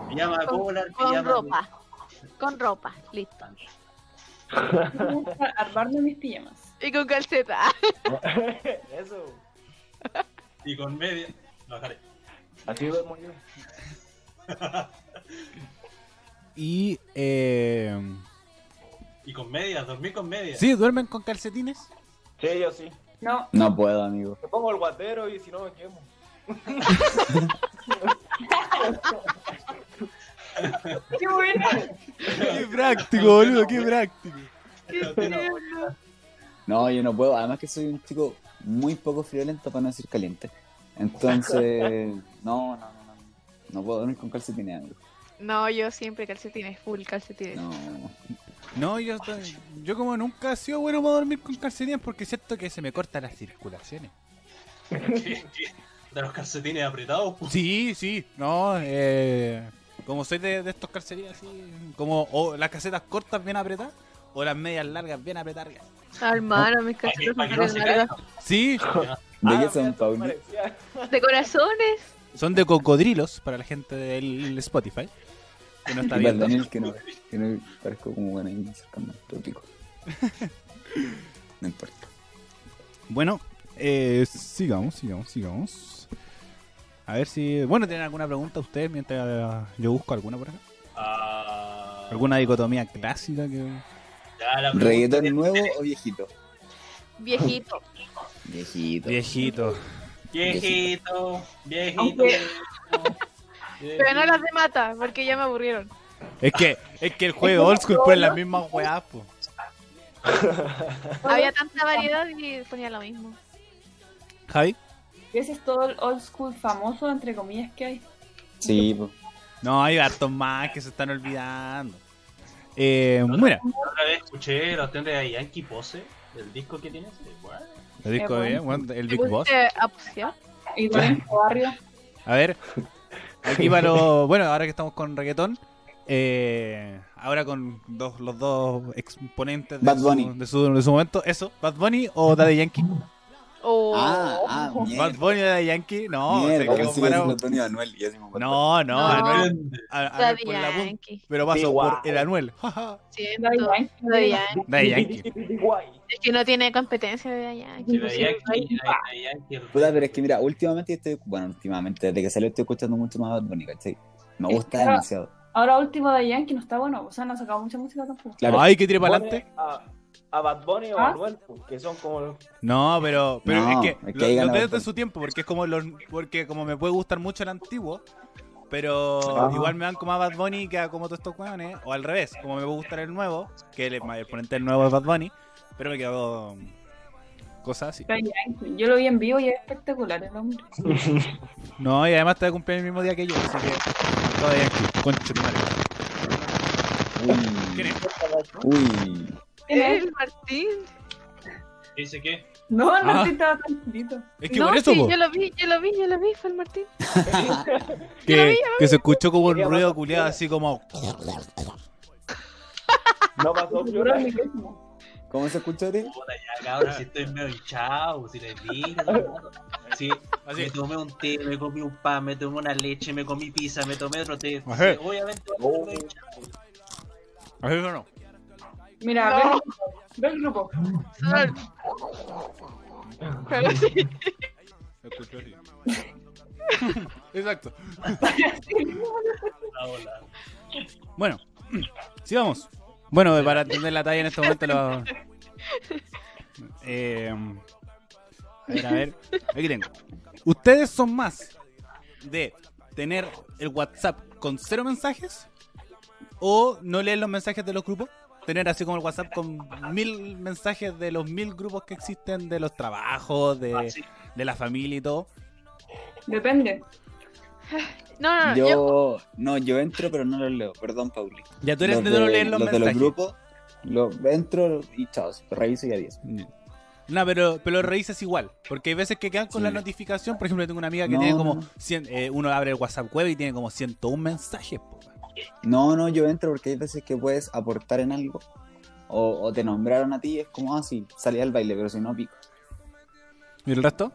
Speaker 2: Pijama de polar,
Speaker 3: Con
Speaker 2: pijama de-
Speaker 3: ropa. Con ropa. Listo.
Speaker 6: Me gusta armarme mis pijamas.
Speaker 3: Y con calceta.
Speaker 4: Eso.
Speaker 2: Y con media. Lo dejaré.
Speaker 4: Así duermo yo.
Speaker 1: Y eh,
Speaker 2: Y con medias, dormí con medias.
Speaker 1: sí, duermen con calcetines.
Speaker 4: Sí, yo sí.
Speaker 6: No,
Speaker 5: No puedo, amigo.
Speaker 4: Me pongo el guatero y si no me quemo.
Speaker 6: qué bueno.
Speaker 1: Qué práctico, boludo, qué práctico.
Speaker 5: No, yo no puedo. Además que soy un chico muy poco friolento para no decir caliente. Entonces, no, no, no, no. No puedo dormir con calcetines, amigo.
Speaker 3: No, yo siempre calcetines, full calcetines.
Speaker 5: No.
Speaker 1: No, yo, estoy- yo como nunca he sido bueno para dormir con calcetines porque siento que se me cortan las circulaciones.
Speaker 2: De los calcetines apretados. pu.
Speaker 1: Sí, sí, no, eh, como soy de, de estos calcetines así, como o las casetas cortas bien apretadas o las medias largas bien apretadas.
Speaker 3: Ah, hermano, mis
Speaker 2: Para que,
Speaker 3: calcetas
Speaker 2: para que
Speaker 3: son
Speaker 2: no
Speaker 3: tan
Speaker 2: se
Speaker 3: largas.
Speaker 2: caigan.
Speaker 1: Sí,
Speaker 5: ¿De
Speaker 4: Ah,
Speaker 5: qué son,
Speaker 4: mira,
Speaker 5: Pauli?
Speaker 4: parecía.
Speaker 3: De corazones.
Speaker 1: son de cocodrilos para la gente del Spotify. Que no está
Speaker 5: Y para
Speaker 1: viendo.
Speaker 5: Daniel, que no, que no parezco como bueno ahí acercando al tópico. No importa.
Speaker 1: Bueno, eh, sigamos, sigamos, sigamos. A ver si. Bueno, ¿tienen alguna pregunta ustedes mientras yo busco alguna por acá?
Speaker 2: Ah,
Speaker 1: ¿Alguna dicotomía clásica que.?
Speaker 2: ya la pregunta
Speaker 5: ¿Reggaetón
Speaker 2: es-
Speaker 5: nuevo o viejito?
Speaker 3: Viejito.
Speaker 5: Viejito.
Speaker 1: Viejito.
Speaker 2: Viejito, viejito.
Speaker 6: Aunque-
Speaker 3: Pero no las de mata, porque ya me aburrieron.
Speaker 1: Es que, es que el juego old school pone las mismas weas, po.
Speaker 3: Había tanta variedad y ponía lo mismo.
Speaker 1: ¿Javi?
Speaker 6: Ese es todo el old school famoso, entre comillas, que hay.
Speaker 5: Sí, po.
Speaker 1: No, hay hartos más que se están olvidando. Eh, mira,
Speaker 2: Otra vez escuché la opción de Yankee Pose, del disco que este, tienes. de- ¿What?
Speaker 1: el disco de bueno, el Big Boss.
Speaker 3: ¿Pusiste a pusear?
Speaker 6: Igual en tu barrio.
Speaker 1: A ver, aquí para los. Bueno, ahora que estamos con reggaetón, eh, ahora con dos, los dos exponentes de,
Speaker 5: Bad
Speaker 1: su-
Speaker 5: Bunny.
Speaker 1: de Su, de su momento, eso, Bad Bunny o Daddy Yankee.
Speaker 3: O-
Speaker 5: Ah, ah,
Speaker 1: Oh. Bad
Speaker 5: mierda.
Speaker 1: Bunny o Daddy Yankee, no, se
Speaker 5: Mierda,
Speaker 1: quedó
Speaker 5: pensé que iba a
Speaker 1: parado.
Speaker 5: decir Antonio Anuel y así me acordé.
Speaker 1: no, Ah, no,
Speaker 3: No.
Speaker 1: Anuel,
Speaker 2: Grande.
Speaker 1: a- Anuel
Speaker 3: Daddy
Speaker 1: por la punta,
Speaker 3: Yankee.
Speaker 1: pero paso
Speaker 4: Sí,
Speaker 1: por
Speaker 4: guau.
Speaker 1: el Anuel. jaja.
Speaker 3: Siento.
Speaker 6: Daddy Yankee.
Speaker 3: Daddy Yankee.
Speaker 1: Daddy Yankee.
Speaker 4: Guay.
Speaker 3: Es que no tiene competencia de Yankee.
Speaker 2: Sí,
Speaker 6: Inclusive
Speaker 2: de Yankee, de- de Yankee, el-
Speaker 5: Puta, pero es que mira, últimamente estoy. Bueno, últimamente, desde que salió estoy escuchando mucho más Bad Bunny, ¿cachai? Me gusta
Speaker 6: Está-
Speaker 5: demasiado.
Speaker 6: Ahora último de Yankee no está bueno, o sea, no ha sacado mucha música tampoco.
Speaker 5: Claro.
Speaker 1: Ay, que tire para adelante.
Speaker 4: Pone A, a Bad Bunny o
Speaker 6: ¿Ah?
Speaker 4: a Manuel, pues, que son como los.
Speaker 1: No, pero, pero
Speaker 5: No,
Speaker 1: es que,
Speaker 5: es que
Speaker 1: lo-
Speaker 5: ahí
Speaker 1: lo, tenés
Speaker 5: gana Bad
Speaker 1: de
Speaker 5: Bunny.
Speaker 1: su tiempo, porque es como los, porque como me puede gustar mucho el antiguo, pero
Speaker 4: Ajá.
Speaker 1: igual me dan como a Bad Bunny que a como todos estos weones, o al revés, como me puede gustar el nuevo, que el, el ponente del nuevo es Bad Bunny, pero me quedo cosas así.
Speaker 6: Daddy Yankee. Yo lo vi en vivo y es espectacular el hombre.
Speaker 1: No, y además te voy a cumplir el mismo día que yo, así que todavía aquí, concha tu madre. ¿Quién
Speaker 5: Uy.
Speaker 1: es?
Speaker 5: Uy.
Speaker 3: ¿Eh? El Martín.
Speaker 2: Dice que.
Speaker 6: No, no
Speaker 1: Ah.
Speaker 6: sí estaba tan chiquito.
Speaker 1: Es que
Speaker 3: no,
Speaker 1: por eso,
Speaker 3: sí,
Speaker 1: po,
Speaker 3: yo lo vi, yo lo vi, yo lo vi, fue el Martín. yo lo
Speaker 1: que,
Speaker 3: vi,
Speaker 1: que se escuchó como un
Speaker 4: Quería
Speaker 1: ruido
Speaker 4: pasar
Speaker 1: culiado
Speaker 4: piola.
Speaker 1: así como...
Speaker 4: No pasó
Speaker 6: Duró
Speaker 4: piola.
Speaker 6: el micrófono.
Speaker 5: ¿Cómo se escuchó, Ori?
Speaker 2: Puta, ya, cabrón, si estoy medio hinchado, si le digo. Si
Speaker 1: Así.
Speaker 2: me tomé un té, me comí un pan, me tomé una leche, me comí pizza, me tomé otro té.
Speaker 1: Ajá.
Speaker 2: Sí, Obviamente,
Speaker 4: Oh.
Speaker 2: estoy hinchado.
Speaker 1: Así que no.
Speaker 6: Mira, ve, el grupo, ve el grupo.
Speaker 3: Solo el- Pero sí,
Speaker 1: Se escuchó así. Exacto.
Speaker 2: Ah, hola.
Speaker 1: Bueno, sigamos. Bueno, para entender la talla en este momento lo... Eh, a ver, a ver. Aquí tengo. ¿Ustedes son más de tener el WhatsApp con cero mensajes? ¿O no leer los mensajes de los grupos? Tener así como el WhatsApp con mil mensajes de los mil grupos que existen, de los trabajos,
Speaker 5: Ah,
Speaker 1: de,
Speaker 2: Así.
Speaker 1: de la familia y todo.
Speaker 6: Depende.
Speaker 3: No,
Speaker 1: Ah,
Speaker 3: no, no, yo...
Speaker 5: Yo, no, yo entro, pero no los leo. Perdón, Pauli.
Speaker 1: Ya tú eres
Speaker 5: Los
Speaker 1: de, no leer los,
Speaker 5: los de
Speaker 1: mensajes.
Speaker 5: los grupos, los entro y chao, reviso y adiós.
Speaker 1: No, pero, pero lo revisas igual. Porque hay veces que quedan con
Speaker 5: Sí.
Speaker 1: la notificación. Por ejemplo, yo tengo una amiga que
Speaker 5: No,
Speaker 1: tiene
Speaker 5: no,
Speaker 1: como
Speaker 5: no.
Speaker 1: 100. eh, uno abre el WhatsApp web y tiene como 101 mensajes. po.
Speaker 5: No, no, yo entro porque hay veces que puedes aportar en algo. O, o te nombraron a ti, es como, ah, sí, salí al baile, pero si no, pico.
Speaker 1: ¿Y el resto?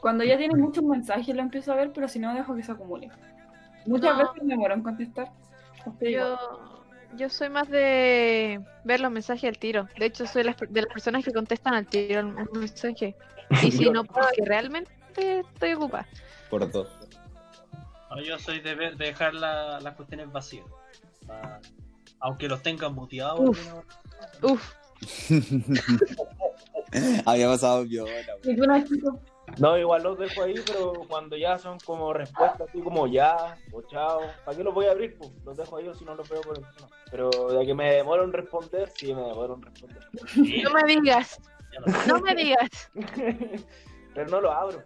Speaker 6: Cuando ya tiene muchos mensajes lo empiezo a ver, pero si no dejo que se acumule. Muchas
Speaker 3: No.
Speaker 6: veces me demoro en contestar. Entonces,
Speaker 3: yo, yo soy más de ver los mensajes al tiro. De hecho, soy las per- de las personas que contestan al tiro el mensaje. Y si no, porque realmente estoy ocupada.
Speaker 5: Por dos.
Speaker 2: No, yo soy de, ver- de dejar la- las cuestiones vacías. Ah, aunque los tengan muteados.
Speaker 3: Uf.
Speaker 2: ¿no?
Speaker 3: Uf,
Speaker 5: Había pasado viola,
Speaker 6: ¿Y tú, Nachito?
Speaker 4: No, igual los dejo ahí, pero cuando ya son como respuestas así como ya o chao, ¿para qué los voy a abrir? Pues los dejo ahí o si no los veo por encima. Pero de que me demoro en responder, sí me demoro en responder.
Speaker 3: No me digas,
Speaker 2: Ya lo sé.
Speaker 3: no me digas.
Speaker 4: Pero no lo abro.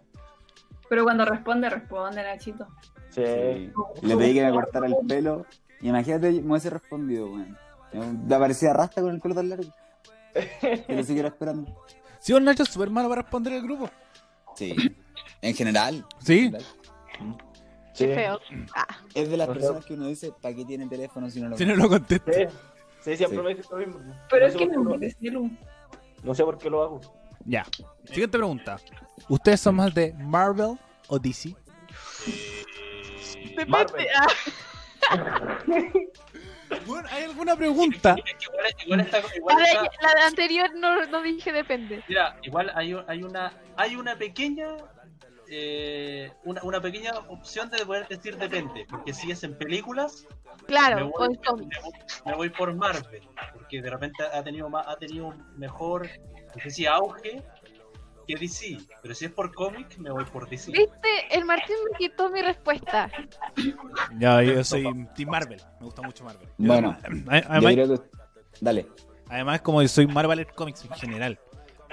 Speaker 6: Pero cuando responde, responde, Nachito.
Speaker 4: Sí.
Speaker 5: Le pedí que me cortara el pelo. Y imagínate, me hubiese respondido, weón. Me parecía rasta con el pelo tan largo. Que lo siguiera esperando.
Speaker 1: Si vos Nacho es súper malo para responder al grupo.
Speaker 5: Sí. En general.
Speaker 1: Sí.
Speaker 4: Sí.
Speaker 3: Qué feo.
Speaker 5: Es de las
Speaker 4: O sea-
Speaker 5: personas que uno dice, ¿para qué tiene teléfono si no lo
Speaker 1: Si no lo contesta.
Speaker 4: Sí. Sí, siempre
Speaker 5: Sí.
Speaker 4: me dice lo mismo.
Speaker 6: Pero
Speaker 4: No
Speaker 6: es
Speaker 4: sé
Speaker 6: que
Speaker 4: por
Speaker 6: me
Speaker 4: qué lo-
Speaker 6: molesta el humo.
Speaker 4: No sé por qué lo hago.
Speaker 1: Ya. Siguiente pregunta. ¿Ustedes son más de Marvel o DC?
Speaker 3: Depende-
Speaker 4: Marvel.
Speaker 3: ah,
Speaker 1: Bueno, ¿hay alguna pregunta?
Speaker 2: Igual, igual está-
Speaker 3: la,
Speaker 2: igual está-
Speaker 3: de, la de anterior no, no dije depende.
Speaker 2: Mira, igual hay, un- hay una hay una pequeña eh, una, una pequeña opción de poder decir depende, porque si es en películas me
Speaker 3: Claro, o
Speaker 2: voy,
Speaker 3: en cómic.
Speaker 2: me voy- me voy por Marvel, porque de repente ha tenido más, ha tenido un mejor no sé si auge que DC, pero si es por cómic me voy por DC.
Speaker 3: ¿Viste? El Martín me quitó mi respuesta.
Speaker 1: Ya, yo soy Team Marvel. Me gusta mucho Marvel. Yo-
Speaker 5: Bueno,
Speaker 1: a-
Speaker 5: Yo
Speaker 1: además,
Speaker 5: creo que... Dale.
Speaker 1: además, como yo soy Marvel Comics en general.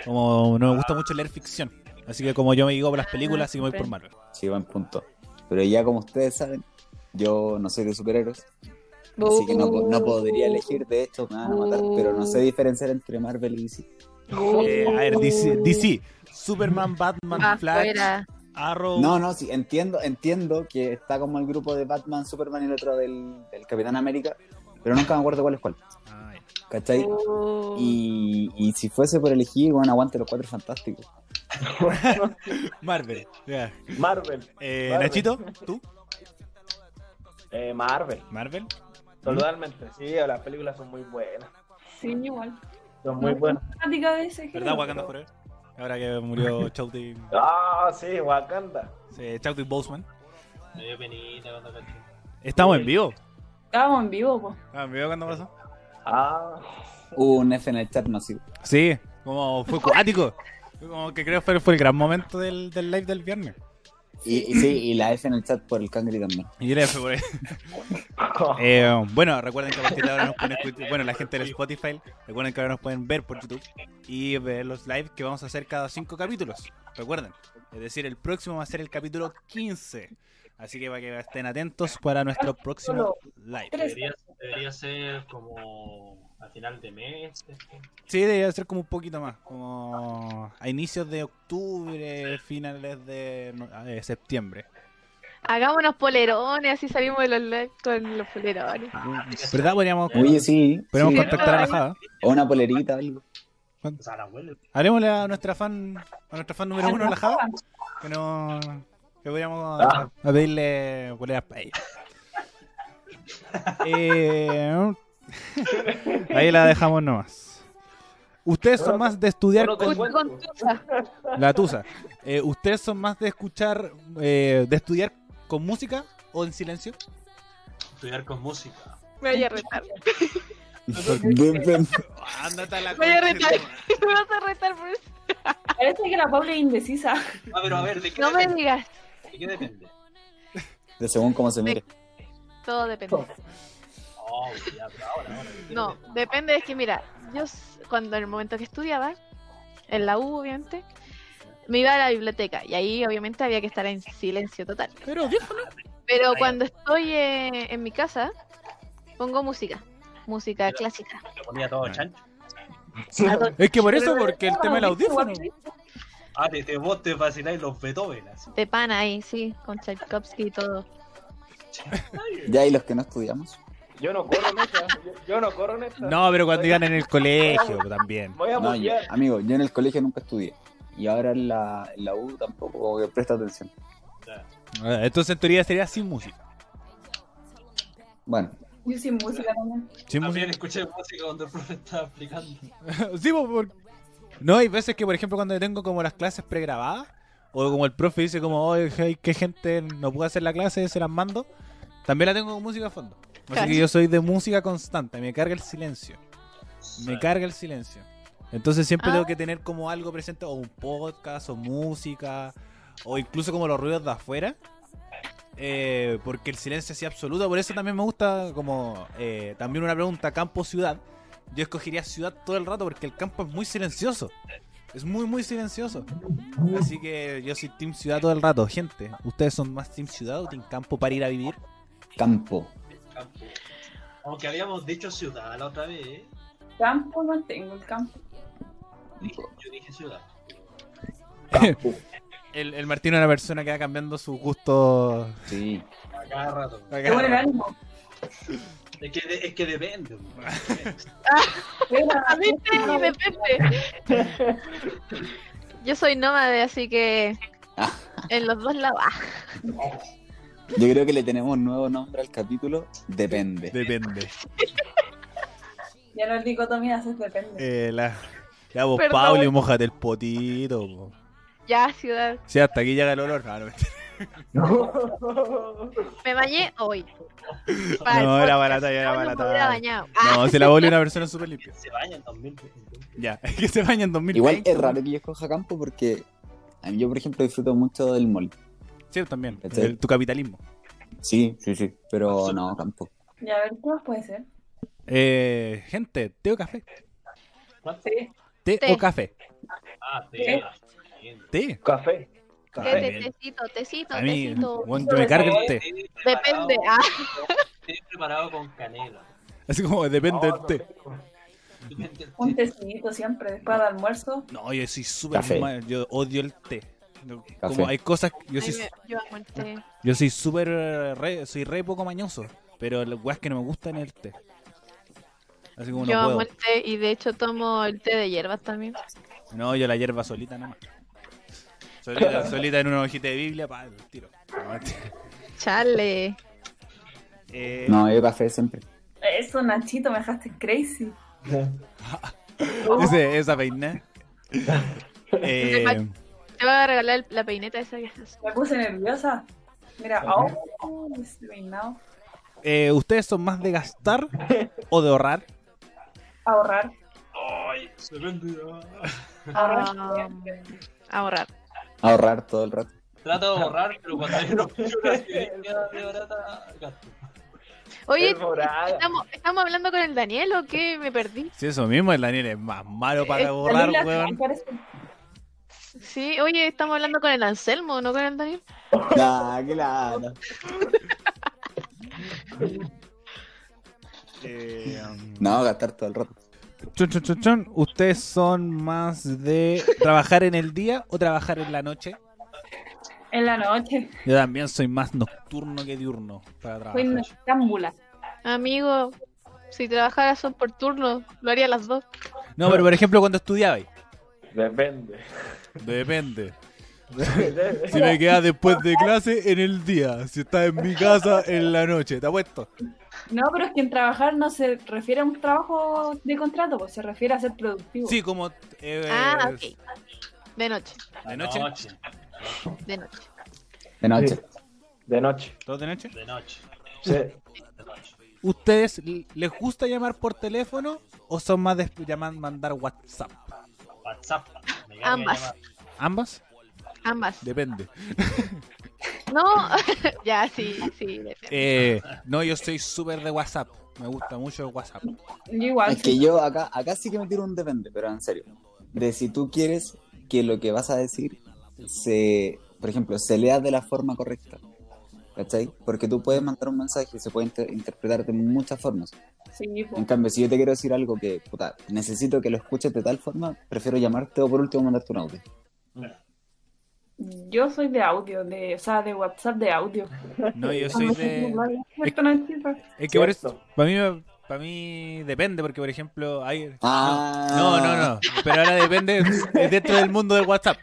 Speaker 1: Como no me gusta mucho leer ficción. Así que como yo me digo por las películas, así que me voy por Marvel.
Speaker 5: Sí, buen punto. Pero ya como ustedes saben, yo no soy de superhéroes. Así que no, po- no podría elegir. De hecho, me van a matar. Pero no sé diferenciar entre Marvel y DC.
Speaker 6: Oh.
Speaker 1: Eh, a ver, DC, DC, Superman, Batman,
Speaker 3: Ah,
Speaker 1: Flash,
Speaker 3: Afuera.
Speaker 1: Arrow.
Speaker 5: No, no, sí, entiendo, entiendo que está como el grupo de Batman, Superman y el otro del, del Capitán América, pero nunca me acuerdo cuál es cuál,
Speaker 1: Ay,
Speaker 5: ¿cachai?
Speaker 3: Uh.
Speaker 5: Y, y si fuese por elegir, bueno, aguante los cuatro fantásticos.
Speaker 1: Marvel. ya.
Speaker 4: Marvel.
Speaker 1: Eh,
Speaker 4: Marvel.
Speaker 1: Nachito, ¿tú?
Speaker 4: Eh, Marvel.
Speaker 1: Marvel.
Speaker 4: Totalmente. Sí, las películas son muy buenas.
Speaker 6: Sí, igual.
Speaker 4: Son muy buenas.
Speaker 6: Fanática de ese
Speaker 1: ¿Verdad,
Speaker 6: género.
Speaker 1: Wakanda Forever? Ahora que murió Chauti,
Speaker 4: Ah, sí, Wakanda.
Speaker 1: eh, Chauti Boseman.
Speaker 2: Me dio penita cuando caché.
Speaker 1: Estamos en vivo.
Speaker 6: Estábamos en vivo, po.
Speaker 1: Ah, ¿en vivo cuando pasó?
Speaker 4: Ah,
Speaker 5: Hubo Uh, un F en el chat masivo.
Speaker 1: Sí, como fue cuático. Como que creo que fue el gran momento del, del live del viernes.
Speaker 5: Y, y sí, y la F en el chat por el Cangri también.
Speaker 1: Y el F por ahí. Eh, bueno, recuerden que a partir de ahora nos pueden escuchar. Bueno, la gente del Spotify, recuerden que ahora nos pueden ver por YouTube y ver los lives que vamos a hacer cada cinco capítulos. Recuerden, es decir, el próximo va a ser el capítulo 15. Así que para que estén atentos para nuestro próximo live.
Speaker 6: Tres.
Speaker 2: Debería, debería ser como a final de mes. este.
Speaker 1: Sí, debería ser como un poquito más, como a inicios de octubre, finales de, no- ah, de septiembre.
Speaker 3: Hagámonos polerones, así salimos de los live con los polerones.
Speaker 1: ¿Verdad? Podríamos,
Speaker 5: Oye, sí,
Speaker 1: podríamos
Speaker 5: sí.
Speaker 1: contactar a la Jada.
Speaker 5: o una polerita, algo.
Speaker 2: O sea, la abuela.
Speaker 1: Hablemosle a nuestra fan, a nuestra fan número uno, la Jada, que no, que podríamos
Speaker 4: Ah.
Speaker 1: a pedirle poleras para ella. Eh, ahí la dejamos nomás. Ustedes son más de estudiar
Speaker 4: Solo te
Speaker 1: con
Speaker 3: Con,
Speaker 4: cuento.
Speaker 3: con tusa.
Speaker 1: la tusa. Eh, ¿Ustedes son más de escuchar, eh, de estudiar con música o en silencio?
Speaker 2: Estudiar con música.
Speaker 3: Me voy a retar.
Speaker 5: Bien, bien.
Speaker 1: Ándate a la
Speaker 3: Voy a
Speaker 1: concha de tu madre.
Speaker 3: retar. Me vas a retar por eso.
Speaker 6: Parece que la Paula es indecisa.
Speaker 2: Ah, pero a ver, ¿de qué,
Speaker 3: No me
Speaker 2: depende?
Speaker 3: digas.
Speaker 2: ¿De qué depende?
Speaker 5: De según cómo se mire.
Speaker 3: Todo depende.
Speaker 2: Oh, ya, pero ahora, ahora.
Speaker 3: No, depende. Es que mira, yo s- cuando en el momento que estudiaba, en la U, obviamente, me iba a la biblioteca y ahí, obviamente, había que estar en silencio total.
Speaker 1: Pero
Speaker 3: Pero cuando estoy eh, en mi casa, pongo música. Música clásica.
Speaker 2: Te ponía todo chancho.
Speaker 3: A to-
Speaker 1: es que por eso, porque el tema del audífono.
Speaker 2: Ah, te, te, vos te fascináis los Beethoven. Así.
Speaker 3: De pan ahí, sí, con Tchaikovsky y todo.
Speaker 5: Ya, y los que no estudiamos.
Speaker 4: yo no corro en esta. Yo, yo no corro en esta.
Speaker 1: No, pero cuando iban en el colegio también.
Speaker 4: Voy a
Speaker 5: No, yo-
Speaker 4: mutear.
Speaker 5: amigo, yo en el colegio nunca estudié. Y ahora en la, en la U tampoco, como que presta atención.
Speaker 1: Ah, Entonces en teoría sería sin música.
Speaker 5: Bueno,
Speaker 6: Yo sin música también.
Speaker 1: Sin música.
Speaker 2: También escuché música cuando el profe estaba explicando.
Speaker 1: Sí, po, por- No, hay veces que, por ejemplo, cuando tengo como las clases pregrabadas, o como el profe dice como, oye, hey, qué gente no pudo hacer la clase, se las mando, también la tengo con música a fondo. Así
Speaker 3: Claro.
Speaker 1: que yo soy de música constante, me carga el silencio. Me
Speaker 2: Sí.
Speaker 1: carga el silencio. Entonces siempre
Speaker 3: Ah.
Speaker 1: tengo que tener como algo presente, o un podcast, o música, o incluso como los ruidos de afuera. eh, porque el silencio es así absoluto. Por eso también me gusta como eh, también una pregunta, campo o ciudad. Yo escogería ciudad todo el rato porque el campo es muy silencioso. Es muy, muy silencioso. Así que yo soy Team Ciudad todo el rato, gente. ¿Ustedes son más Team Ciudad o Team Campo para ir a vivir?
Speaker 5: Campo.
Speaker 2: Campo. Aunque habíamos dicho ciudad la otra vez, ¿eh?
Speaker 6: Campo no tengo, el campo.
Speaker 2: Dije- yo dije ciudad.
Speaker 1: El, el Martín es una persona que va cambiando sus gustos.
Speaker 5: Sí.
Speaker 2: A cada rato.
Speaker 1: a
Speaker 6: Qué buen
Speaker 1: cada rato.
Speaker 6: ánimo.
Speaker 2: Es que, de- es que depende. po.
Speaker 3: A mí me depende. Yo soy nómade, así que en los dos lados. Ah,
Speaker 5: Yo creo que le tenemos nuevo nombre al capítulo. Depende.
Speaker 1: Depende.
Speaker 6: Ya las dicotomías es depende.
Speaker 1: Eh, la, ya vos,
Speaker 3: Perdón.
Speaker 1: Pablo, mojate el potito. po.
Speaker 3: Ya, ciudad.
Speaker 1: Sí, hasta aquí llega el olor. Ah, no, mentira.
Speaker 3: Me bañé hoy.
Speaker 1: No, era
Speaker 3: el podcast.
Speaker 1: barata, ya era
Speaker 3: No, no me
Speaker 1: barata.
Speaker 3: hubiera bañado. Ah,
Speaker 1: No, si la Pablo es una persona súper limpia.
Speaker 2: Se baña en 2020.
Speaker 1: Ya, que se baña en 2020.
Speaker 5: Igual es raro que yo escoja campo porque a mí yo, por ejemplo, disfruto mucho del mall.
Speaker 1: Sí, también.
Speaker 5: ¿Cachai?
Speaker 1: el- tu capitalismo.
Speaker 5: Sí, sí, sí. Pero no, campo.
Speaker 6: Y a ver, ¿qué más puede ser?
Speaker 1: Eh, gente, ¿té o café?
Speaker 2: ¿Cuánto?
Speaker 6: Sí.
Speaker 1: ¿Té,
Speaker 3: Té.
Speaker 1: o café?
Speaker 2: Ah,
Speaker 6: ¿Qué?
Speaker 2: tela. Bien.
Speaker 1: ¿Té?
Speaker 4: Café.
Speaker 3: té, té,
Speaker 1: bien.
Speaker 3: tecito, tecito,
Speaker 1: A mí,
Speaker 3: tecito.
Speaker 1: bueno, yo me cargo el té.
Speaker 2: Té preparado-
Speaker 3: Depende. Ah,
Speaker 2: té preparado con canela.
Speaker 1: Así como depende
Speaker 4: No,
Speaker 1: del té.
Speaker 4: no.
Speaker 2: Depende del
Speaker 6: Un
Speaker 2: té.
Speaker 6: tecito siempre después del almuerzo.
Speaker 1: No, yo soy súper
Speaker 5: Café.
Speaker 1: mal, Yo odio el té. No,
Speaker 5: Café.
Speaker 1: Como hay cosas. Yo
Speaker 3: ay,
Speaker 1: soy,
Speaker 3: me- yo amo el té.
Speaker 1: yo soy súper. eh, Re, soy re poco mañoso. Pero las weas que no me gustan es el té. Así como
Speaker 3: Yo
Speaker 1: no
Speaker 3: amo
Speaker 1: puedo.
Speaker 3: el té y de hecho tomo el té de hierbas también.
Speaker 1: No, yo la hierba solita nomás. Solita, solita en una hojita de Biblia, pa, el tiro.
Speaker 3: Chale.
Speaker 1: Eh,
Speaker 5: No, yo café siempre.
Speaker 6: Eso, Nachito, me dejaste crazy.
Speaker 1: ese- esa peina. Eh,
Speaker 3: Te voy a regalar el- la peineta esa que estás.
Speaker 6: Me puse nerviosa. Mira,
Speaker 4: Ajá.
Speaker 6: oh, ese peinado.
Speaker 1: eh, ¿Ustedes son más de gastar o de ahorrar?
Speaker 6: Ahorrar.
Speaker 2: Ay, se vende. ah.
Speaker 6: Ahorrar.
Speaker 3: Ah. Ahorrar.
Speaker 5: Ahorrar todo el rato.
Speaker 2: Trato de borrar, pero cuando hay una fibra de barata, gasto.
Speaker 3: Oye,
Speaker 4: Es morada.
Speaker 3: ¿estamos, ¿estamos hablando con el Daniel o qué? Me perdí.
Speaker 1: Si eso mismo, el Daniel es más malo para
Speaker 6: Eh,
Speaker 1: borrar,
Speaker 6: Dalila,
Speaker 1: weón.
Speaker 6: parece-
Speaker 3: Sí, oye, estamos hablando con el Anselmo, no con el Daniel.
Speaker 5: Ah, claro.
Speaker 1: Eh, um,
Speaker 5: No, gastar todo el rato.
Speaker 1: chun, chun, chun, chun. ¿Ustedes son más de trabajar en el día o trabajar en la noche?
Speaker 6: En la noche.
Speaker 1: Yo también soy más nocturno que diurno para trabajar.
Speaker 6: Fui en noctámbula.
Speaker 3: Amigo, si trabajaras son por turno, lo haría a las dos.
Speaker 1: No, pero por ejemplo, cuando estudiaba,
Speaker 4: Depende.
Speaker 1: depende. Si me quedas después de clase, en el día. Si estás en mi casa, en la noche. ¿Te apuesto?
Speaker 6: No, pero es que en trabajar no se refiere a un trabajo de contrato, pues se refiere a ser productivo.
Speaker 1: Sí, como... eh,
Speaker 3: Ah, ok. De noche,
Speaker 1: ¿De noche?
Speaker 3: de noche.
Speaker 5: De noche.
Speaker 4: De noche.
Speaker 1: ¿Todo de noche?
Speaker 2: De noche.
Speaker 4: Sí.
Speaker 2: De noche.
Speaker 1: ¿Ustedes l- les gusta llamar por teléfono o son más de llamar, mandar WhatsApp?
Speaker 2: WhatsApp. me carga
Speaker 3: Ambas.
Speaker 2: llamar.
Speaker 1: ¿Ambas?
Speaker 3: Ambas.
Speaker 1: Depende.
Speaker 3: No, ya, sí, sí. de-
Speaker 1: Eh, no, yo soy súper de WhatsApp. Me gusta mucho el WhatsApp.
Speaker 6: Yo igual.
Speaker 5: Es que yo acá, acá sí que me tiro un depende, pero en serio. De si tú quieres que lo que vas a decir se, por ejemplo, se lea de la forma correcta. ¿Cachai? Porque tú puedes mandar un mensaje y se puede inter- interpretar de muchas formas.
Speaker 6: Sí,
Speaker 5: En
Speaker 6: pues.
Speaker 5: cambio, si yo te quiero decir algo que, puta, necesito que lo escuches de tal forma, prefiero llamarte o por último mandarte un audio.
Speaker 6: Yo soy de audio, de, o sea, de WhatsApp de audio.
Speaker 1: No, yo soy de...
Speaker 6: Esto no es chifa.
Speaker 1: Es que por
Speaker 4: Cierto.
Speaker 1: eso... Para mí, me- para mí depende, porque por ejemplo hay...
Speaker 5: Ah.
Speaker 1: No, no, no. Pero ahora depende es dentro del mundo del WhatsApp.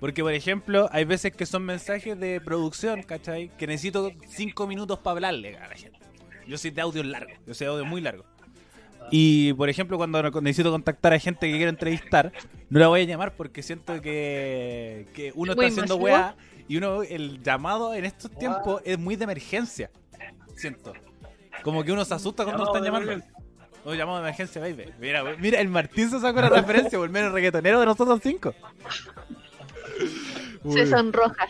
Speaker 1: Porque, por ejemplo, hay veces que son mensajes de producción, ¿cachai? Que necesito cinco minutos para hablarle a la gente. Yo soy de audio largo, yo soy de audio muy largo. Y, por ejemplo, cuando necesito contactar a gente que quiero entrevistar, no la voy a llamar porque siento que, que uno
Speaker 3: Muy
Speaker 1: está haciendo
Speaker 3: masivo.
Speaker 1: weá y uno, el llamado en estos tiempos es muy de emergencia. Siento. Como que uno se asusta cuando lo están llamando. Un llamado de emergencia, baby. Mira, we- mira, el Martín se sacó la referencia, por menos reggaetonero de nosotros cinco.
Speaker 3: Se sonroja.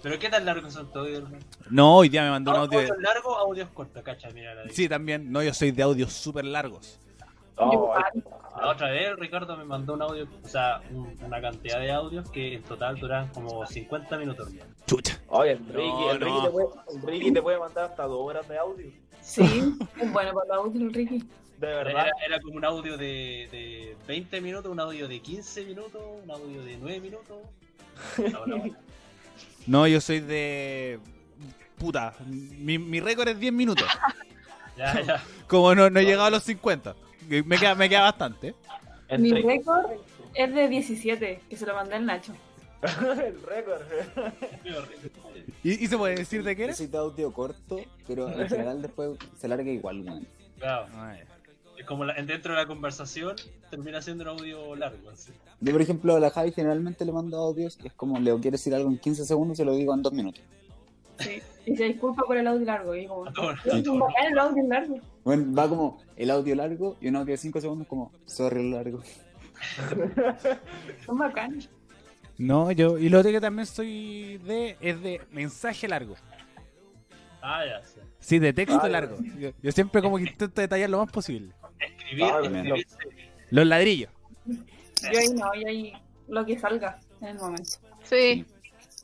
Speaker 2: Pero qué tan largos son todos, hermano.
Speaker 1: No, hoy día me mandó un audio.
Speaker 2: Audios
Speaker 1: de-
Speaker 2: largos, audios cortos, cacha, mira la
Speaker 1: Sí, también. No, yo soy de audios súper largos.
Speaker 4: Oh,
Speaker 6: ah,
Speaker 2: La otra vez Ricardo me mandó un audio, o sea, un- una cantidad de audios que en total duran como 50 minutos.
Speaker 1: Chucha.
Speaker 4: Oye, el Ricky,
Speaker 1: No,
Speaker 4: el, Ricky
Speaker 1: no.
Speaker 4: Te puede, el Ricky te puede mandar hasta dos horas de audio.
Speaker 6: Sí, es bueno pues para la útil, Ricky.
Speaker 4: De
Speaker 2: Era,
Speaker 4: verdad.
Speaker 2: era- era como un audio de, de 20 minutos, un audio de 15 minutos, un audio de 9 minutos. No, no, no.
Speaker 1: No, yo soy de. Puta. Mi, mi récord es 10 minutos.
Speaker 2: Ya, ya.
Speaker 1: Como no, no he llegado a los 50. que Me queda, me queda bastante.
Speaker 6: Mi
Speaker 4: Entre-
Speaker 6: récord es de 17, que se lo mandé al Nacho.
Speaker 4: el récord.
Speaker 1: ¿Y, y se puede decir de qué
Speaker 5: Yo
Speaker 1: era?
Speaker 5: soy de audio corto, pero en general después se larga igual, weón.
Speaker 2: Claro,
Speaker 1: Ay.
Speaker 2: es como la- dentro de la conversación termina siendo un audio largo. así.
Speaker 5: Yo, por ejemplo, a la Javi generalmente le mando audios y es como, le quiero decir algo en 15 segundos, se lo digo en 2 minutos.
Speaker 6: Sí. Y se disculpa por el audio largo. Y como,
Speaker 2: A todo- a
Speaker 6: es un
Speaker 2: todo-
Speaker 6: bacán el audio largo.
Speaker 5: Bueno, va como el audio largo y un audio de 5 segundos como, sorry el largo.
Speaker 6: Son bacanes.
Speaker 1: No, yo. Y lo otro que también soy de. Es de mensaje largo.
Speaker 2: Ah, ya, sí.
Speaker 1: Sí, de texto
Speaker 4: Vale.
Speaker 1: largo. Yo, yo siempre como que intento detallar lo más posible.
Speaker 2: Escribir,
Speaker 4: Ah,
Speaker 2: escribir,
Speaker 4: bien.
Speaker 1: Los ladrillos.
Speaker 6: Yo ahí no, yo ahí lo que salga en el momento.
Speaker 3: Sí.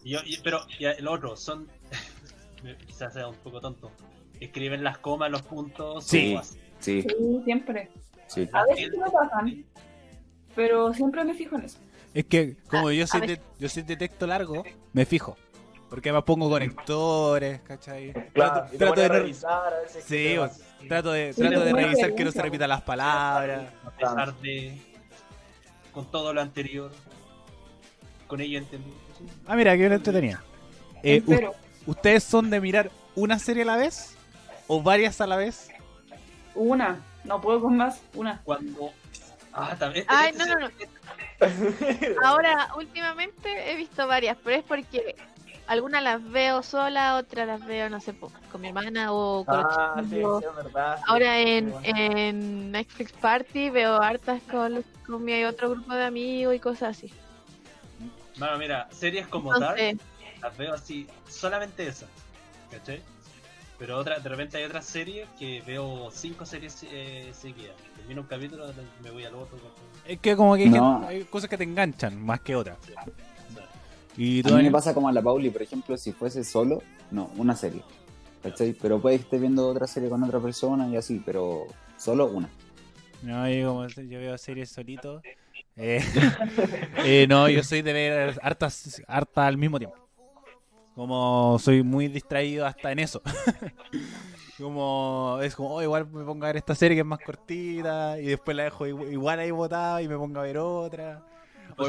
Speaker 2: Yo- y- pero y el otro, son. quizás sea un poco tonto. Escriben las comas, los puntos.
Speaker 1: Sí.
Speaker 2: o así.
Speaker 5: Sí,
Speaker 6: Sí, siempre.
Speaker 5: sí.
Speaker 6: A veces no pasan, pero siempre me fijo en eso.
Speaker 1: Es que como yo soy,
Speaker 3: ver.
Speaker 1: de, yo soy de texto largo, me fijo. Porque además pongo conectores, ¿cachai?
Speaker 4: Claro,
Speaker 1: trato,
Speaker 4: y te
Speaker 1: trato
Speaker 4: pones
Speaker 1: de
Speaker 4: a
Speaker 1: no-
Speaker 4: revisar a veces.
Speaker 1: Sí,
Speaker 4: que-
Speaker 1: bueno, trato de,
Speaker 6: Sí,
Speaker 1: trato
Speaker 6: lo
Speaker 1: de
Speaker 6: pongo en
Speaker 1: revisar que no se
Speaker 6: evidencia,
Speaker 1: repitan las palabras.
Speaker 2: A pesar de. Con todo lo anterior. Con ello entendí.
Speaker 1: Ah, mira, qué entretenida. Eh, u-
Speaker 6: pero,
Speaker 1: ¿Ustedes son de mirar una serie a la vez? ¿O varias a la vez?
Speaker 6: una, no puedo con más, una.
Speaker 2: Cuando. Ah, también.
Speaker 3: Ay, no, no, no. Ahora, últimamente he visto varias, pero es porque algunas las veo sola, otras las veo, no sé, po- con mi hermana o con los
Speaker 4: Ah, sí, sí,
Speaker 3: chicos.
Speaker 4: es verdad. sí.
Speaker 3: Ahora en,
Speaker 4: Sí,
Speaker 3: en Netflix Party veo hartas con, los- con mi otro grupo de amigos y cosas así.
Speaker 2: Bueno, mira, series como Dark,
Speaker 3: Entonces,
Speaker 2: las veo así. Solamente esas. ¿Cachai? Pero otra, de repente hay otras series que veo cinco series eh, seguidas. Termino un capítulo, me voy al otro. ¿cachai?
Speaker 1: Es que como que hay
Speaker 5: No.
Speaker 1: gente- hay cosas que te enganchan más que otras.
Speaker 2: O sea,
Speaker 1: Y tú,
Speaker 5: A mí me
Speaker 1: Dani?
Speaker 5: pasa como a la Pauli, por ejemplo, si fuese solo, no, una serie. ¿Cachai? Pero puede que esté viendo otra serie con otra persona y así, pero solo una.
Speaker 1: No, yo, como- yo veo series solito. Eh, eh, no, yo soy de ver hartas, hartas al mismo tiempo. Como soy muy distraído hasta en eso. como es como, oh, igual me pongo a ver esta serie que es más cortita y después la dejo igu- igual ahí botada y me pongo a ver otra. O me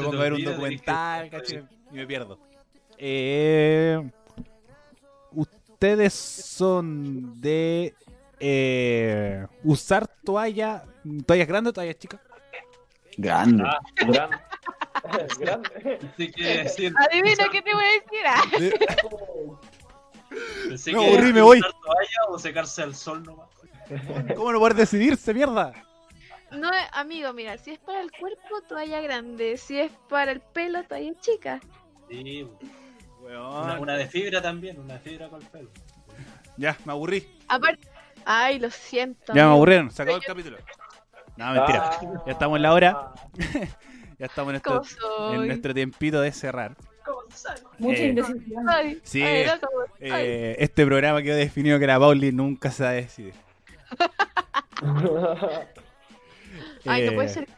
Speaker 2: Entonces,
Speaker 1: pongo
Speaker 2: te
Speaker 1: a ver un
Speaker 2: olvidas de
Speaker 1: documental,
Speaker 2: que-
Speaker 1: ¿cachai? Y me pierdo. Eh, Ustedes son de eh, usar toalla, toallas grandes o toallas chicas.
Speaker 5: Grande.
Speaker 2: Ah.
Speaker 4: Gran. Gran.
Speaker 2: Pensé que iba a decir.
Speaker 3: adivina qué te voy a decir. Ah,
Speaker 2: Pensé
Speaker 1: Me
Speaker 2: que
Speaker 1: aburrí, me voy.
Speaker 2: usar toalla o secarse al sol nomás.
Speaker 1: ¿Cómo no poder decidirse, mierda?
Speaker 3: No, eh, amigo, mira, si es para el cuerpo, toalla grande. Si es para el pelo, toalla chica.
Speaker 2: Sí,
Speaker 1: Ah,
Speaker 2: una, una de fibra también, una de fibra con el pelo.
Speaker 1: Ya, me aburrí.
Speaker 3: Aparte, ay, lo siento.
Speaker 1: Ya me
Speaker 3: amigo.
Speaker 1: aburrieron, se acabó el capítulo. No, mentira.
Speaker 4: Ah.
Speaker 1: Ya estamos en la hora. Ya estamos en, nuestro,
Speaker 3: ¿Cómo
Speaker 1: en este-
Speaker 3: soy?
Speaker 1: nuestro tiempito de cerrar.
Speaker 6: Mucha
Speaker 1: Eh,
Speaker 6: indecisión.
Speaker 3: Ay,
Speaker 1: Sí.
Speaker 3: ay, no, como- ay.
Speaker 1: Eh, este programa quedó definido que la Pauli nunca se va a decidir.
Speaker 3: Ay, no puede
Speaker 1: Eh,
Speaker 3: ser.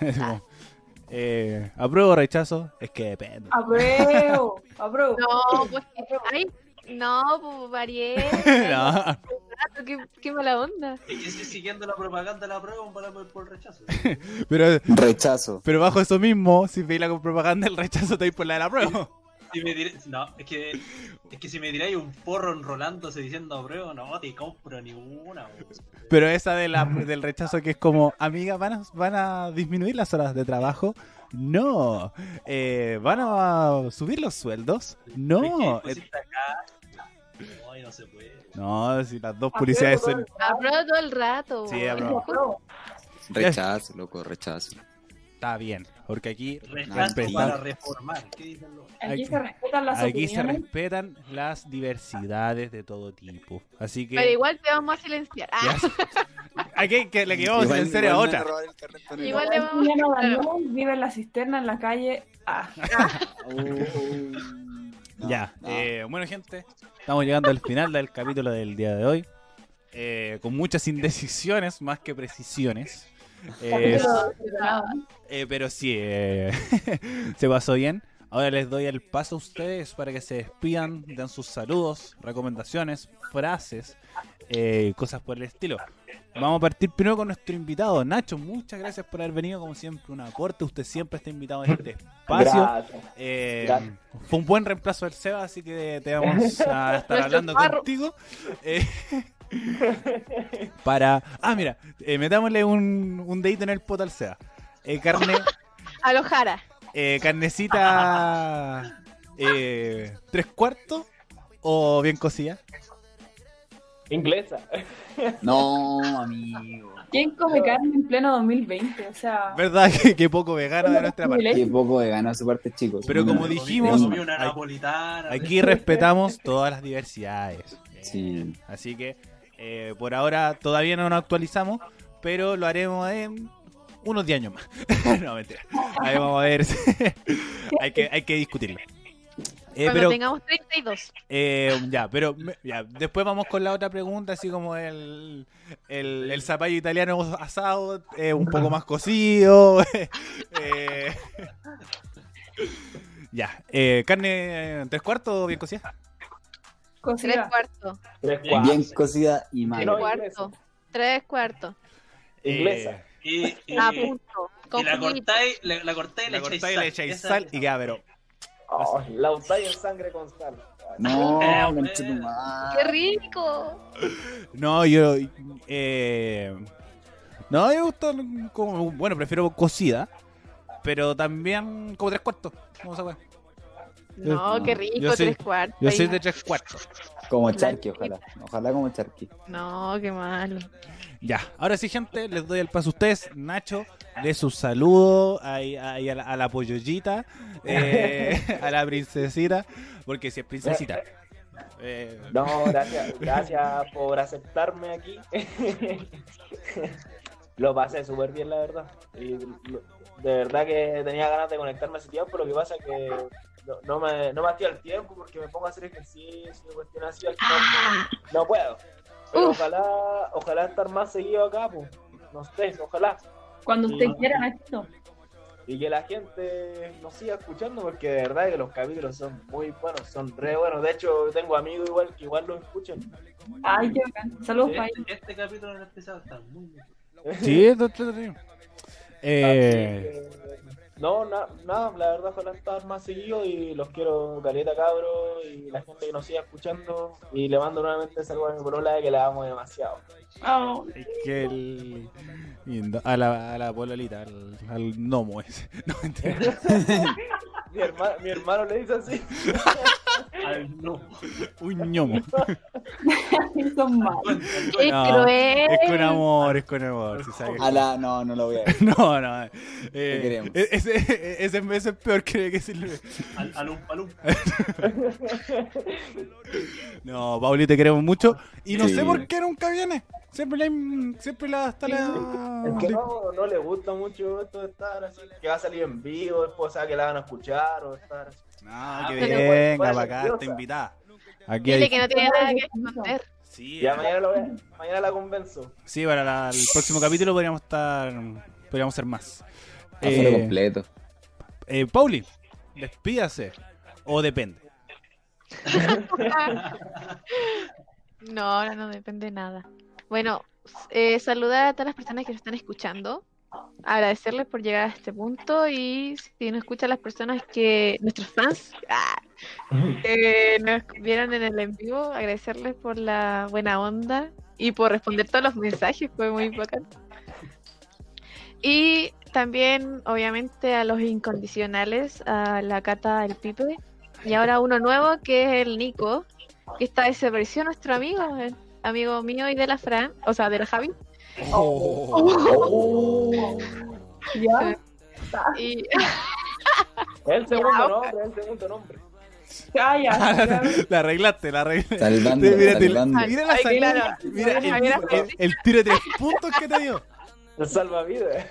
Speaker 1: es como, eh, ¿Apruebo o rechazo? Es que depende.
Speaker 6: Apruebo, apruebo.
Speaker 3: No, pues que- ay, no, pues varié. Ah,
Speaker 1: No.
Speaker 3: qué, qué mala onda.
Speaker 2: Y que estoy siguiendo la propaganda la prueba para por, por el rechazo.
Speaker 1: Pero,
Speaker 5: Rechazo.
Speaker 1: pero bajo eso mismo, si veis la propaganda, el rechazo te vais por la de la prueba.
Speaker 2: Si me dire- No, es que, es que si me tiráis un porro enrolándose diciendo prueba, no te compro ninguna. bo.
Speaker 1: Pero esa de la, del rechazo que es como, amiga, ¿van a, van a disminuir las horas de trabajo? No. Eh, ¿Van a subir los sueldos?
Speaker 2: ¿De
Speaker 1: No. Eh,
Speaker 2: qué pusiste acá? Ay, no se puede.
Speaker 1: No, si las dos publicidades son.
Speaker 3: Aprueba todo el rato. pues.
Speaker 1: Sí,
Speaker 3: weón.
Speaker 1: aprueba.
Speaker 5: Rechazo, loco, rechazo.
Speaker 1: Está bien, porque aquí,
Speaker 2: Rechazo
Speaker 1: Respetar.
Speaker 2: para reformar. ¿Qué dicen los-
Speaker 6: Aquí se respetan las
Speaker 1: aquí se
Speaker 6: opiniones.
Speaker 1: respetan las diversidades de todo tipo. Así
Speaker 3: Pero
Speaker 1: que.
Speaker 3: igual te vamos a silenciar. Ah,
Speaker 1: Aquí que le quedamos
Speaker 5: Igual-
Speaker 1: en serio a
Speaker 5: igual me
Speaker 1: otra.
Speaker 5: robaron el carnet con el-
Speaker 3: Igual
Speaker 6: El
Speaker 3: le vamos
Speaker 6: chileno
Speaker 3: a
Speaker 6: ganó, vive en la cisterna, en la calle. Ah,
Speaker 5: No,
Speaker 1: ya.
Speaker 5: no.
Speaker 1: eh, bueno, gente, estamos llegando al final del capítulo del día de hoy. Eh, con muchas indecisiones más que precisiones. Eh, eh, pero sí, eh, se pasó bien. Ahora les doy el paso a ustedes para que se despidan, den sus saludos, recomendaciones, frases, eh, cosas por el estilo. Vamos a partir primero con nuestro invitado, Nacho. Muchas gracias por haber venido, como siempre, un aporte. Usted siempre está invitado en este espacio.
Speaker 4: Gracias.
Speaker 1: Eh,
Speaker 4: Gracias.
Speaker 1: fue un buen reemplazo del Seba, así que te vamos a estar
Speaker 3: Nuestro
Speaker 1: hablando
Speaker 3: farro.
Speaker 1: contigo. eh, para. Ah, mira, eh, metámosle un, un dedito en el poto al Seba. Eh, carne,
Speaker 3: a los Jara.
Speaker 1: eh, carnecita. eh, ¿Tres cuartos? ¿O bien cocida?
Speaker 4: Inglesa.
Speaker 5: No, amigo.
Speaker 6: ¿Quién come carne en pleno 2020? O sea,
Speaker 1: ¿Verdad? que que poco vegano de nuestra parte.
Speaker 5: Qué poco de ganas su parte, chicos.
Speaker 1: Pero
Speaker 5: No,
Speaker 1: como
Speaker 5: no.
Speaker 2: Me comí-
Speaker 1: dijimos,
Speaker 2: me comí una
Speaker 1: aquí-
Speaker 2: napolitana.
Speaker 1: Aquí respetamos todas las diversidades.
Speaker 5: Sí.
Speaker 1: Así que eh, por ahora todavía no nos actualizamos, pero lo haremos en unos 10 años más. no, mentira. Ahí vamos a ver. hay, que, hay que discutirlo. Eh,
Speaker 3: Cuando
Speaker 1: pero
Speaker 3: tengamos 32.
Speaker 1: eh, ya, pero me- ya, después vamos con la otra pregunta, así como el, el, el zapallo italiano asado, eh, un poco más cocido. eh. ya, eh, carne tres cuartos o bien cocida.
Speaker 3: Tres
Speaker 6: cocida.
Speaker 3: cuartos.
Speaker 1: Ah,
Speaker 4: Tres
Speaker 2: Bien.
Speaker 4: cuartos.
Speaker 5: Bien cocida y mal.
Speaker 4: No,
Speaker 3: Cuarto. Tres cuartos.
Speaker 4: Inglesa.
Speaker 1: Eh,
Speaker 2: Y, y-
Speaker 3: A punto.
Speaker 2: y la
Speaker 3: Con
Speaker 2: cortáis, la, la cortáis y
Speaker 1: la
Speaker 2: le
Speaker 1: cortáis y le
Speaker 2: echáis
Speaker 1: echáis
Speaker 2: Esa-
Speaker 1: sal y queda, pero
Speaker 4: Oh, la untalla en sangre con sal.
Speaker 5: No,
Speaker 2: Eh,
Speaker 5: conche tu
Speaker 2: eh.
Speaker 5: madre.
Speaker 3: ¡Qué rico!
Speaker 1: No, yo. Eh, no, me gusta. Como, bueno, prefiero cocida. Pero también como tres cuartos. ¿Cómo se
Speaker 3: No,
Speaker 5: no,
Speaker 3: qué rico,
Speaker 1: yo soy-
Speaker 3: tres cuartos.
Speaker 1: Yo soy
Speaker 3: hija.
Speaker 1: de tres cuartos.
Speaker 5: Como charqui, ojalá. Ojalá como charqui.
Speaker 3: No, qué malo.
Speaker 1: Ya. Ahora sí, gente, les doy el paso a ustedes. Nacho, de su saludo ahí- ahí a, la, a la pollollita. eh, a la princesita. Porque si es princesita. Eh,
Speaker 4: No, gracias, gracias por aceptarme aquí. lo pasé súper bien, la verdad. Y lo- de verdad que tenía ganas de conectarme hace tiempo, lo que pasa es que no, no me, no me hacía el tiempo porque me pongo a hacer ejercicio, cuestiones así, al final
Speaker 3: Ah,
Speaker 4: no puedo. Pero
Speaker 3: Uf.
Speaker 4: ojalá, ojalá estar más seguido acá, pues. No sé, ojalá.
Speaker 6: Cuando usted quiera, Nachito.
Speaker 4: Y que la gente nos siga escuchando porque de verdad que los capítulos son muy buenos, son re buenos. De hecho, tengo amigos igual que igual los escuchan.
Speaker 6: Ay, qué bacán. Saludos para ahí.
Speaker 2: Este, este capítulo en especial está muy bien.
Speaker 1: sí, esto- esto- esto- Eh,
Speaker 4: Así que, No, na- nada, la verdad ojalá estar más seguido y los quiero caleta cabro y la gente que nos siga escuchando y le mando nuevamente saludos a mi polola que la amo demasiado.
Speaker 6: Oh,
Speaker 1: es que el- lindo. A la, a la pololita, al, al gnomo ese. No, mentira.
Speaker 4: Mi, herma- mi hermano le dice así.
Speaker 2: Ay, no.
Speaker 1: Un ñomo.
Speaker 6: son malos.
Speaker 3: ¡Qué
Speaker 1: No,
Speaker 3: cruel!
Speaker 1: Es con amor, es con amor. si sabes.
Speaker 5: A la, no, no lo voy a ver.
Speaker 1: No, no. eh,
Speaker 5: queremos.
Speaker 1: ese, ese, ese es peor que que decirle.
Speaker 2: Al, al un palum.
Speaker 1: No, Pauli, te queremos mucho. Y no
Speaker 5: Sí.
Speaker 1: sé por qué nunca viene. Siempre la. Siempre la. Hasta la.
Speaker 4: Es que no, no le gusta mucho esto de estar así, que va a salir en vivo, después sabe que la van a escuchar o estar así.
Speaker 1: No, que
Speaker 4: Ah, pero
Speaker 1: venga,
Speaker 4: bueno,
Speaker 1: para acá,
Speaker 4: nerviosa.
Speaker 1: está invitada. Aquí
Speaker 3: Dile
Speaker 1: hay-
Speaker 3: que no tiene nada que esconder.
Speaker 1: Sí,
Speaker 4: Ya mañana, lo voy a- mañana la convenzo.
Speaker 1: sí, para la- el próximo capítulo podríamos estar. Podríamos ser más.
Speaker 5: Hazlo
Speaker 1: Eh,
Speaker 5: completo.
Speaker 1: eh, Pauli, despídase. O depende.
Speaker 3: No, ahora no depende de nada. Bueno, eh, saludar a todas las personas que nos están escuchando, agradecerles por llegar a este punto y si nos escuchan las personas que, nuestros fans, ah, que nos vieron en el en vivo, agradecerles por la buena onda y por responder todos los mensajes, fue muy bacán. Y también, obviamente, a los incondicionales, a la Cata, el Pipe, y ahora uno nuevo que es el Nico, que esta vez se apareció nuestro amigo, el amigo mío y de la Fran, o sea, de la Javi. Oh.
Speaker 6: ¿Ya?
Speaker 3: Y
Speaker 4: Es el segundo nombre, es el segundo nombre.
Speaker 6: Calla.
Speaker 1: La arreglaste, la arreglaste.
Speaker 5: Salvando,
Speaker 1: mira, te-
Speaker 5: salvando.
Speaker 1: mira la
Speaker 3: Ay,
Speaker 1: salida,
Speaker 3: claro.
Speaker 1: Mira el,
Speaker 3: Mira,
Speaker 1: el- el tiro de tres puntos que te dio.
Speaker 4: El salvavidas.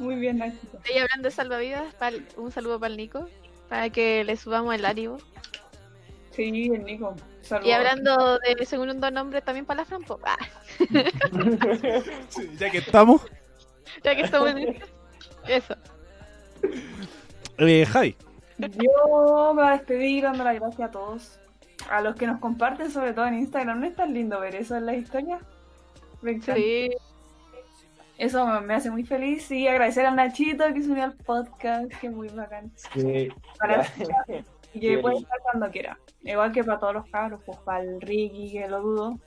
Speaker 6: Muy bien, Nachito.
Speaker 3: y hablando de salvavidas, pa'l- un saludo para el Nico, para que le subamos el ánimo.
Speaker 6: Sí, el Nico. Saludos.
Speaker 3: Y hablando de segundo nombre también para la Fran, po. Ah,
Speaker 1: Sí, Ya que estamos.
Speaker 3: ya que estamos en eso.
Speaker 1: Eh, Javi,
Speaker 6: Yo me voy a despedir dando las gracias a todos. A los que nos comparten, sobre todo en Instagram. No es tan lindo ver eso en las historias. Me encanta.
Speaker 3: Sí,
Speaker 6: Eso me me hace muy feliz. Y agradecer a Nachito que se unió al podcast, que es muy bacán.
Speaker 4: Sí.
Speaker 6: Para- y que
Speaker 4: Sí.
Speaker 6: puede estar cuando quiera. Igual que para todos los cabros, pues para el Ricky, que lo dudo.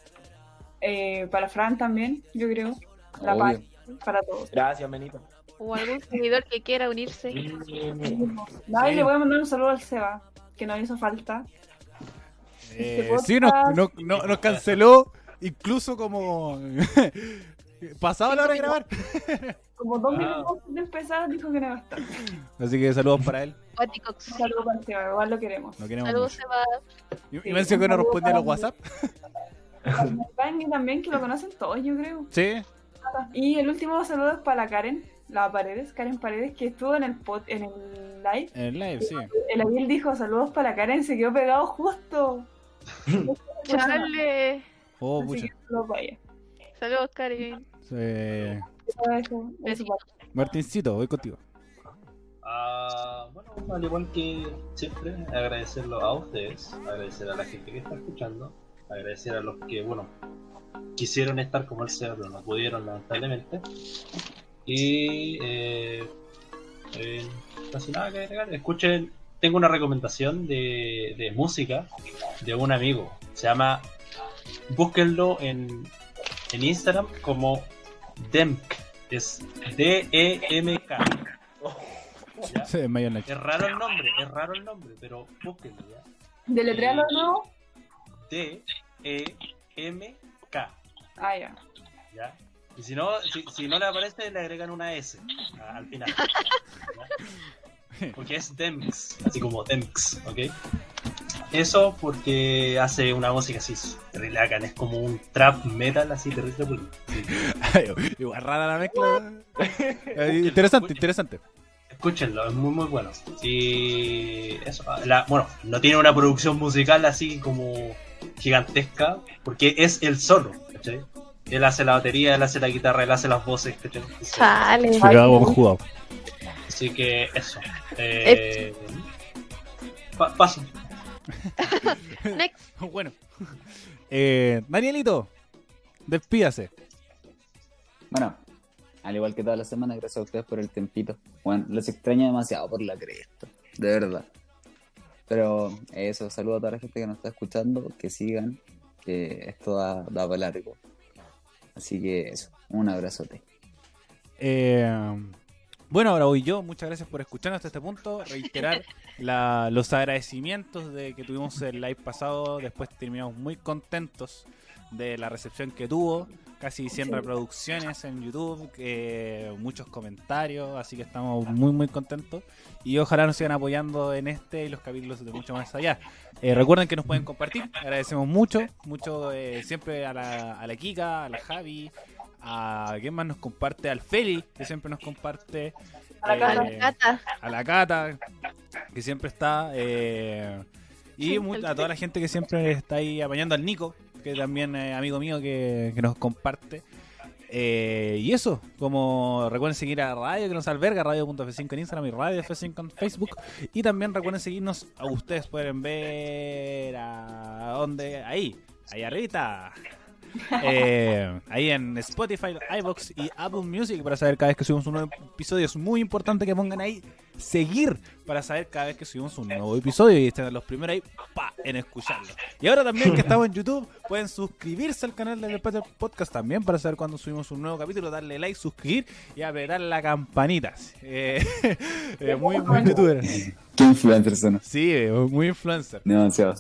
Speaker 6: Eh, para Fran también, yo creo. La paz.
Speaker 5: Obvio.
Speaker 6: Para todos.
Speaker 4: Gracias, Benito.
Speaker 3: o algún seguidor que quiera unirse.
Speaker 6: Ay, le voy a mandar un saludo al Seba, que nos hizo falta.
Speaker 1: eh,
Speaker 6: podcast-
Speaker 1: sí, nos, no- no- nos canceló incluso como... Pasaba la hora de grabar.
Speaker 6: Como dos
Speaker 2: Ah.
Speaker 6: minutos antes de empezar dijo que no iba a estar. Un
Speaker 1: Así que saludos para él.
Speaker 3: Cuaticox.
Speaker 6: saludo para el Seba, igual lo queremos.
Speaker 1: No queremos
Speaker 3: Saludos,
Speaker 1: mucho.
Speaker 3: Seba.
Speaker 1: Y y me dice que no responde a los WhatsApp.
Speaker 6: Bang, y también que lo conocen todos, yo creo.
Speaker 1: Sí.
Speaker 6: Y el último saludo es para la Karen, la Paredes, Karen Paredes, que estuvo en el pod, en el live.
Speaker 1: En el live, sí.
Speaker 6: El Ariel dijo saludos para la Karen, se quedó pegado justo.
Speaker 3: Chale.
Speaker 1: Oh,
Speaker 6: Así
Speaker 1: pucha.
Speaker 6: que saludos para ella.
Speaker 3: Saludos, Karen.
Speaker 1: Eh,
Speaker 6: Eso, eso, eso.
Speaker 3: Besitos.
Speaker 1: Martincito, voy contigo.
Speaker 2: Ah, bueno, al igual que siempre, agradecerlo a ustedes, agradecer a la gente que está escuchando, agradecer a los que, bueno, quisieron estar como el Seba, pero no pudieron, lamentablemente. Y, eh, eh, casi nada que agregar. Escuchen, tengo una recomendación de, de música de un amigo. Se llama, búsquenlo en, en Instagram como Demk. Es E D-E-M-K. ¿ya?
Speaker 1: Se desmayó en la
Speaker 2: Es raro el nombre, es raro el nombre, pero búsquenlo ya.
Speaker 6: Deletréalo de nuevo.
Speaker 2: E D-E-M-K,
Speaker 6: Ah, ya.
Speaker 2: ¿ya? Y si no, si, si no le aparece, le agregan una S a- al final. ¿ya? Porque es Demx, así como Demx, ¿ok? Eso porque hace una música así, terrible bacán, es como un trap metal así, terrible. pulento.
Speaker 1: Igual rara la mezcla. Eh, interesante, interesante.
Speaker 2: Escúchenlo, es muy muy bueno. Y eso, la- bueno, no tiene una producción musical así como gigantesca, porque es él solo, ¿cachai? Él hace la batería, él hace la guitarra, él hace las voces, ¿cachai? Entonces,
Speaker 3: Chale.
Speaker 1: jugado.
Speaker 2: Así que eso. Eh, pa- paso.
Speaker 3: Next.
Speaker 1: Bueno. Eh, Danielito, despídase.
Speaker 5: Bueno, al igual que toda la semana, gracias a ustedes por el tempito. Bueno, los extraño demasiado por la cresta, de verdad. Pero eso, saludo a toda la gente que nos está escuchando, que sigan, que esto da, da para largo. Así que eso, un abrazote.
Speaker 1: Eh, bueno, ahora voy yo. Muchas gracias por escucharnos hasta este punto. Reiterar la- los agradecimientos de que tuvimos el live pasado. Después terminamos muy contentos de la recepción que tuvo. Casi 100 reproducciones en YouTube, eh, muchos comentarios, así que estamos muy muy contentos y ojalá nos sigan apoyando en este y los capítulos de mucho más allá. Eh, recuerden que nos pueden compartir, agradecemos mucho, mucho eh, siempre a la, a la Kika, a la Javi, a quién más nos comparte, al Feli, que siempre nos comparte,
Speaker 6: A la Cata.
Speaker 1: eh,
Speaker 3: Cata.
Speaker 1: a la Cata, que siempre está, eh, y
Speaker 3: Sí,
Speaker 1: mu-
Speaker 3: el
Speaker 1: a toda la gente que siempre está ahí apañando al Nico, que también es amigo mío que, que nos comparte. Eh, y eso, como recuerden seguir a Radio que nos alberga, radio.f5 en Instagram y Radio F5 en Facebook. Y también recuerden seguirnos, a ustedes pueden ver a dónde, ahí, ahí arribita. Eh, ahí en Spotify, iBox y Apple Music para saber cada vez que subimos un nuevo episodio. Es muy importante que pongan ahí seguir para saber cada vez que subimos un nuevo episodio y estén los primeros ahí pa, en escucharlo. Y ahora también que estamos en YouTube, pueden suscribirse al canal del Peter Podcast también para saber cuando subimos un nuevo capítulo, darle like, suscribir y apretar la campanita. Eh, eh, muy, muy youtuber.
Speaker 5: Qué influencers son,
Speaker 1: Sí, eh, muy influencer.
Speaker 5: demasiado.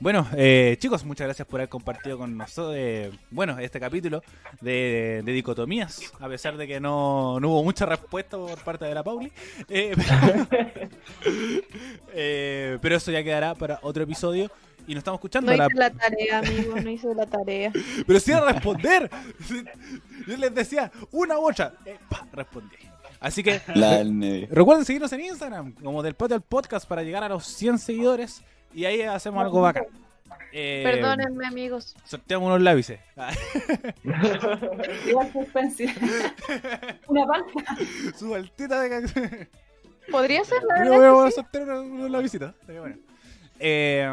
Speaker 1: Bueno, eh, chicos, muchas gracias por haber compartido con nosotros, eh, bueno, este capítulo de, de dicotomías, a pesar de que no, no hubo mucha respuesta por parte de la Pauli. Eh, pero, eh, pero eso ya quedará para otro episodio y nos estamos escuchando.
Speaker 3: No
Speaker 1: la-
Speaker 3: hice la tarea, amigo, no hice la tarea.
Speaker 1: Pero sí a responder. Yo les decía una u otra. Eh, pa, respondí. Así que
Speaker 5: La del medio.
Speaker 1: Recuerden seguirnos en Instagram, como del Patio al Podcast, para llegar a los 100 seguidores y ahí hacemos algo bacán. Eh,
Speaker 3: Perdónenme, amigos.
Speaker 1: Sorteamos unos lápices.
Speaker 6: Igual suspensiva. Una palta.
Speaker 1: Su altita de canción.
Speaker 3: ¿Podría ser la
Speaker 1: Yo
Speaker 3: verdad?
Speaker 1: voy a sortear unos unos lapicitos. Así que Bueno. Eh,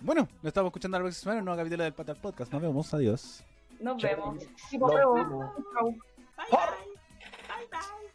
Speaker 1: bueno, nos estamos escuchando la próxima semana en un nuevo capítulo del Patio al Podcast. Nos vemos, adiós.
Speaker 6: Nos vemos.
Speaker 4: Nos
Speaker 6: Chau.
Speaker 4: vemos.
Speaker 6: Chau.
Speaker 7: Bye bye. Bye bye.